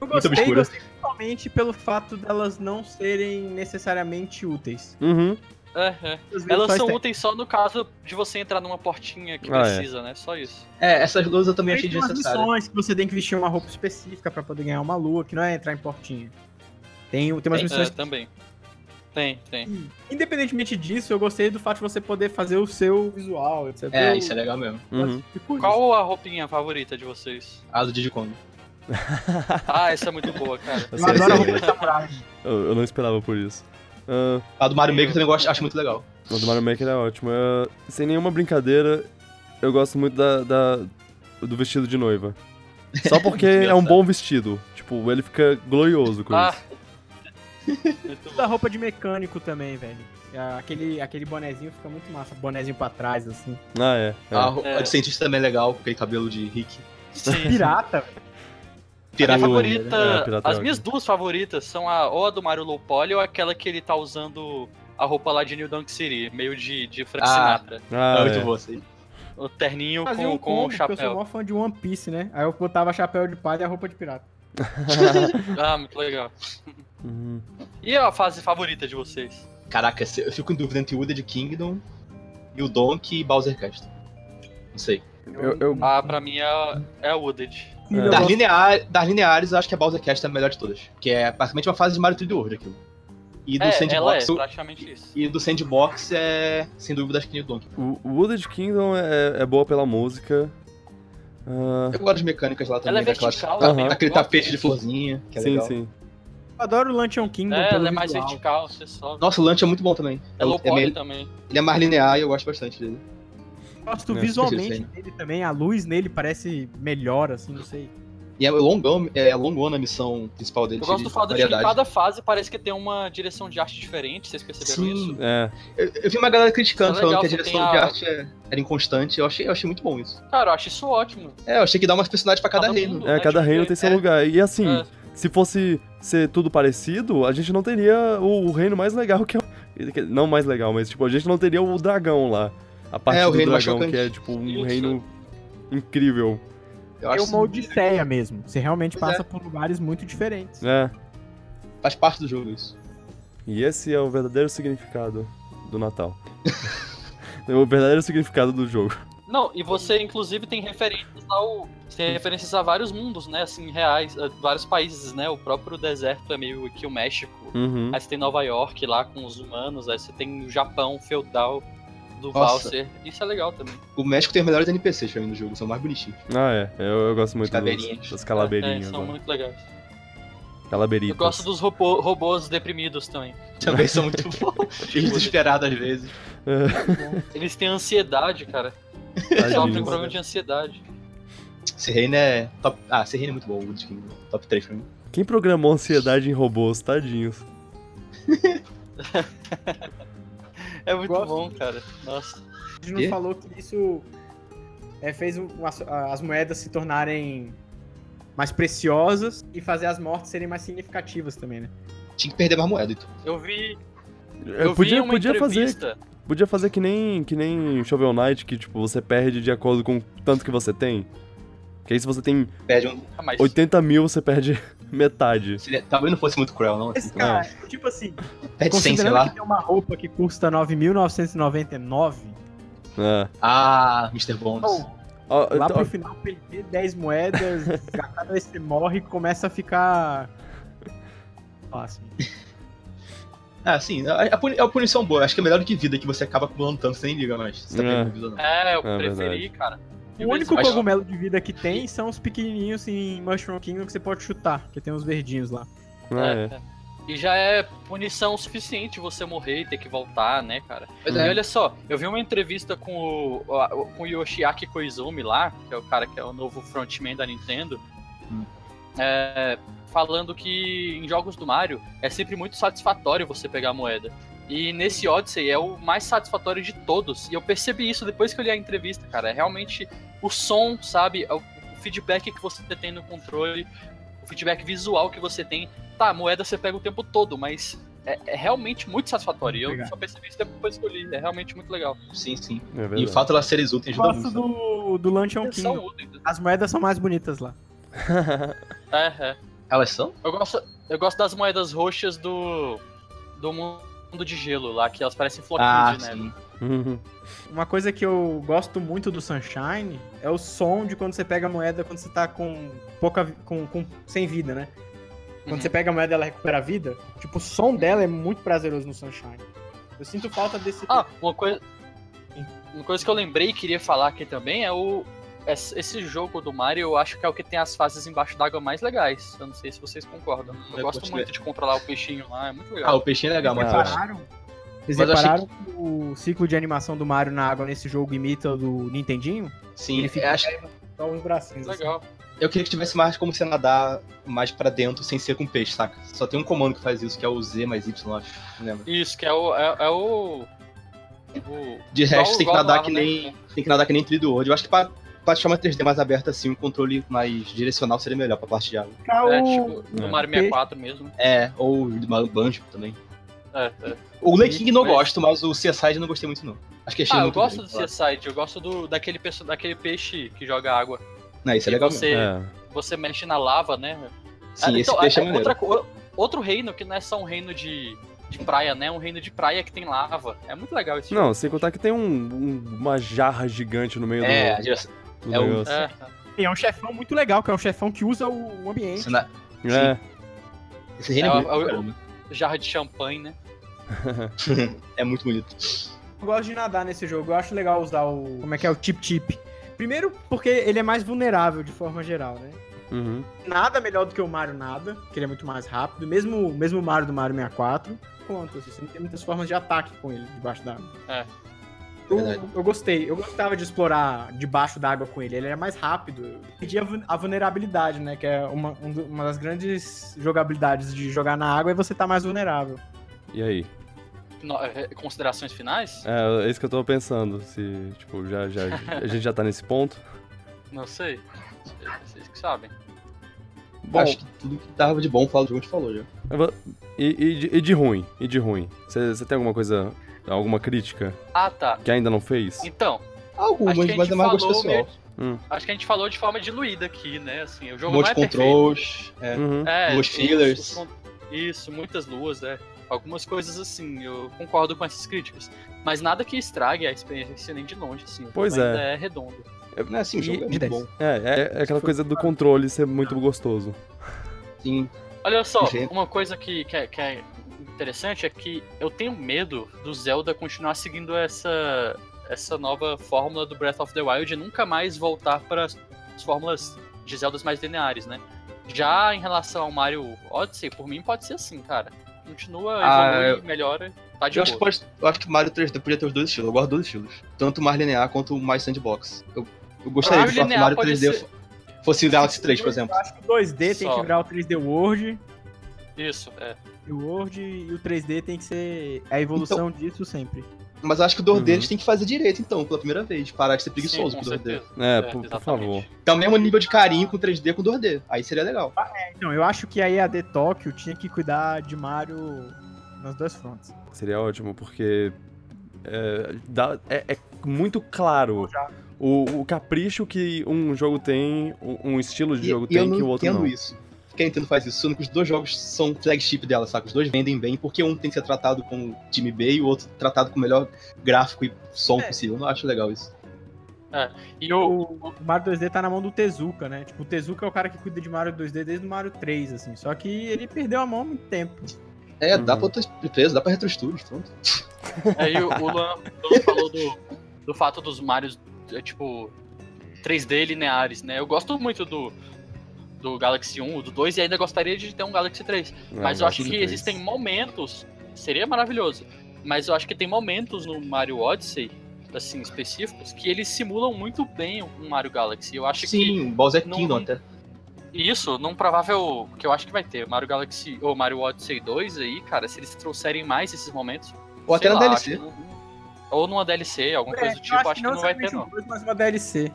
Speaker 4: Muito
Speaker 3: gostei,
Speaker 4: obscura.
Speaker 3: gostei principalmente pelo fato delas não serem necessariamente úteis.
Speaker 1: Uhum.
Speaker 2: É, é.
Speaker 3: Às vezes
Speaker 2: Elas
Speaker 3: só
Speaker 2: são
Speaker 3: este-
Speaker 2: úteis só no caso de você entrar numa portinha que
Speaker 1: Ah, é.
Speaker 2: precisa, né? Só isso.
Speaker 4: É, essas duas eu também achei
Speaker 3: Tem umas
Speaker 4: desnecessárias.
Speaker 3: missões que você tem que vestir uma roupa específica pra poder ganhar uma lua, que não é entrar em portinha. Tem, tem umas
Speaker 4: Tem,
Speaker 2: É,
Speaker 3: missões.
Speaker 2: também. Tem, tem.
Speaker 3: Hum. Independentemente disso, eu gostei do fato de você poder fazer o seu visual, etc.
Speaker 4: É, isso é legal mesmo.
Speaker 1: uhum.
Speaker 2: Qual a roupinha favorita de vocês?
Speaker 4: A do Diddy Kong.
Speaker 2: Ah, essa é muito boa, cara.
Speaker 1: Eu,
Speaker 3: Eu
Speaker 1: sei,
Speaker 3: adoro a
Speaker 1: eu
Speaker 3: roupa
Speaker 1: sei.
Speaker 3: de samurai.
Speaker 1: Eu- eu não esperava por isso. Ah,
Speaker 4: A do Mario Maker
Speaker 2: um-
Speaker 4: eu também gosto, acho muito legal.
Speaker 1: mas o Mario Maker é ótimo. Ah, sem nenhuma brincadeira, eu gosto muito da, da- do vestido de noiva. Só porque é um
Speaker 4: Engraçado.
Speaker 1: bom vestido. Tipo, ele fica glorioso com
Speaker 2: Ah.
Speaker 1: isso.
Speaker 2: Muito
Speaker 3: da
Speaker 2: bom.
Speaker 3: roupa de mecânico também, velho. Ah, Aquele, aquele bonezinho fica muito massa. Bonezinho pra trás, assim.
Speaker 1: Ah, é. é.
Speaker 4: A, ro-
Speaker 2: É.
Speaker 4: a do cientista também é legal, com aquele cabelo de Rick.
Speaker 2: Sim.
Speaker 3: Pirata.
Speaker 2: Minha
Speaker 4: Pirata
Speaker 2: favorita,
Speaker 1: É, pirata
Speaker 2: as
Speaker 1: é
Speaker 2: minhas duas favoritas são a ou a do Mario Loupoli ou aquela que ele tá usando a roupa lá de New Dunk City, meio de, de Frank
Speaker 4: Ah.
Speaker 2: Sinatra.
Speaker 1: Ah,
Speaker 4: é
Speaker 1: é.
Speaker 4: muito boa essa aí.
Speaker 2: O terninho
Speaker 3: Fazia
Speaker 2: com,
Speaker 3: um
Speaker 2: com
Speaker 3: combo,
Speaker 2: o
Speaker 3: porque eu sou
Speaker 2: chapéu.
Speaker 3: mó fã de One Piece, né? Aí eu botava chapéu de palha e a roupa de pirata.
Speaker 2: Ah, muito legal.
Speaker 1: Uhum.
Speaker 2: E a fase favorita de vocês?
Speaker 4: Caraca, se- eu fico em dúvida entre o Wooded Kingdom e o Donkey e Bowser Castle. Não sei.
Speaker 1: Eu, eu-
Speaker 2: Ah, pra mim é, é a Wooded.
Speaker 1: Eu
Speaker 4: Das,
Speaker 1: gosto-
Speaker 4: linear, das lineares, eu acho que a Bowser Cast é a melhor de todas. Que é basicamente uma fase de Mario 3D World aquilo. E do
Speaker 2: É, ela é
Speaker 4: Sandbox.
Speaker 2: praticamente isso.
Speaker 4: E do Sandbox é, sem dúvida, acho que Donkey.
Speaker 1: o o Wooded Kingdom é, é boa pela música. Ah,
Speaker 4: Eu gosto das mecânicas lá também. né,
Speaker 2: Ela é
Speaker 4: daquelas-
Speaker 2: vertical
Speaker 1: Aham.
Speaker 2: também.
Speaker 4: Aquele tapete de florzinha, que é
Speaker 1: sim,
Speaker 4: legal.
Speaker 1: sim.
Speaker 3: Eu adoro o Luncheon Kingdom.
Speaker 2: É,
Speaker 3: pelo
Speaker 2: ela é mais
Speaker 3: visual.
Speaker 2: vertical, você sobe.
Speaker 4: Nossa, o Lunch é muito bom também.
Speaker 2: É low
Speaker 4: é
Speaker 2: poly
Speaker 4: meio-
Speaker 2: também.
Speaker 4: ele é mais linear e eu gosto bastante dele.
Speaker 3: Eu gosto
Speaker 1: É,
Speaker 3: visualmente
Speaker 4: sim,
Speaker 3: dele também, a luz nele parece melhor, assim, não sei.
Speaker 4: E é longão, é longona a missão principal dele.
Speaker 2: Eu
Speaker 4: cheia
Speaker 2: gosto do fato de que
Speaker 4: variedade.
Speaker 2: cada fase parece que tem uma direção de arte diferente, vocês perceberam
Speaker 4: Sim.
Speaker 2: isso?
Speaker 1: É.
Speaker 4: Eu, eu vi uma galera criticando,
Speaker 2: Isso é legal,
Speaker 4: falando que a
Speaker 2: você
Speaker 4: direção
Speaker 2: tem
Speaker 4: de
Speaker 2: a-
Speaker 4: arte é- era inconstante. Eu achei, eu achei muito bom isso.
Speaker 2: Cara, eu acho isso ótimo.
Speaker 4: É, eu achei que dá umas personagens pra cada
Speaker 2: Cada
Speaker 4: reino. né?
Speaker 2: mundo.
Speaker 1: É,
Speaker 2: É,
Speaker 1: cada
Speaker 2: tipo,
Speaker 1: reino tem seu
Speaker 4: é-
Speaker 1: lugar. E assim,
Speaker 2: É,
Speaker 1: se fosse ser tudo parecido, a gente não teria o, o reino mais legal que é o... Não mais legal, mas tipo, a gente não teria o dragão lá. A parte
Speaker 4: É, o
Speaker 1: do
Speaker 4: reino mais
Speaker 1: dragão, que é
Speaker 4: chocante.
Speaker 1: tipo um
Speaker 2: Isso.
Speaker 1: reino incrível.
Speaker 4: Eu
Speaker 3: É
Speaker 4: acho
Speaker 3: uma
Speaker 4: que
Speaker 3: odisseia mesmo. Você realmente
Speaker 4: Pois
Speaker 3: passa por lugares muito diferentes.
Speaker 1: né?
Speaker 4: faz parte do jogo isso.
Speaker 1: E esse é o verdadeiro significado do Natal. o verdadeiro significado do jogo.
Speaker 2: Não, e você inclusive tem referências ao. Você tem referências a vários mundos, né? Assim, reais, a vários países, né? O próprio deserto é meio que o México.
Speaker 1: Uhum.
Speaker 2: Aí você tem Nova York lá com os humanos, aí você tem o Japão feudal do
Speaker 4: Nossa.
Speaker 2: Valser. Isso é legal também.
Speaker 4: O México tem os melhores NPCs pra mim no jogo, são mais bonitinhos.
Speaker 1: Ah, é. Eu, eu gosto muito dos,
Speaker 4: Calaveirinhas.
Speaker 1: das calabeirinhas.
Speaker 2: É, são muito legais.
Speaker 1: Calaberitas.
Speaker 2: Eu gosto dos robô- robôs deprimidos também.
Speaker 4: Também são muito bons. E desesperados às vezes.
Speaker 2: Eles têm ansiedade, cara. Eles
Speaker 1: Tadinhos.
Speaker 2: sofrem problema de ansiedade.
Speaker 4: Esse reino é top. Ah, esse reino é muito bom, o Wood Kingdom. Top 3 pra mim.
Speaker 1: Quem programou ansiedade em robôs? Tadinhos.
Speaker 2: É muito
Speaker 3: Gosto.
Speaker 2: bom, cara. Nossa.
Speaker 3: A gente não
Speaker 4: Quê?
Speaker 3: falou que isso é, fez o- as, as moedas se tornarem mais preciosas e fazer as mortes serem mais significativas também,
Speaker 4: Então,
Speaker 3: né?
Speaker 4: Tinha que perder mais moeda, então.
Speaker 2: Eu vi.
Speaker 1: Eu,
Speaker 2: Eu vi
Speaker 1: podia,
Speaker 2: uma
Speaker 1: podia fazer
Speaker 2: entrevista.
Speaker 1: Podia fazer que nem, que nem Shovel Knight, que tipo, você perde de acordo com o tanto que você tem. Que aí se você tem
Speaker 4: Perde um.
Speaker 2: Ah, mas
Speaker 1: 80 mil, você perde metade.
Speaker 4: se- Talvez não fosse muito cruel, não. assim, né?
Speaker 3: Esse cara, tipo assim,
Speaker 4: Perde 100, sei
Speaker 3: considerando
Speaker 4: lá.
Speaker 3: que tem uma roupa que custa 9.999,
Speaker 1: É.
Speaker 4: Ah, Mr. Bones.
Speaker 3: Oh.
Speaker 1: Ó,
Speaker 3: lá
Speaker 1: então,
Speaker 3: pro final perder 10 moedas, a cada vez que você morre, começa a ficar... Fácil.
Speaker 4: Ah, sim. A, a puni- é uma punição boa. Acho que é melhor do que vida, que você acaba acumulando tanto, você nem liga mais. Você tá
Speaker 1: É.
Speaker 4: perdendo vida, não.
Speaker 2: É, eu
Speaker 1: É
Speaker 2: preferi, cara.
Speaker 3: O único
Speaker 4: Mas-
Speaker 3: cogumelo de vida que tem são os pequenininhos em Mushroom Kingdom que você pode chutar, que tem uns verdinhos lá.
Speaker 1: é, é.
Speaker 2: É, é. E já é punição suficiente você morrer e ter que voltar, né, cara?
Speaker 4: Pois
Speaker 2: E
Speaker 4: é.
Speaker 2: olha só, eu vi uma entrevista com o, o- com o Yoshiaki Koizumi lá, que é o cara que é o novo frontman da Nintendo,
Speaker 4: Hum.
Speaker 2: é, falando que em jogos do Mario é sempre muito satisfatório você pegar a moeda. E nesse Odyssey é o mais satisfatório de todos. E eu percebi isso depois que eu li a entrevista, cara. É realmente o som, sabe? É O o feedback que você tem no controle, o feedback visual que você tem. Tá, a moeda você pega o tempo todo, mas é, é realmente muito satisfatório. E Eu
Speaker 3: Legal.
Speaker 2: só percebi isso depois que eu li. É realmente muito legal.
Speaker 4: Sim, sim.
Speaker 1: verdade.
Speaker 4: E o fato de ela ser exulta
Speaker 3: Eu
Speaker 4: ajuda muito.
Speaker 3: gosto
Speaker 4: né?
Speaker 3: do, do Luncheon
Speaker 2: um Eles são
Speaker 3: Kingdom.
Speaker 2: úteis.
Speaker 3: As moedas são mais bonitas lá.
Speaker 2: É, é.
Speaker 4: Elas são?
Speaker 2: Eu gosto, eu gosto das moedas roxas do, do mundo de gelo lá, que elas parecem floquinhos
Speaker 4: Ah,
Speaker 2: de neve.
Speaker 4: sim.
Speaker 1: Uhum.
Speaker 3: Uma coisa que eu gosto muito do Sunshine é o som de quando você pega a moeda quando você tá com pouca vi- com, com sem vida, né? Quando
Speaker 2: Uhum.
Speaker 3: você pega a moeda ela recupera a vida. Tipo, o som dela é muito prazeroso no Sunshine. Eu sinto falta desse
Speaker 2: Ah, uma coisa. Uma coisa que eu lembrei e queria falar aqui também é o. es- Esse jogo do Mario, eu acho que é o que tem as fases embaixo d'água mais legais. Eu não sei se vocês concordam. Eu,
Speaker 4: Eu
Speaker 2: gosto
Speaker 4: curti
Speaker 2: muito de controlar o peixinho lá, é muito
Speaker 4: É, Ah,
Speaker 2: legal.
Speaker 4: o peixinho é legal, mas
Speaker 1: Ah.
Speaker 4: eu acho.
Speaker 3: repararam. Vocês
Speaker 4: Mas eu achei
Speaker 3: repararam que o ciclo de animação do Mario na água nesse jogo imita o do Nintendinho?
Speaker 4: Sim,
Speaker 3: Ele
Speaker 4: eu
Speaker 3: fica-
Speaker 4: acho
Speaker 3: Só os bracinhos. assim.
Speaker 2: legal.
Speaker 4: Eu queria que tivesse mais como você nadar mais pra dentro sem ser com peixe, saca? Só tem um comando que faz isso, que é o Z mais Y, eu acho. Não lembro.
Speaker 2: Isso, que é o. É, é o, o-
Speaker 4: De resto,
Speaker 2: igual-
Speaker 4: tem que
Speaker 2: igual
Speaker 4: nadar
Speaker 2: lá,
Speaker 4: que
Speaker 2: né?
Speaker 4: nem. Tem que nadar que nem 3D World. Eu acho que pra, pra deixar uma 3D mais aberta assim, um controle mais direcional seria melhor pra parte de água.
Speaker 3: Tá
Speaker 2: É,
Speaker 3: o-
Speaker 2: tipo,
Speaker 1: É.
Speaker 2: no Mario 64 mesmo.
Speaker 4: É, ou uma banjo também.
Speaker 2: É, é.
Speaker 4: O Leking não
Speaker 2: Mas-
Speaker 4: gosto, mas o Seaside eu não gostei muito, não. Acho que achei
Speaker 2: Ah, eu
Speaker 4: muito
Speaker 2: gosto
Speaker 4: bem,
Speaker 2: do
Speaker 4: sei lá.
Speaker 2: Seaside, eu gosto do, daquele, perso- daquele peixe que joga água.
Speaker 4: Não, isso
Speaker 2: E
Speaker 4: é legal
Speaker 2: você,
Speaker 1: É.
Speaker 2: você mexe na lava, né?
Speaker 4: mesmo.
Speaker 2: Ah,
Speaker 4: Sim, esse peixe é
Speaker 2: ah,
Speaker 4: maneiro.
Speaker 2: outra co- Outro reino que não é só um reino de, de praia, né? É um reino de praia que tem lava. É muito legal esse
Speaker 1: Não,
Speaker 2: jogo.
Speaker 1: sem contar que tem um, um- uma jarra gigante no meio
Speaker 4: É, a
Speaker 1: do.
Speaker 4: direção-
Speaker 1: do
Speaker 4: É o-
Speaker 1: negócio.
Speaker 2: É,
Speaker 3: E é um chefão muito legal, que é um chefão que usa o, o ambiente.
Speaker 4: Esse, na-
Speaker 1: É.
Speaker 4: esse reino
Speaker 2: É,
Speaker 4: é, bonito,
Speaker 2: o- o-
Speaker 4: pra caramba.
Speaker 2: jarra de champanhe, né?
Speaker 4: é muito bonito.
Speaker 3: Eu gosto de nadar nesse jogo, eu acho legal usar o. Como é que é? O Tip Tip. Primeiro, porque ele é mais vulnerável de forma geral, né?
Speaker 1: Uhum.
Speaker 3: Nada melhor do que o Mario nada, que ele é muito mais rápido. Mesmo, mesmo o Mario do Mario 64, conta, assim, você não tem muitas formas de ataque com ele debaixo da água.
Speaker 2: É.
Speaker 4: Verdade.
Speaker 3: Eu, eu gostei, eu gostava de explorar debaixo da água com ele, ele era mais rápido. Eu perdi a, vu- a vulnerabilidade, né? Que é uma, um do- uma das grandes jogabilidades de jogar na água é você tá mais vulnerável.
Speaker 1: E aí?
Speaker 2: No- é, considerações finais?
Speaker 1: É, é isso que eu tava pensando. Se, tipo, já, já, a gente já tá nesse ponto.
Speaker 2: Não sei. Vocês que sabem.
Speaker 1: Bom,
Speaker 4: Acho que tudo que dava de bom falar do jogo a gente falou já.
Speaker 1: eu vou- e, e de, e de ruim? E de ruim? Você tem alguma coisa, alguma crítica
Speaker 2: Ah, tá.
Speaker 1: que ainda não fez?
Speaker 2: Então, Acho que
Speaker 4: Algumas,
Speaker 2: a
Speaker 4: mas
Speaker 2: gente
Speaker 4: é mais gosto
Speaker 2: falou
Speaker 4: pessoal.
Speaker 1: Hum.
Speaker 2: acho que a gente falou de forma diluída aqui, né? Assim, o
Speaker 4: Um
Speaker 2: jogo
Speaker 4: monte
Speaker 2: não
Speaker 4: de
Speaker 2: é perfeito.
Speaker 4: controls. É.
Speaker 1: Uhum.
Speaker 2: É,
Speaker 4: Luas
Speaker 2: os-
Speaker 4: fillers.
Speaker 2: os con- Isso, muitas luas, é. Algumas coisas assim, eu concordo com essas críticas. Mas nada que estrague a experiência nem de longe, assim. o
Speaker 1: Pois
Speaker 2: jogo
Speaker 1: é.
Speaker 2: ainda é redondo.
Speaker 4: Não, assim, o
Speaker 3: E-
Speaker 4: jogo é
Speaker 3: de
Speaker 4: muito
Speaker 3: 10.
Speaker 4: bom.
Speaker 1: É, é, é aquela coisa do controle ser muito gostoso.
Speaker 4: Sim,
Speaker 2: Olha só,
Speaker 4: Gente.
Speaker 2: uma coisa que, que, é, que é interessante é que eu tenho medo do Zelda continuar seguindo essa, essa nova fórmula do Breath of the Wild e nunca mais voltar para as fórmulas de Zeldas mais lineares, né? Já em relação ao Mario Odyssey, por mim pode ser assim, cara. Continua,
Speaker 4: Ah,
Speaker 2: evolui, melhora, tá de
Speaker 4: eu acho, que
Speaker 2: boa.
Speaker 4: pode, eu acho que Mario 3D podia ter os dois estilos. Eu gosto dos dois estilos. Tanto o mais linear quanto o mais sandbox. Eu, eu gostaria
Speaker 2: Mario
Speaker 4: de falar que o
Speaker 2: linear
Speaker 4: Mario
Speaker 2: pode
Speaker 4: 3D
Speaker 2: ser-
Speaker 4: fo- fosse o Galaxy 3, por exemplo.
Speaker 3: Eu acho que o 2D tem
Speaker 2: Só.
Speaker 3: que virar o 3D World,
Speaker 2: Isso, é.
Speaker 3: e o World e o 3D tem que ser a evolução
Speaker 4: Então,
Speaker 3: disso sempre.
Speaker 4: Mas eu acho que o 2D
Speaker 1: Uhum.
Speaker 4: eles têm que fazer direito, então, pela primeira vez. Parar de ser preguiçoso
Speaker 2: Sim,
Speaker 4: com
Speaker 2: com
Speaker 4: o 2D.
Speaker 2: certeza.
Speaker 1: É,
Speaker 2: É,
Speaker 1: por, por
Speaker 2: exatamente.
Speaker 1: favor.
Speaker 4: Tá o mesmo nível de carinho com 3D com 2D. Aí seria legal.
Speaker 3: Então, eu acho que a EAD Tóquio tinha que cuidar de Mario nas duas frontes.
Speaker 1: Seria ótimo, porque é, dá- é- é muito claro o, o capricho que um jogo tem, um, um estilo de
Speaker 4: E,
Speaker 1: jogo
Speaker 4: e eu
Speaker 1: tem
Speaker 4: não
Speaker 1: que o outro
Speaker 4: entendo
Speaker 1: não.
Speaker 4: isso. Quem entendo faz isso, sendo que os dois jogos são flagship dela, saca? Os dois vendem bem, porque um tem que ser tratado como time B e o outro tratado com o melhor gráfico e som
Speaker 2: É.
Speaker 4: possível. Eu não acho legal isso.
Speaker 2: E o,
Speaker 3: O, o Mario 2D tá na mão do Tezuka, né? Tipo, o Tezuka é o cara que cuida de Mario 2D desde o Mario 3, assim. Só que ele perdeu a mão há muito tempo.
Speaker 4: É, dá
Speaker 1: Uhum.
Speaker 4: pra outras empresas, dá pra Retro Studios, pronto.
Speaker 2: Aí é, o, o Luan, o Luan falou do, do fato dos Marios, é, tipo, 3D lineares, né? Eu gosto muito do, do Galaxy 1, do 2 e ainda gostaria de ter um Galaxy 3.
Speaker 1: Não,
Speaker 2: mas eu acho
Speaker 1: Galaxy
Speaker 2: que
Speaker 1: É, três.
Speaker 2: existem momentos, seria maravilhoso, mas eu acho que tem momentos no Mario Odyssey, assim, específicos, que eles simulam muito bem um Mario Galaxy. Eu acho que
Speaker 4: Sim, Bowser
Speaker 2: não- é.
Speaker 4: Kingdom até.
Speaker 2: isso, num provável. que eu acho que vai ter, Mario Galaxy ou Mario Odyssey 2 aí, cara, se eles trouxerem mais esses momentos.
Speaker 4: Ou até
Speaker 2: sei
Speaker 4: na
Speaker 2: lá,
Speaker 4: DLC.
Speaker 2: acho que não- ou numa DLC, alguma
Speaker 3: É,
Speaker 2: coisa do tipo, acho, que não, vai ter, não.
Speaker 3: mas uma DLC.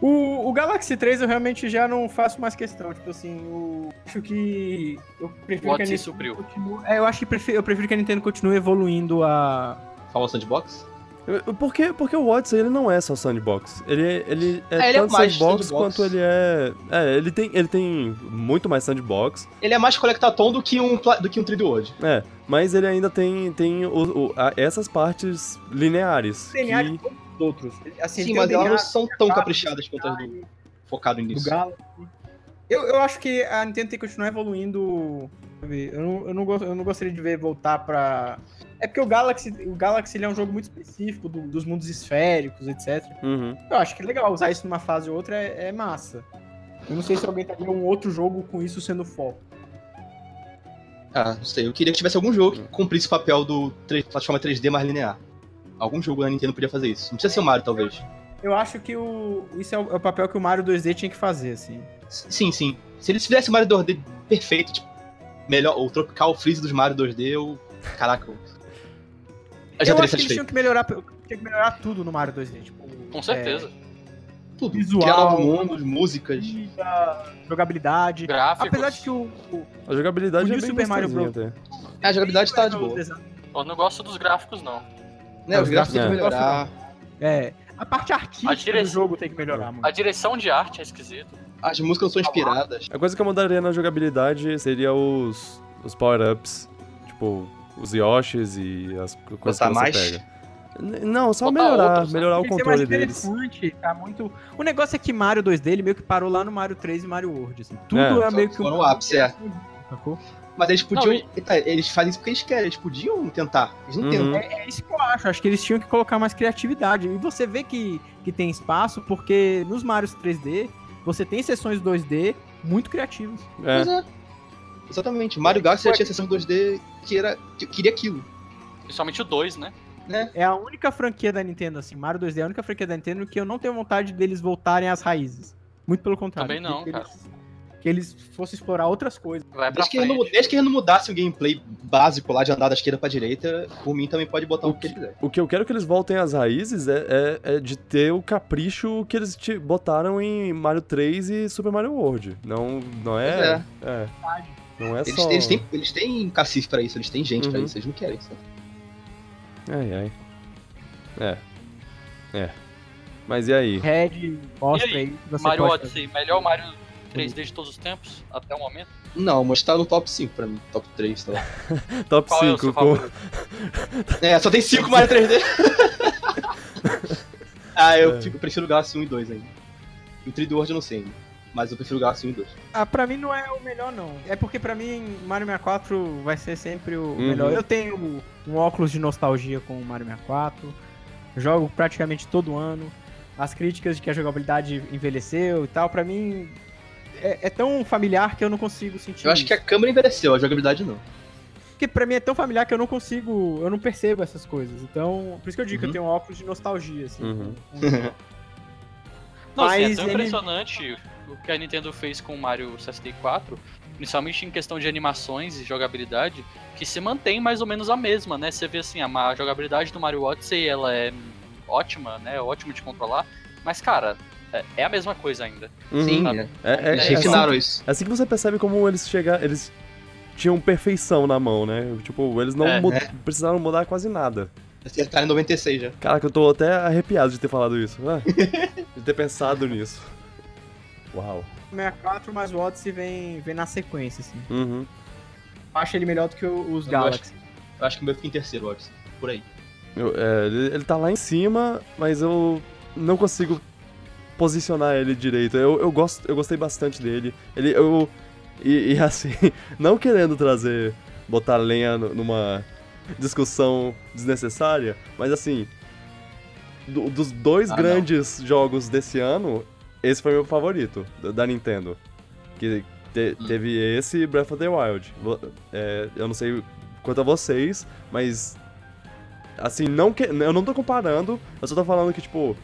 Speaker 3: O, o Galaxy 3 eu realmente já não faço mais questão. Tipo assim, o, acho que. Eu prefiro
Speaker 2: O
Speaker 3: que a
Speaker 2: Odyssey
Speaker 3: Nintendo
Speaker 2: supriu.
Speaker 3: continue- é, eu acho que prefe- eu prefiro que a Nintendo continue evoluindo a,
Speaker 4: Fala Sandbox?
Speaker 1: Porque, porque o Watson ele não é só sandbox. Ele, é- ele é
Speaker 4: É, ele é
Speaker 1: tanto
Speaker 4: mais
Speaker 1: sandbox,
Speaker 4: sandbox.
Speaker 1: quanto ele é. É, ele tem, ele tem muito mais sandbox,
Speaker 4: Ele é mais Collectatom do que um, pla- do que um 3D World.
Speaker 1: é, mas ele ainda tem, tem o- o- a- essas partes lineares. que-
Speaker 3: DNA de todos é os outros. Assim,
Speaker 4: Sim,
Speaker 3: tem o
Speaker 4: mas elas
Speaker 3: DNA
Speaker 4: não são tão
Speaker 3: parte,
Speaker 4: caprichadas quanto as do focado
Speaker 3: do
Speaker 4: nisso.
Speaker 3: Galo. Eu, eu acho que a Nintendo tem que continuar evoluindo. sabe? Eu não, eu não, go- eu não gostaria de ver voltar pra. É porque o Galaxy, o Galaxy ele é um jogo muito específico do- dos mundos esféricos, etc.
Speaker 1: Uhum.
Speaker 3: Eu acho que é legal usar isso numa fase ou outra é, é massa. Eu não sei se alguém tá vendo um outro jogo com isso sendo foco.
Speaker 4: Ah, não sei. Eu queria que tivesse algum jogo
Speaker 1: Uhum.
Speaker 4: que cumprisse o papel do 3, plataforma 3D mais linear. Algum jogo da Nintendo podia fazer isso. Não precisa ser o Mario, talvez.
Speaker 3: Eu acho que o, isso é o, é o papel que o Mario 2D tinha que fazer, assim.
Speaker 4: S- Sim, sim. Se eles fizessem o Mario 2D perfeito, tipo, melhor, o Tropical Freeze dos Mario 2D, eu. Caraca. Eu eu já teria
Speaker 3: eu acho que eles
Speaker 4: satisfeito.
Speaker 3: tinham que melhorar, tinha que melhorar tudo no Mario 2D. Tipo,
Speaker 2: Com certeza.
Speaker 4: Tudo.
Speaker 3: visual,
Speaker 4: Criar novos mundos, músicas.
Speaker 3: é, jogabilidade.
Speaker 2: Gráficos.
Speaker 3: Apesar de que o, o-
Speaker 1: A jogabilidade
Speaker 3: O
Speaker 1: é
Speaker 3: New
Speaker 1: bem
Speaker 3: Super Mario
Speaker 1: gostosinha até.
Speaker 4: É, a jogabilidade tá de boa.
Speaker 2: Eu não gosto dos gráficos, não.
Speaker 4: Né, os gráficos tem que
Speaker 1: É.
Speaker 4: melhorar.
Speaker 3: É. A parte artística
Speaker 2: A direção-
Speaker 3: do jogo tem que melhorar, mano.
Speaker 2: A direção de arte é esquisita.
Speaker 4: As músicas não são
Speaker 3: Tá
Speaker 4: inspiradas.
Speaker 1: A coisa que eu mudaria na jogabilidade seria os, os power-ups. Tipo, os Yoshis e as co- coisas
Speaker 4: Botar
Speaker 1: que você
Speaker 4: mais?
Speaker 1: pega. N- Não, só
Speaker 2: Botar
Speaker 1: melhorar,
Speaker 2: outros, né?
Speaker 1: melhorar o
Speaker 3: Tem que ser mais
Speaker 1: controle deles.
Speaker 3: interessante, tá muito... O negócio é que Mario 2 dele meio que parou lá no Mario 3 e Mario World, assim. Tudo
Speaker 1: É.
Speaker 3: é,
Speaker 4: Só
Speaker 3: meio que
Speaker 4: foi no ápice, é.
Speaker 3: Sacou?
Speaker 4: Mas eles podiam.
Speaker 2: Não,
Speaker 4: Eita, Eles fazem isso porque eles querem, eles podiam tentar. Eles não
Speaker 1: Uhum.
Speaker 4: tentam.
Speaker 3: É isso que eu acho, acho que eles tinham que colocar mais criatividade. E você vê que, que tem espaço, porque nos Marios 3D, você tem sessões 2D muito criativas.
Speaker 1: É.
Speaker 4: Pois é. Exatamente. Mario Galaxy já tinha sessão 2D que era. que queria aquilo.
Speaker 2: Principalmente o 2, né?
Speaker 3: É a única franquia da Nintendo, assim, Mario 2D é a única franquia da Nintendo que eu não tenho vontade deles voltarem às raízes. Muito pelo contrário.
Speaker 2: Também não,
Speaker 3: que eles, que eles fossem explorar outras coisas.
Speaker 2: Vai pra
Speaker 4: Desde que, ele
Speaker 2: frente.
Speaker 4: não, desde que ele não mudasse o gameplay básico lá de andar da esquerda pra direita, por mim também pode botar o,
Speaker 1: O
Speaker 4: que ele quiser.
Speaker 1: O que eu quero é que eles voltem às raízes é, é- é de ter o capricho que eles te botaram em Mario 3 e Super Mario World. Não, não é, é. Não é
Speaker 4: Eles,
Speaker 1: só.
Speaker 4: eles têm, eles têm cacife pra isso, eles têm gente pra
Speaker 1: Uhum.
Speaker 4: isso, eles não querem isso.
Speaker 1: Ai, ai. É. É. Mas e aí?
Speaker 3: Red, mostra
Speaker 2: E aí,
Speaker 3: aí. o que você
Speaker 2: Mario
Speaker 3: pode
Speaker 2: Odyssey, melhor Mario 3D de todos os tempos, até o momento.
Speaker 4: Não, mas tá no top 5 pra mim, top então. 3, sei lá.
Speaker 1: Top
Speaker 2: Qual é o
Speaker 1: 5
Speaker 2: seu
Speaker 1: com.
Speaker 2: favorito?
Speaker 4: É, só tem 5 Mario 3D. ah, eu
Speaker 1: É.
Speaker 4: fico- prefiro Galaxy 1 e 2 ainda. E o 3D World eu não sei ainda. Mas eu prefiro Galaxy 1 e 2.
Speaker 3: Ah, pra mim não é o melhor, não. É porque pra mim Mario 64 vai ser sempre o
Speaker 1: Uhum.
Speaker 3: melhor. Eu tenho um óculos de nostalgia com o Mario 64. Jogo praticamente todo ano. As críticas de que a jogabilidade envelheceu e tal, pra mim é, é tão familiar que eu não consigo sentir.
Speaker 4: Eu acho que é- a câmera envelheceu, a jogabilidade não.
Speaker 3: Porque pra mim é tão familiar que eu não consigo. Eu não percebo essas coisas. Então, por isso que eu digo que eu
Speaker 4: Uhum.
Speaker 3: tenho um óculos de nostalgia, assim.
Speaker 1: Uhum.
Speaker 2: Não, assim, é
Speaker 3: Mas
Speaker 2: tão
Speaker 3: ele-
Speaker 2: impressionante o que a Nintendo fez com o Mario 64, principalmente em questão de animações e jogabilidade, que se mantém mais ou menos a mesma, né? Você vê assim, a, ma- a jogabilidade do Mario Odyssey, ela é ótima, né? Ótima de controlar, mas, cara, é, é a mesma coisa ainda.
Speaker 1: Uhum.
Speaker 4: Sim,
Speaker 2: Sabe?
Speaker 4: né?
Speaker 1: É, é,
Speaker 4: Eles
Speaker 1: é assim,
Speaker 4: refinaram isso.
Speaker 1: assim que você percebe como eles chegaram. Eles tinham perfeição na mão, né? Tipo, eles não
Speaker 2: É,
Speaker 1: mu- precisaram mudar quase nada.
Speaker 4: Acertaram em 96 já.
Speaker 1: Caraca, eu tô até arrepiado de ter falado isso. né? de ter pensado nisso. Uau.
Speaker 3: O 64, mas o Odyssey vem, vem na sequência, assim.
Speaker 1: Uhum.
Speaker 3: Eu acho ele melhor do que o- os
Speaker 4: Eu
Speaker 3: Galaxy.
Speaker 4: Eu acho que o meu fica em terceiro, Odyssey. Por aí.
Speaker 1: Eu- é, ele, ele tá lá em cima, mas eu não consigo posicionar ele direito. Eu, eu, gosto, eu gostei bastante dele. Ele, eu. E, e assim, não querendo trazer. botar lenha nu- numa discussão desnecessária, mas assim. do- dos dois
Speaker 4: Ah, não.
Speaker 1: grandes jogos desse ano, esse foi meu favorito, da, da Nintendo. Que te-
Speaker 4: Hum.
Speaker 1: teve esse e Breath of the Wild. Vo- é, eu não sei quanto a vocês, mas. Assim, não que, eu não tô comparando, eu só tô falando que, tipo,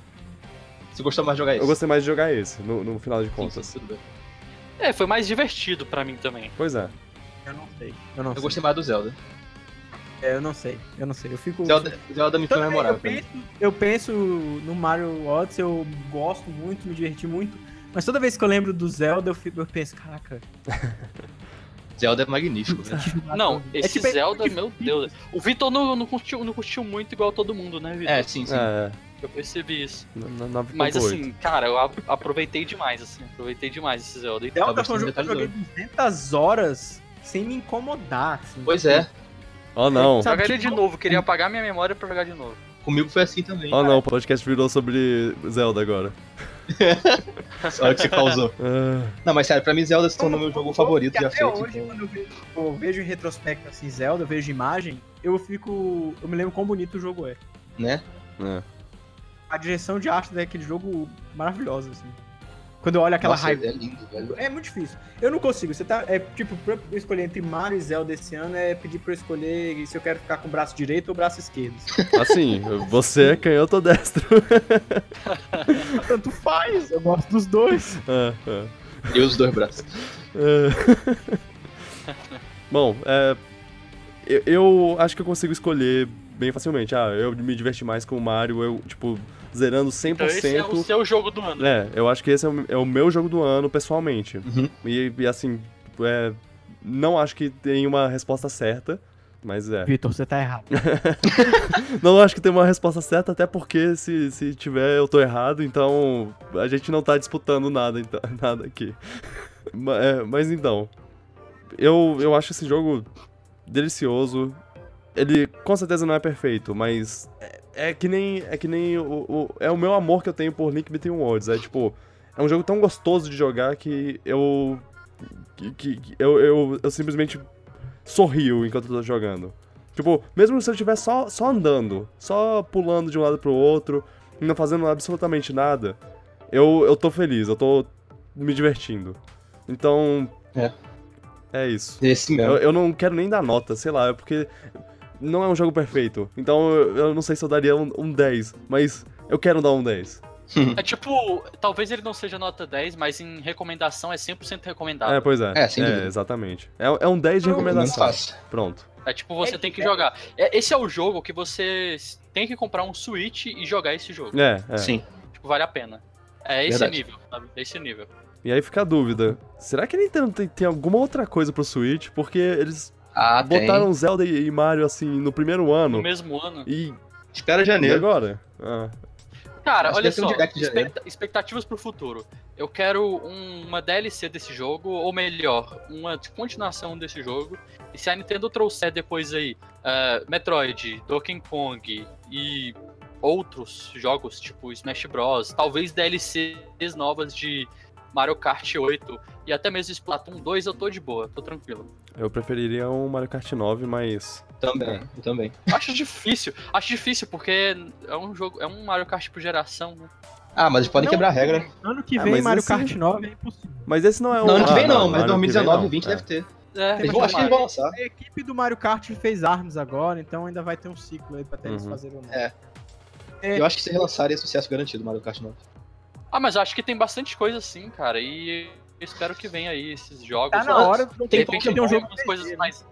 Speaker 4: Você gostou mais de jogar isso?
Speaker 1: eu gostei mais de jogar esse, no, no final de
Speaker 4: Sim, sim,
Speaker 1: contas.
Speaker 4: tudo bem.
Speaker 2: É, foi mais divertido pra mim também.
Speaker 1: Pois é.
Speaker 3: Eu não sei. Eu não
Speaker 4: Eu
Speaker 3: sei.
Speaker 4: gostei mais do Zelda.
Speaker 3: É, eu não sei. Eu não sei. Eu fico.
Speaker 4: Zelda, Zelda me foi
Speaker 3: Também, eu,
Speaker 4: memorável. pra mim.
Speaker 3: penso, eu penso no Mario Odyssey, eu gosto muito, me diverti muito. Mas toda vez que eu lembro do Zelda, eu, fico, eu penso, caraca.
Speaker 4: Zelda é magnífico, né?
Speaker 2: Não, esse
Speaker 3: tipo-
Speaker 2: Zelda, meu Deus. O Vitor não, não, curtiu, não curtiu muito igual todo mundo, né, Vitor?
Speaker 4: É, sim, sim.
Speaker 1: É,
Speaker 2: Eu percebi isso.
Speaker 1: na- na- 9.8.
Speaker 2: Mas assim, cara, eu a- aproveitei demais, assim, aproveitei demais esse Zelda. E
Speaker 3: Zelda
Speaker 4: Talvez
Speaker 3: foi um
Speaker 4: tenha
Speaker 3: jogo que eu
Speaker 4: detalhes
Speaker 3: joguei 200 horas sem me incomodar. assim.
Speaker 4: Pois é,
Speaker 1: Oh não,
Speaker 3: Sabe
Speaker 2: Jogar
Speaker 3: que
Speaker 2: ele de
Speaker 3: não-
Speaker 2: novo, queria apagar minha memória pra jogar de novo.
Speaker 4: comigo foi assim também.
Speaker 1: oh
Speaker 2: é.
Speaker 1: não, o podcast virou sobre Zelda agora.
Speaker 4: A hora que você causou.
Speaker 1: Ah,
Speaker 4: Não, mas sério, pra mim Zelda se tornou meu jogo favorito
Speaker 3: Que
Speaker 4: já
Speaker 3: até
Speaker 4: feito.
Speaker 3: hoje,
Speaker 4: então-
Speaker 3: quando eu vejo, eu vejo em retrospecto assim, Zelda, eu vejo imagem, eu fico. Eu me lembro quão bonito o jogo é.
Speaker 4: Né?
Speaker 1: é.
Speaker 3: A direção de arte daquele jogo maravilhosa, assim. Quando eu olho aquela
Speaker 4: Nossa,
Speaker 3: raiva.
Speaker 4: É lindo, velho.
Speaker 3: É muito difícil. Eu não consigo. Você tá. É tipo, pra eu escolher entre Mario e Zelda esse ano é pedir pra eu escolher se eu quero ficar com o braço direito ou o braço esquerdo.
Speaker 1: Assim, você é canhoto destro.
Speaker 3: Tanto faz, eu gosto dos dois.
Speaker 1: Ah, ah,
Speaker 4: E os dois braços.
Speaker 1: ah. é. Bom, é, eu, eu acho que eu consigo escolher bem facilmente. Ah, eu me diverti mais com o Mario, eu, tipo, zerando 100%.
Speaker 2: Então esse é o seu jogo do ano.
Speaker 1: É, eu acho que esse é o, é o meu jogo do ano, pessoalmente.
Speaker 4: Uhum.
Speaker 1: E, e, assim, é, não acho que tem uma resposta certa, mas é.
Speaker 3: Vitor, você tá errado.
Speaker 1: Não acho que tem uma resposta certa, até porque se, se tiver eu tô errado, então a gente não tá disputando nada, então- nada aqui. Ma- é, mas então, eu, eu acho esse jogo delicioso. Ele com certeza não é perfeito, mas é- é que nem. É que nem. O, o- é o meu amor que eu tenho por Link Between Worlds. É tipo. É um jogo tão gostoso de jogar que eu. Que, que- que eu, eu, eu simplesmente sorrio enquanto eu tô jogando. Tipo, mesmo se eu estiver só, só andando, só pulando de um lado pro outro, não fazendo absolutamente nada, eu, eu tô feliz, eu tô me divertindo. Então.
Speaker 4: É.
Speaker 1: É isso.
Speaker 4: É assim
Speaker 1: Eu,
Speaker 4: mesmo.
Speaker 1: eu não quero nem dar nota, sei lá, é porque não é um jogo perfeito. Então eu, eu não sei se eu daria um, um 10, mas eu quero dar um 10.
Speaker 2: É tipo, talvez ele não seja nota 10, mas em recomendação é 100% recomendado.
Speaker 1: É, pois é.
Speaker 4: É, sem dúvida.
Speaker 1: exatamente. É, é um 10 de
Speaker 4: Muito
Speaker 1: recomendação.
Speaker 4: fácil.
Speaker 1: Pronto.
Speaker 2: É tipo, você
Speaker 3: É,
Speaker 2: tem que
Speaker 3: é.
Speaker 2: jogar. É, esse é o jogo que você s- tem que comprar um Switch e jogar esse jogo.
Speaker 1: É, é.
Speaker 4: Sim.
Speaker 2: Tipo, vale a pena. É esse
Speaker 4: Verdade.
Speaker 2: nível, sabe? É esse nível.
Speaker 1: E aí fica a dúvida. Será que a Nintendo tem, tem alguma outra coisa pro Switch? Porque eles
Speaker 4: Ah,
Speaker 1: botaram
Speaker 4: tem.
Speaker 1: Zelda e e Mario assim no primeiro
Speaker 2: No
Speaker 1: ano.
Speaker 2: mesmo ano.
Speaker 1: E,
Speaker 4: Espera
Speaker 1: e
Speaker 4: janeiro.
Speaker 1: agora? Ah,
Speaker 2: Cara,
Speaker 4: Acho que
Speaker 2: olha
Speaker 4: deve ter um
Speaker 2: só.
Speaker 4: direct de
Speaker 2: expecta-
Speaker 4: janeiro.
Speaker 2: expectativas pro futuro. Eu quero um- uma DLC desse jogo, ou melhor, uma continuação desse jogo. E se a Nintendo trouxer depois aí ah, Metroid, Donkey Kong e outros jogos, tipo Smash Bros., talvez DLCs novas de Mario Kart 8 e até mesmo Splatoon 2, eu tô de boa, tô tranquilo.
Speaker 1: eu preferiria um Mario Kart 9, mas.
Speaker 4: Também, eu também.
Speaker 2: Acho difícil, acho difícil porque é um jogo, é um Mario Kart por geração, né?
Speaker 4: Ah, mas eles podem
Speaker 3: Não.
Speaker 4: quebrar a regra.
Speaker 3: Ano que
Speaker 1: Ah,
Speaker 3: vem,
Speaker 1: mas
Speaker 3: Mario
Speaker 1: esse-
Speaker 3: Kart 9 é impossível.
Speaker 1: Mas esse não é um.
Speaker 4: Não, ano que
Speaker 1: ah,
Speaker 4: vem não, mas
Speaker 1: ano que vem
Speaker 4: 2019
Speaker 1: não.
Speaker 4: 20
Speaker 1: É.
Speaker 4: deve ter.
Speaker 2: É,
Speaker 4: Eles
Speaker 3: Tem
Speaker 4: vão, acho
Speaker 3: mais
Speaker 4: que eles vão lançar.
Speaker 3: A equipe do Mario Kart fez Arms agora, então ainda vai ter um ciclo aí pra até eles
Speaker 1: Uhum.
Speaker 3: fazerem o nome.
Speaker 4: É.
Speaker 3: É.
Speaker 4: Eu acho que se relançarem é sucesso garantido, Mario Kart 9.
Speaker 2: Ah, mas eu acho que tem bastante coisa assim, cara. E eu espero que venha aí esses jogos.
Speaker 3: Tá na
Speaker 2: Ou-
Speaker 3: hora,
Speaker 4: Não
Speaker 2: De
Speaker 4: tem
Speaker 2: repente
Speaker 4: Pokémon.
Speaker 2: tem um jogo
Speaker 3: Pokémon,
Speaker 2: umas coisas
Speaker 3: né?
Speaker 2: mais.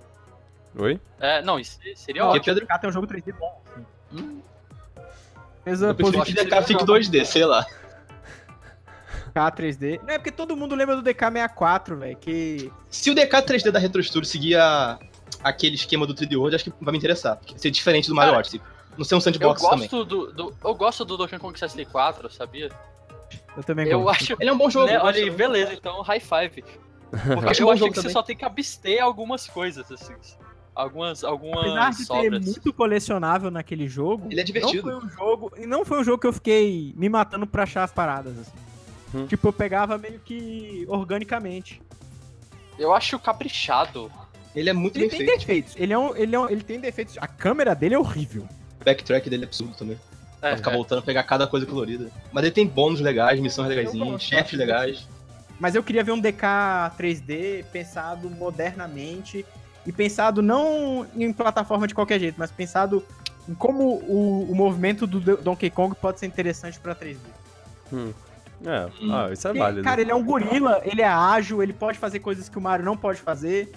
Speaker 1: Oi?
Speaker 2: É, não, isso seria
Speaker 3: Não,
Speaker 4: Porque,
Speaker 2: ótimo.
Speaker 4: Pedro,
Speaker 3: Cara, tem um jogo 3D bom. assim.
Speaker 2: Hum.
Speaker 3: Mesa
Speaker 4: eu prefiro que
Speaker 2: positivo.
Speaker 4: DK fique 2D, sei lá.
Speaker 3: K 3D. Não é porque todo mundo lembra do DK64, velho. Que.
Speaker 4: Se o DK 3D da Retro Studio seguir a- aquele esquema do 3D World, acho que vai me interessar. Porque Ser diferente do Mario
Speaker 2: Cara,
Speaker 4: Odyssey. Não ser um
Speaker 2: Eu
Speaker 4: sandbox também.
Speaker 2: gosto do, do- Eu gosto do Donkey Kong 64, sabia?
Speaker 3: Eu também
Speaker 2: Eu
Speaker 3: gosto.
Speaker 2: acho.
Speaker 4: Ele é um bom jogo.
Speaker 2: Né,
Speaker 4: eu
Speaker 2: olha aí,
Speaker 4: gosto.
Speaker 2: beleza, então high five. Porque
Speaker 4: Acho
Speaker 2: eu
Speaker 4: bom
Speaker 2: acho
Speaker 4: jogo
Speaker 2: que você
Speaker 4: também.
Speaker 2: só tem que abster algumas coisas, assim. Algumas,
Speaker 3: Apesar
Speaker 2: algumas
Speaker 3: de ter
Speaker 2: sobras.
Speaker 3: muito colecionável naquele jogo,
Speaker 4: Ele é
Speaker 3: não
Speaker 4: divertido.
Speaker 3: foi um jogo. E não foi um jogo que eu fiquei me matando pra achar as paradas, assim.
Speaker 1: Hum.
Speaker 3: Tipo, eu pegava meio que organicamente.
Speaker 2: Eu acho caprichado.
Speaker 4: Ele é muito
Speaker 3: Ele
Speaker 4: bem
Speaker 3: tem
Speaker 4: feito.
Speaker 3: defeitos. Ele, é um, ele, é um- ele tem defeitos. A câmera dele é horrível.
Speaker 4: O backtrack dele é absurdo também.
Speaker 2: É,
Speaker 4: Vai ficar voltando a pegar cada coisa colorida. Mas ele tem bônus legais, missões legaisinhas,
Speaker 3: gosto.
Speaker 4: chefes legais.
Speaker 3: Mas eu queria ver um DK 3D pensado modernamente e pensado não em plataforma de qualquer jeito, mas pensado em como o, o movimento do Do- Donkey Kong pode ser interessante pra 3D.
Speaker 1: É,
Speaker 4: Hum.
Speaker 1: ah, isso é
Speaker 3: Porque,
Speaker 1: válido.
Speaker 3: Cara, ele é um gorila, ele é ágil, ele pode fazer coisas que o Mario não pode fazer.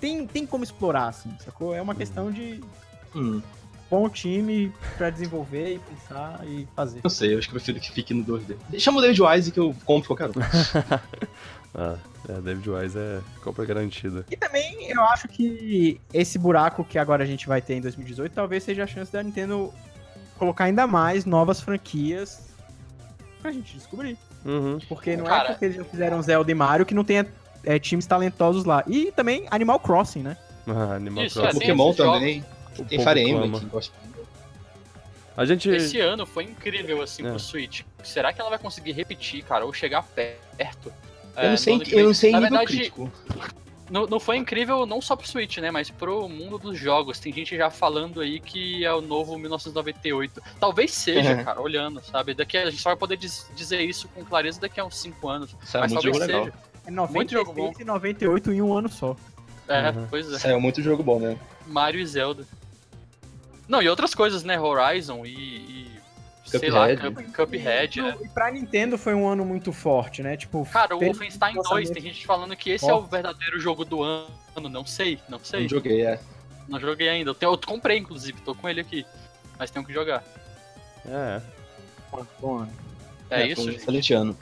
Speaker 3: Tem, tem como explorar, assim, sacou? É uma questão de
Speaker 4: Hum,
Speaker 3: bom time pra desenvolver e pensar e fazer.
Speaker 4: não sei, eu acho que eu prefiro que fique no 2D. Chama o David Wise que eu compro qualquer um.
Speaker 1: Ah, é, David Wise é compra garantida.
Speaker 3: E também eu acho que esse buraco que agora a gente vai ter em 2018 talvez seja a chance da Nintendo colocar ainda mais novas franquias pra gente descobrir.
Speaker 1: Uhum.
Speaker 3: Porque não
Speaker 2: Cara-
Speaker 3: é porque eles já fizeram Zelda e Mario que não tenha é, times talentosos lá. E também Animal Crossing, né?
Speaker 1: Ah, Animal
Speaker 2: Isso,
Speaker 3: é,
Speaker 1: Crossing.
Speaker 2: tem
Speaker 4: Pokémon
Speaker 2: esses jogos.
Speaker 4: também.
Speaker 1: O
Speaker 4: Tem
Speaker 1: povo
Speaker 4: Fire Emblem,
Speaker 1: clama.
Speaker 4: que eu gosto.
Speaker 1: A gente.
Speaker 2: Esse ano foi incrível, assim,
Speaker 1: É.
Speaker 2: pro Switch. Será que ela vai conseguir repetir, cara, ou chegar perto?
Speaker 4: Eu
Speaker 2: É,
Speaker 4: não
Speaker 2: no
Speaker 4: sei,
Speaker 2: ano
Speaker 4: em-
Speaker 2: que
Speaker 4: eu
Speaker 2: vem?
Speaker 4: não sei em
Speaker 2: Na
Speaker 4: nível
Speaker 2: verdade,
Speaker 4: crítico.
Speaker 2: Não, não foi incrível não só pro Switch, né? Mas pro mundo dos jogos. Tem gente já falando aí que é o novo 1998. Talvez seja,
Speaker 4: Uhum.
Speaker 2: cara, olhando, sabe? Daqui a gente só vai poder diz- dizer isso com clareza daqui a uns 5 anos.
Speaker 4: Saiu
Speaker 2: mas
Speaker 4: muito
Speaker 2: talvez
Speaker 4: jogo legal.
Speaker 2: seja.
Speaker 3: É
Speaker 2: Muito jogo bom.
Speaker 3: 96 e 98 em um ano só.
Speaker 2: É,
Speaker 1: Uhum.
Speaker 2: pois é.
Speaker 4: Saiu muito jogo bom, né?
Speaker 2: Mario e Zelda. Não, e outras coisas, né? Horizon e. e sei lá,
Speaker 4: Cuphead.
Speaker 2: Cup- Cuphead. é.
Speaker 3: E pra Nintendo foi um ano muito forte, né? Tipo,
Speaker 2: Cara, o
Speaker 3: Tem
Speaker 2: Wolfenstein 2,
Speaker 3: lançamento.
Speaker 2: tem gente falando que esse é o
Speaker 3: Nossa.
Speaker 2: verdadeiro jogo do ano. Não sei, não sei.
Speaker 4: Não joguei, é.
Speaker 2: Não joguei ainda. Eu, tenho- eu comprei, inclusive, tô com ele aqui. Mas tenho que jogar.
Speaker 1: É,
Speaker 3: bom um ano.
Speaker 2: É,
Speaker 4: foi
Speaker 2: isso,
Speaker 4: um
Speaker 2: gente.
Speaker 4: excelente ano.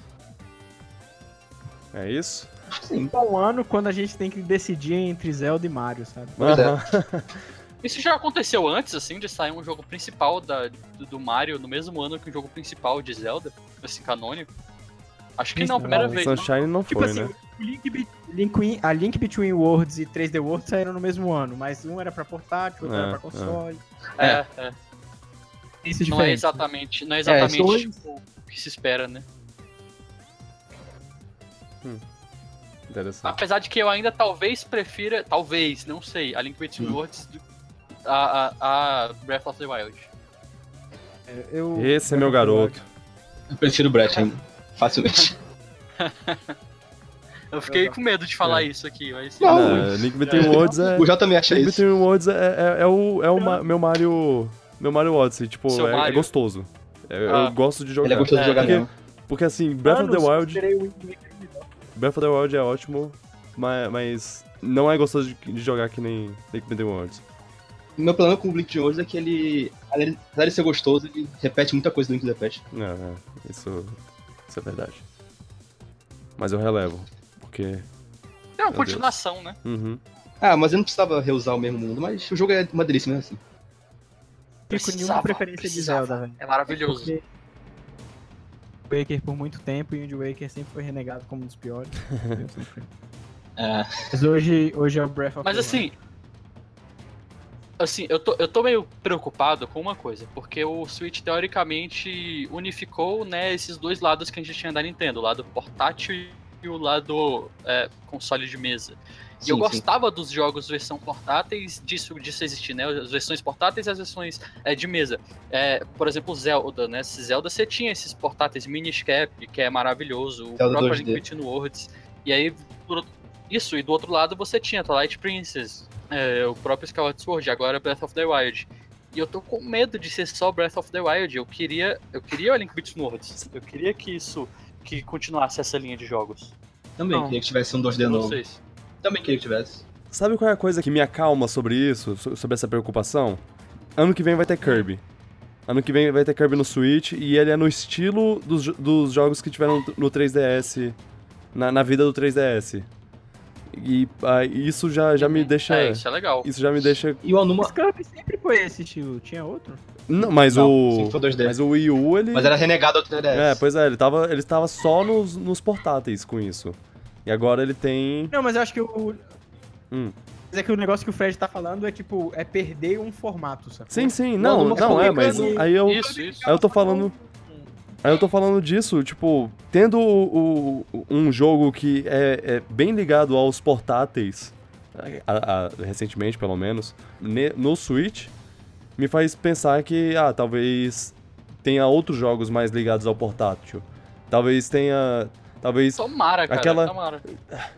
Speaker 1: é isso?
Speaker 4: Sim.
Speaker 3: Bom um ano quando a gente tem que decidir entre Zelda e Mario, sabe?
Speaker 4: Pois é.
Speaker 1: Aham.
Speaker 2: Isso já aconteceu antes, assim, de sair um jogo principal da, do, do Mario no mesmo ano que o jogo principal de Zelda, assim, canônico? Acho que não, a
Speaker 3: Não,
Speaker 2: primeira vez.
Speaker 1: Sunshine não
Speaker 3: Tipo
Speaker 1: foi,
Speaker 3: assim,
Speaker 1: né?
Speaker 3: o Link, Be- Link- a Link Between Worlds e 3D World saíram no mesmo ano, mas um era pra portátil, outro
Speaker 1: É,
Speaker 3: era pra
Speaker 1: é.
Speaker 3: console.
Speaker 2: É, é.
Speaker 3: isso
Speaker 2: Não é
Speaker 3: diferente.
Speaker 2: exatamente, não é
Speaker 4: são
Speaker 2: exatamente
Speaker 4: oito.
Speaker 2: tipo, o que se espera, né?
Speaker 1: Interessante.
Speaker 2: Apesar de que eu ainda talvez prefira, talvez, não sei, a Link Between Worlds do- a, a, a Breath of the Wild.
Speaker 3: né? Eu-
Speaker 1: Esse é meu
Speaker 3: tipo assim,
Speaker 1: garoto.
Speaker 4: Eu prefiro o Brett ainda. Facilmente.
Speaker 2: Eu fiquei com medo de falar isso aqui, mas é
Speaker 4: Não.
Speaker 1: Não, Link Between Worlds é.
Speaker 4: O J também acha
Speaker 1: Link
Speaker 4: isso.
Speaker 1: Between Worlds é, é, é o, é o ma- meu Mario. Meu Mario Odyssey. Tipo,
Speaker 2: Seu
Speaker 1: é, é
Speaker 2: Mario.
Speaker 1: gostoso. É,
Speaker 2: Ah.
Speaker 1: Eu gosto de jogar.
Speaker 4: Ele é gostoso de jogar
Speaker 2: É.
Speaker 4: mesmo.
Speaker 1: Porque assim, Breath of the
Speaker 3: Anos,
Speaker 1: Wild.
Speaker 3: esperei o Wind Waker.
Speaker 1: Breath of the Wild é ótimo, mas, mas não é gostoso de, de jogar que nem Link Between Worlds.
Speaker 4: Meu plano com o Blink de hoje é que ele, além- apesar de ser gostoso, ele repete muita coisa do Link to the Past.
Speaker 1: É, é, isso, isso é verdade. Mas eu relevo, porque.
Speaker 2: é uma
Speaker 1: Deus.
Speaker 2: continuação, né?
Speaker 1: Uhum.
Speaker 4: Ah, mas eu não precisava reusar o mesmo mundo, mas o jogo é uma delícia mesmo assim.
Speaker 3: Fico com
Speaker 2: Precisava,
Speaker 3: nenhuma preferência de
Speaker 2: precisava.
Speaker 3: Zelda, velho.
Speaker 2: É maravilhoso.
Speaker 3: Porque Wind Waker por muito tempo e o Wind Waker sempre foi renegado como um dos piores.
Speaker 4: Ah,
Speaker 3: Mas hoje, hoje é o Breath of
Speaker 2: Mas
Speaker 3: the Wild.
Speaker 2: assim. Assim, eu tô, eu tô meio preocupado com uma coisa, porque o Switch teoricamente unificou né, esses dois lados que a gente tinha da Nintendo, o lado portátil e o lado é, console de mesa. E
Speaker 4: sim,
Speaker 2: eu
Speaker 4: sim.
Speaker 2: gostava dos jogos versão portáteis, disso, disso existir, né? As versões portáteis e as versões é, de mesa. É, por exemplo, Zelda, né? Se Zelda você tinha esses portáteis miniscap, que é maravilhoso, o
Speaker 4: Zelda
Speaker 2: próprio
Speaker 4: 2D.
Speaker 2: Link Between Worlds. E aí, por- isso, e do outro lado você tinha Twilight Princess, é, o próprio Skyward Sword, agora Breath of the Wild. E eu tô com medo de ser só Breath of the Wild. Eu queria, eu queria o Link Between Worlds. Eu queria que isso, que continuasse essa linha de jogos.
Speaker 4: Também
Speaker 3: Não.
Speaker 4: queria que tivesse um 2D
Speaker 2: Não
Speaker 4: novo.
Speaker 2: sei se-
Speaker 4: Também queria que tivesse.
Speaker 1: Sabe qual é a coisa que me acalma sobre isso, so- sobre essa preocupação? Ano que vem vai ter Kirby. Ano que vem vai ter Kirby no Switch e ele é no estilo dos, jo- dos jogos que tiveram no 3DS, na, na vida do 3DS. E ah, isso já, já me deixa.
Speaker 2: É, isso é legal.
Speaker 1: Isso já me deixa.
Speaker 4: E o Anuma.
Speaker 3: Mas Kirby sempre foi esse estilo, tinha outro?
Speaker 1: Não, mas
Speaker 4: Não,
Speaker 1: o.
Speaker 4: sempre foi 2D.
Speaker 1: Mas o Wii U, ele.
Speaker 4: Mas era renegado ao 3DS.
Speaker 1: É, pois é, ele tava, ele tava só nos, nos portáteis com isso. E agora ele tem.
Speaker 3: Não, mas eu acho que o.
Speaker 1: Hum.
Speaker 3: Mas é que o negócio que o Fred tá falando é tipo, é perder um formato, sabe?
Speaker 1: Sim, sim, não,
Speaker 4: Não,
Speaker 1: não,
Speaker 4: não
Speaker 1: é,
Speaker 4: foi,
Speaker 1: mas
Speaker 3: cara.
Speaker 1: aí eu.
Speaker 2: Isso, isso.
Speaker 1: Aí eu tô falando. Aí eu tô falando disso, tipo, tendo o, o- um jogo que é, é bem ligado aos portáteis, a- a- recentemente pelo menos, ne- no Switch, me faz pensar que, ah, talvez tenha outros jogos mais ligados ao portátil. Talvez tenha. Talvez
Speaker 2: Tomara, cara.
Speaker 1: Aquela-
Speaker 2: Tomara.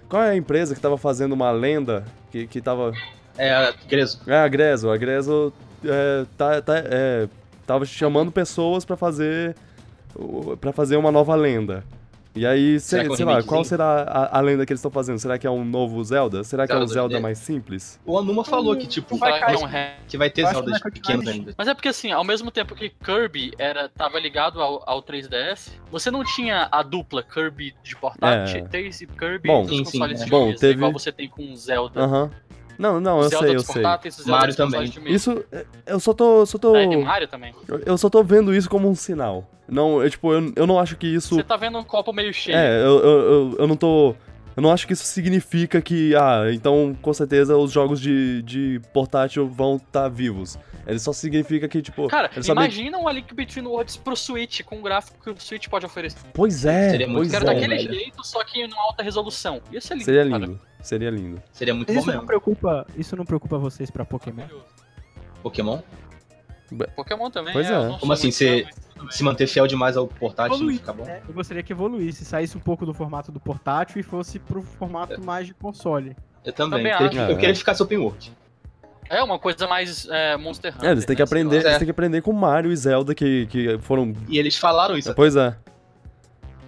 Speaker 1: Qual é a empresa que tava fazendo uma lenda? Que, que tava.
Speaker 4: É, Grezo.
Speaker 1: É, a Grezo. A Grezo é, tá, tá, é, tava chamando pessoas pra fazer. para fazer uma nova lenda. E aí, se-
Speaker 4: Será que é um
Speaker 1: sei lá,
Speaker 4: remakezinho?
Speaker 1: qual será a, a lenda que eles estão fazendo? Será que é um novo Zelda? Será que é um
Speaker 4: Zelda
Speaker 1: Zelda
Speaker 4: 2D?
Speaker 1: mais simples?
Speaker 4: O Anuma falou que, tipo,
Speaker 3: Hum, Vai
Speaker 2: Vai
Speaker 3: cair.
Speaker 2: dar um ré.
Speaker 4: que vai ter
Speaker 3: Eu acho que
Speaker 4: Zeldas
Speaker 3: vai continuar
Speaker 4: pequenos
Speaker 3: existindo.
Speaker 4: ainda.
Speaker 2: Mas é porque assim, ao mesmo tempo que Kirby era, tava ligado ao, ao 3DS, você não tinha a dupla Kirby de portátil,
Speaker 1: É.
Speaker 2: 3 e Kirby
Speaker 1: Bom,
Speaker 2: dos
Speaker 4: sim, sim,
Speaker 2: consoles
Speaker 4: é.
Speaker 2: de
Speaker 1: Bom,
Speaker 2: mesa,
Speaker 1: teve-
Speaker 2: igual você tem com Zelda.
Speaker 1: Aham. Não, não, eu
Speaker 2: Zelda
Speaker 1: sei, eu
Speaker 2: dos
Speaker 1: sei.
Speaker 2: portáteis, Zelda
Speaker 4: Mario
Speaker 2: dos consoles de mesa.
Speaker 1: Isso. é, Eu só tô. Só tô
Speaker 2: É, tem Mario também.
Speaker 1: eu- eu só tô vendo isso como um sinal. Não, eu, tipo, eu, eu não acho que isso.
Speaker 2: Você tá vendo um copo meio cheio.
Speaker 1: É, eu, eu, eu, eu não tô. Eu não acho que isso significa que, ah, então com certeza os jogos de, de portátil vão estar vivos. Ele só significa que, tipo.
Speaker 2: Cara,
Speaker 1: ele sabe-
Speaker 2: imagina um Link Between Worlds pro Switch, com o gráfico que o Switch pode oferecer.
Speaker 1: Pois é,
Speaker 4: Seria muito
Speaker 1: pois
Speaker 2: Cara,
Speaker 4: bom,
Speaker 1: é.
Speaker 2: daquele
Speaker 4: velho.
Speaker 2: jeito, só que em alta resolução. Isso é lindo,
Speaker 1: Seria
Speaker 2: cara.
Speaker 1: lindo. Seria lindo.
Speaker 4: Seria muito
Speaker 3: Mas
Speaker 4: bom
Speaker 3: isso não
Speaker 4: mesmo.
Speaker 3: preocupa, isso não preocupa vocês pra Pokémon?
Speaker 2: Maravilhoso.
Speaker 4: Pokémon.
Speaker 2: Pokémon também, um
Speaker 1: Pois
Speaker 2: eu
Speaker 1: é.
Speaker 2: não sou
Speaker 4: Como assim,
Speaker 2: muito fã,
Speaker 4: você-
Speaker 2: mas tudo bem.
Speaker 4: Se manter fiel demais ao portátil, não fica bom.
Speaker 3: né? Eu gostaria que evoluísse, saísse um pouco do formato do portátil e fosse pro
Speaker 2: É.
Speaker 3: formato mais de console.
Speaker 4: Eu também.
Speaker 2: Também
Speaker 4: eu, queria
Speaker 2: acho.
Speaker 4: que, eu queria que ficasse open world.
Speaker 2: É uma coisa mais é, Monster
Speaker 4: Ah,
Speaker 2: Hunter.
Speaker 1: É, eles têm que
Speaker 2: né, sei
Speaker 1: aprender.
Speaker 2: lá.
Speaker 1: Eles têm que aprender com Mario e Zelda, que, que foram.
Speaker 4: E eles falaram isso,
Speaker 1: Pois é.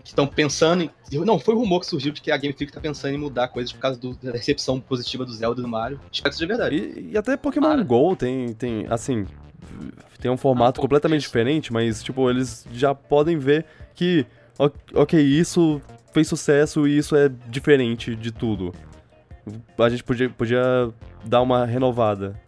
Speaker 4: que estão pensando em. Não, foi o rumor que surgiu de que a Game Freak tá pensando em mudar coisas por causa do- da recepção positiva do Zelda e do Mario. Espero que seja verdade.
Speaker 1: E, e até Pokémon
Speaker 2: Claro.
Speaker 1: GO tem, tem, assim, tem um formato
Speaker 2: Ah, pouco
Speaker 1: completamente
Speaker 2: disso.
Speaker 1: diferente, mas, tipo, eles já podem ver que, o- ok, isso fez sucesso e isso é diferente de tudo. A gente podia, podia dar uma renovada.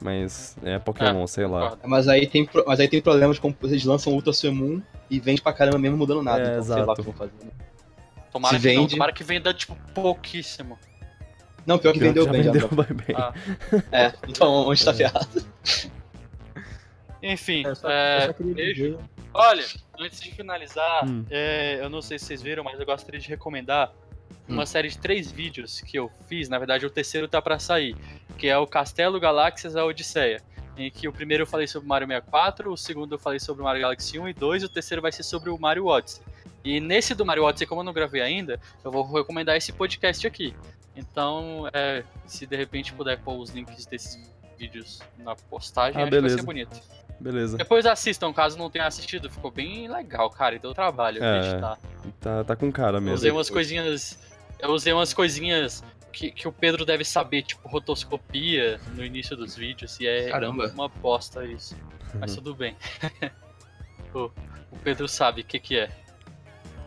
Speaker 1: Mas é Pokémon, sei lá.
Speaker 2: Ah, Concordo.
Speaker 4: Mas aí tem, pro- mas aí tem problemas como eles lançam Ultra Sun e Moon e vende pra caramba mesmo mudando nada.
Speaker 1: É,
Speaker 4: então sei lá
Speaker 1: exato.
Speaker 4: o que vão fazer. né?
Speaker 2: Tomara
Speaker 4: Se
Speaker 2: que não,
Speaker 4: vende.
Speaker 2: tomara que venda, tipo, pouquíssimo.
Speaker 4: Não, pior que vendeu tá.
Speaker 1: já tá.
Speaker 4: bem, já.
Speaker 1: vendeu bem.
Speaker 2: Ah.
Speaker 4: É, então onde tá ferrado?
Speaker 2: Enfim,
Speaker 4: Eu só-
Speaker 2: é,
Speaker 4: eu só queria
Speaker 2: beijo.
Speaker 4: dizer-
Speaker 2: Olha, antes de finalizar,
Speaker 1: Hum.
Speaker 2: é, eu não sei se vocês viram, mas eu gostaria de recomendar uma
Speaker 1: Hum.
Speaker 2: série de três vídeos que eu fiz. Na verdade, o terceiro tá pra sair, que é o Castelo Galáxias a Odisseia. Em que o primeiro eu falei sobre o Mario 64, o segundo eu falei sobre o Mario Galaxy 1 e 2, e o terceiro vai ser sobre o Mario Odyssey. E nesse do Mario Odyssey, como eu não gravei ainda, eu vou recomendar esse podcast aqui. Então, é, se de repente puder pôr os links desses vídeos na postagem,
Speaker 1: Ah,
Speaker 2: acho que vai
Speaker 1: beleza.
Speaker 2: ser bonito.
Speaker 1: Beleza.
Speaker 2: Depois assistam, caso não tenham assistido. Ficou bem legal, cara. E deu trabalho
Speaker 1: É,
Speaker 2: acreditar.
Speaker 1: Tá, tá com cara
Speaker 2: Eu
Speaker 1: mesmo.
Speaker 2: usei umas coisinhas. Eu usei umas coisinhas que, que o Pedro deve saber, tipo rotoscopia no início dos vídeos. E é
Speaker 4: Caramba.
Speaker 2: uma bosta isso. Mas tudo bem. o, o Pedro sabe o que, que é.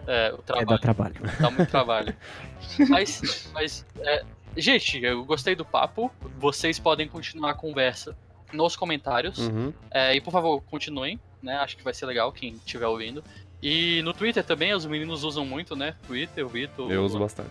Speaker 2: É, o
Speaker 3: É,
Speaker 2: trabalho.
Speaker 3: dá trabalho.
Speaker 2: Dá muito trabalho. mas, mas é, gente, eu gostei do papo. Vocês podem continuar a conversa nos comentários.
Speaker 1: Uhum.
Speaker 2: É, e por favor, continuem, né? Acho que vai ser legal quem estiver ouvindo. E no Twitter também, os meninos usam muito, né? Twitter, o Vitor
Speaker 1: Eu
Speaker 2: o-
Speaker 1: uso bastante.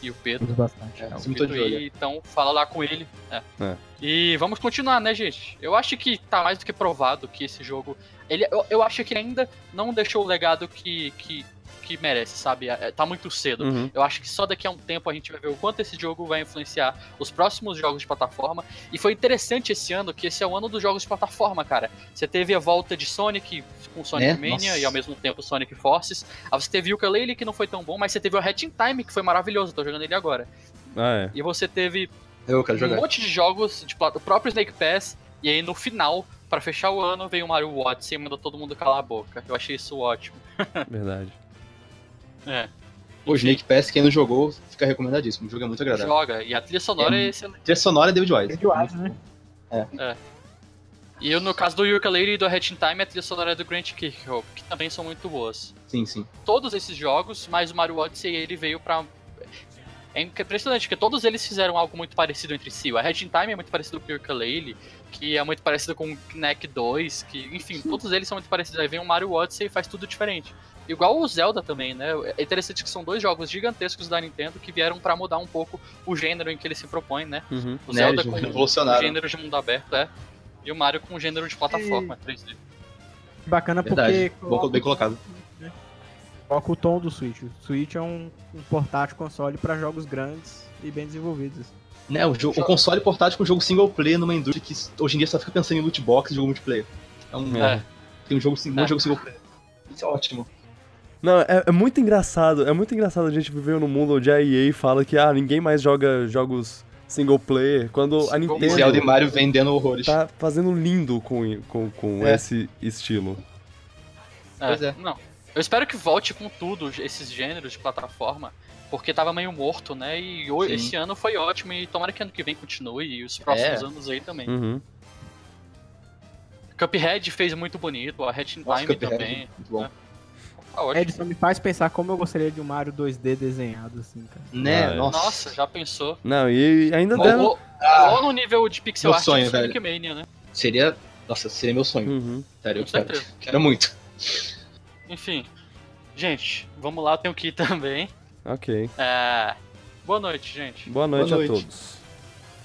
Speaker 2: e o Pedro.
Speaker 3: Uso bastante.
Speaker 2: É, o
Speaker 4: Sim, tô de
Speaker 2: Vitor,
Speaker 4: olho.
Speaker 2: e- então fala lá com ele. né?
Speaker 1: É.
Speaker 2: E vamos continuar, né, gente? Eu acho que tá mais do que provado que esse jogo. Ele, eu, eu acho que ele ainda não deixou o legado que, que, que merece, sabe? É, Tá muito cedo.
Speaker 1: Uhum.
Speaker 2: Eu acho que só daqui a um tempo a gente vai ver o quanto esse jogo vai influenciar os próximos jogos de plataforma. E foi interessante esse ano, que esse é o ano dos jogos de plataforma, cara. Você teve a volta de Sonic com Sonic
Speaker 4: É,
Speaker 2: Mania
Speaker 4: nossa.
Speaker 2: e ao mesmo tempo Sonic Forces. Aí você teve o Kalele que não foi tão bom, mas você teve o Hatch in Time, que foi maravilhoso, eu tô jogando ele agora.
Speaker 1: Ah, é.
Speaker 2: E você teve
Speaker 4: Eu quero
Speaker 2: um
Speaker 4: jogar.
Speaker 2: monte de jogos, tipo, o próprio Snake Pass, e aí no final, pra fechar o ano, veio o Mario Odyssey e mandou todo mundo calar a boca. Eu achei isso ótimo.
Speaker 1: Verdade.
Speaker 2: É,
Speaker 4: O Snake Pass, quem não jogou, fica recomendadíssimo. O jogo é muito agradável.
Speaker 2: joga. E a trilha sonora é,
Speaker 4: É.
Speaker 2: excelente.
Speaker 4: Trilha sonora é David Wise.
Speaker 3: David Wise, né?
Speaker 2: E eu, no caso do Yurka Lady e do Hatch in Time, a trilha sonora é do Grant Kirkhope, que também são muito boas.
Speaker 4: Sim, sim.
Speaker 2: Todos esses jogos, mas o Mario Odyssey ele veio pra. É impressionante, porque todos eles fizeram algo muito parecido entre si. O Hatch in Time é muito parecido com o Yurka Lady, que é muito parecido com o Kinect 2, que, enfim, todos eles são muito parecidos. Aí vem o Mario Odyssey e faz tudo diferente. Igual o Zelda também, né? É interessante que são dois jogos gigantescos da Nintendo que vieram pra mudar um pouco o gênero em que ele se propõe, né?
Speaker 1: Uhum.
Speaker 2: O
Speaker 4: Né,
Speaker 2: Zelda
Speaker 4: eles
Speaker 2: com
Speaker 4: revolucionaram.
Speaker 2: gênero de mundo aberto, é. E o Mario com gênero de
Speaker 4: É.
Speaker 2: plataforma, 3D.
Speaker 3: Bacana
Speaker 4: Verdade.
Speaker 3: porque
Speaker 4: Bom,
Speaker 3: coloca,
Speaker 4: bem colocado.
Speaker 3: coloca o tom do Switch. O Switch é um, um portátil console pra jogos grandes e bem desenvolvidos.
Speaker 4: Né, o, jogo- o console portátil com jogo single player numa indústria que hoje em dia só fica pensando em loot box e jogo multiplayer. É um,
Speaker 1: É.
Speaker 4: Tem um jogo, sing- um
Speaker 2: É.
Speaker 4: jogo single player. Isso é ótimo.
Speaker 1: Não, é, é muito engraçado. É muito engraçado a gente viver num mundo onde a EA fala que ah, ninguém mais joga jogos single player. Quando a
Speaker 2: Single
Speaker 4: E Zelda e
Speaker 1: Nintendo
Speaker 4: Mario vendendo horrores.
Speaker 1: tá fazendo lindo com, com, com
Speaker 4: É.
Speaker 1: esse estilo.
Speaker 4: Pois é.
Speaker 2: Não. Eu espero que volte com tudo esses gêneros de plataforma, porque tava meio morto, né? E ho-
Speaker 4: Sim.
Speaker 2: esse ano foi ótimo e tomara que ano que vem continue e os próximos
Speaker 4: É.
Speaker 2: anos aí também.
Speaker 1: Uhum.
Speaker 4: Hum.
Speaker 2: Cuphead fez muito bonito, a Hatch in
Speaker 4: Nossa,
Speaker 2: Time
Speaker 4: Cuphead,
Speaker 2: Tá também.
Speaker 4: Muito bom.
Speaker 2: É. Tá ótimo.
Speaker 3: Edson me faz pensar como eu gostaria de um Mario 2D desenhado, assim, cara.
Speaker 4: Né,
Speaker 1: Ah, é.
Speaker 4: nossa.
Speaker 2: Nossa, já pensou?
Speaker 1: Não, e ainda
Speaker 2: Ou,
Speaker 1: deve.
Speaker 2: ou-
Speaker 4: Ah,
Speaker 2: ou no nível de pixel
Speaker 4: Meu
Speaker 2: art
Speaker 4: sonho,
Speaker 2: do Sonic Mania, né?
Speaker 4: seria. Nossa, seria meu sonho.
Speaker 1: Uhum.
Speaker 4: Sério, eu
Speaker 2: Com
Speaker 4: quero,
Speaker 2: certeza.
Speaker 4: quero muito.
Speaker 2: Enfim. Gente, vamos lá, eu tenho que ir também.
Speaker 1: Ok.
Speaker 2: É... Boa noite, gente.
Speaker 1: Boa noite,
Speaker 4: Boa noite.
Speaker 1: a todos.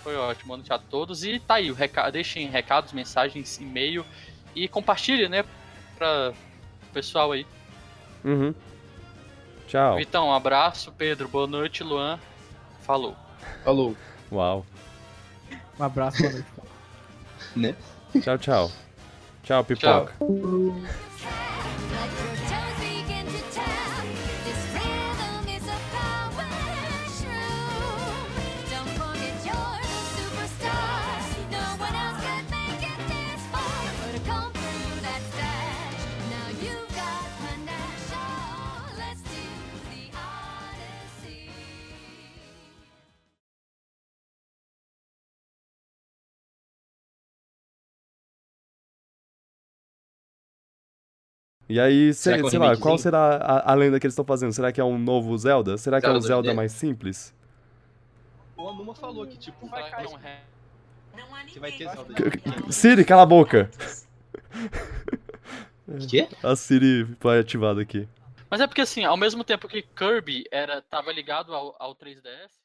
Speaker 2: Foi ótimo, boa noite a todos. E tá aí, o recado, deixem recados, mensagens, e-mail e compartilhe, né? Pra o pessoal aí.
Speaker 1: Uhum. Tchau.
Speaker 2: Vitão, um abraço. Pedro, boa noite. Luan, falou.
Speaker 4: Falou.
Speaker 1: Uau.
Speaker 3: Um abraço, boa noite.
Speaker 4: Né?
Speaker 1: Tchau, tchau. Tchau, pipoca.
Speaker 6: Let your toes begin to tap. This rhythm is a power mushroom. Don't forget you're the superstar. No one else could make it this far. Put a comb through that stash. Now you've got panache. Oh, let's do the Odyssey.
Speaker 1: E aí, se-
Speaker 4: Será que é um
Speaker 1: sei lá, qual
Speaker 4: remakezinho?
Speaker 1: será a, a lenda que eles estão fazendo? Será que é um novo Zelda? Será que é um
Speaker 4: Zelda,
Speaker 1: Zelda
Speaker 4: é.
Speaker 1: mais simples?
Speaker 4: O Anuma falou que, tipo,
Speaker 2: Vai cair um ré.
Speaker 4: que vai ter Zelda.
Speaker 1: Siri, cala a boca!
Speaker 4: Quê?
Speaker 1: A Siri foi ativada aqui.
Speaker 2: Mas é porque assim, ao mesmo tempo que Kirby era, tava ligado ao, ao 3DS.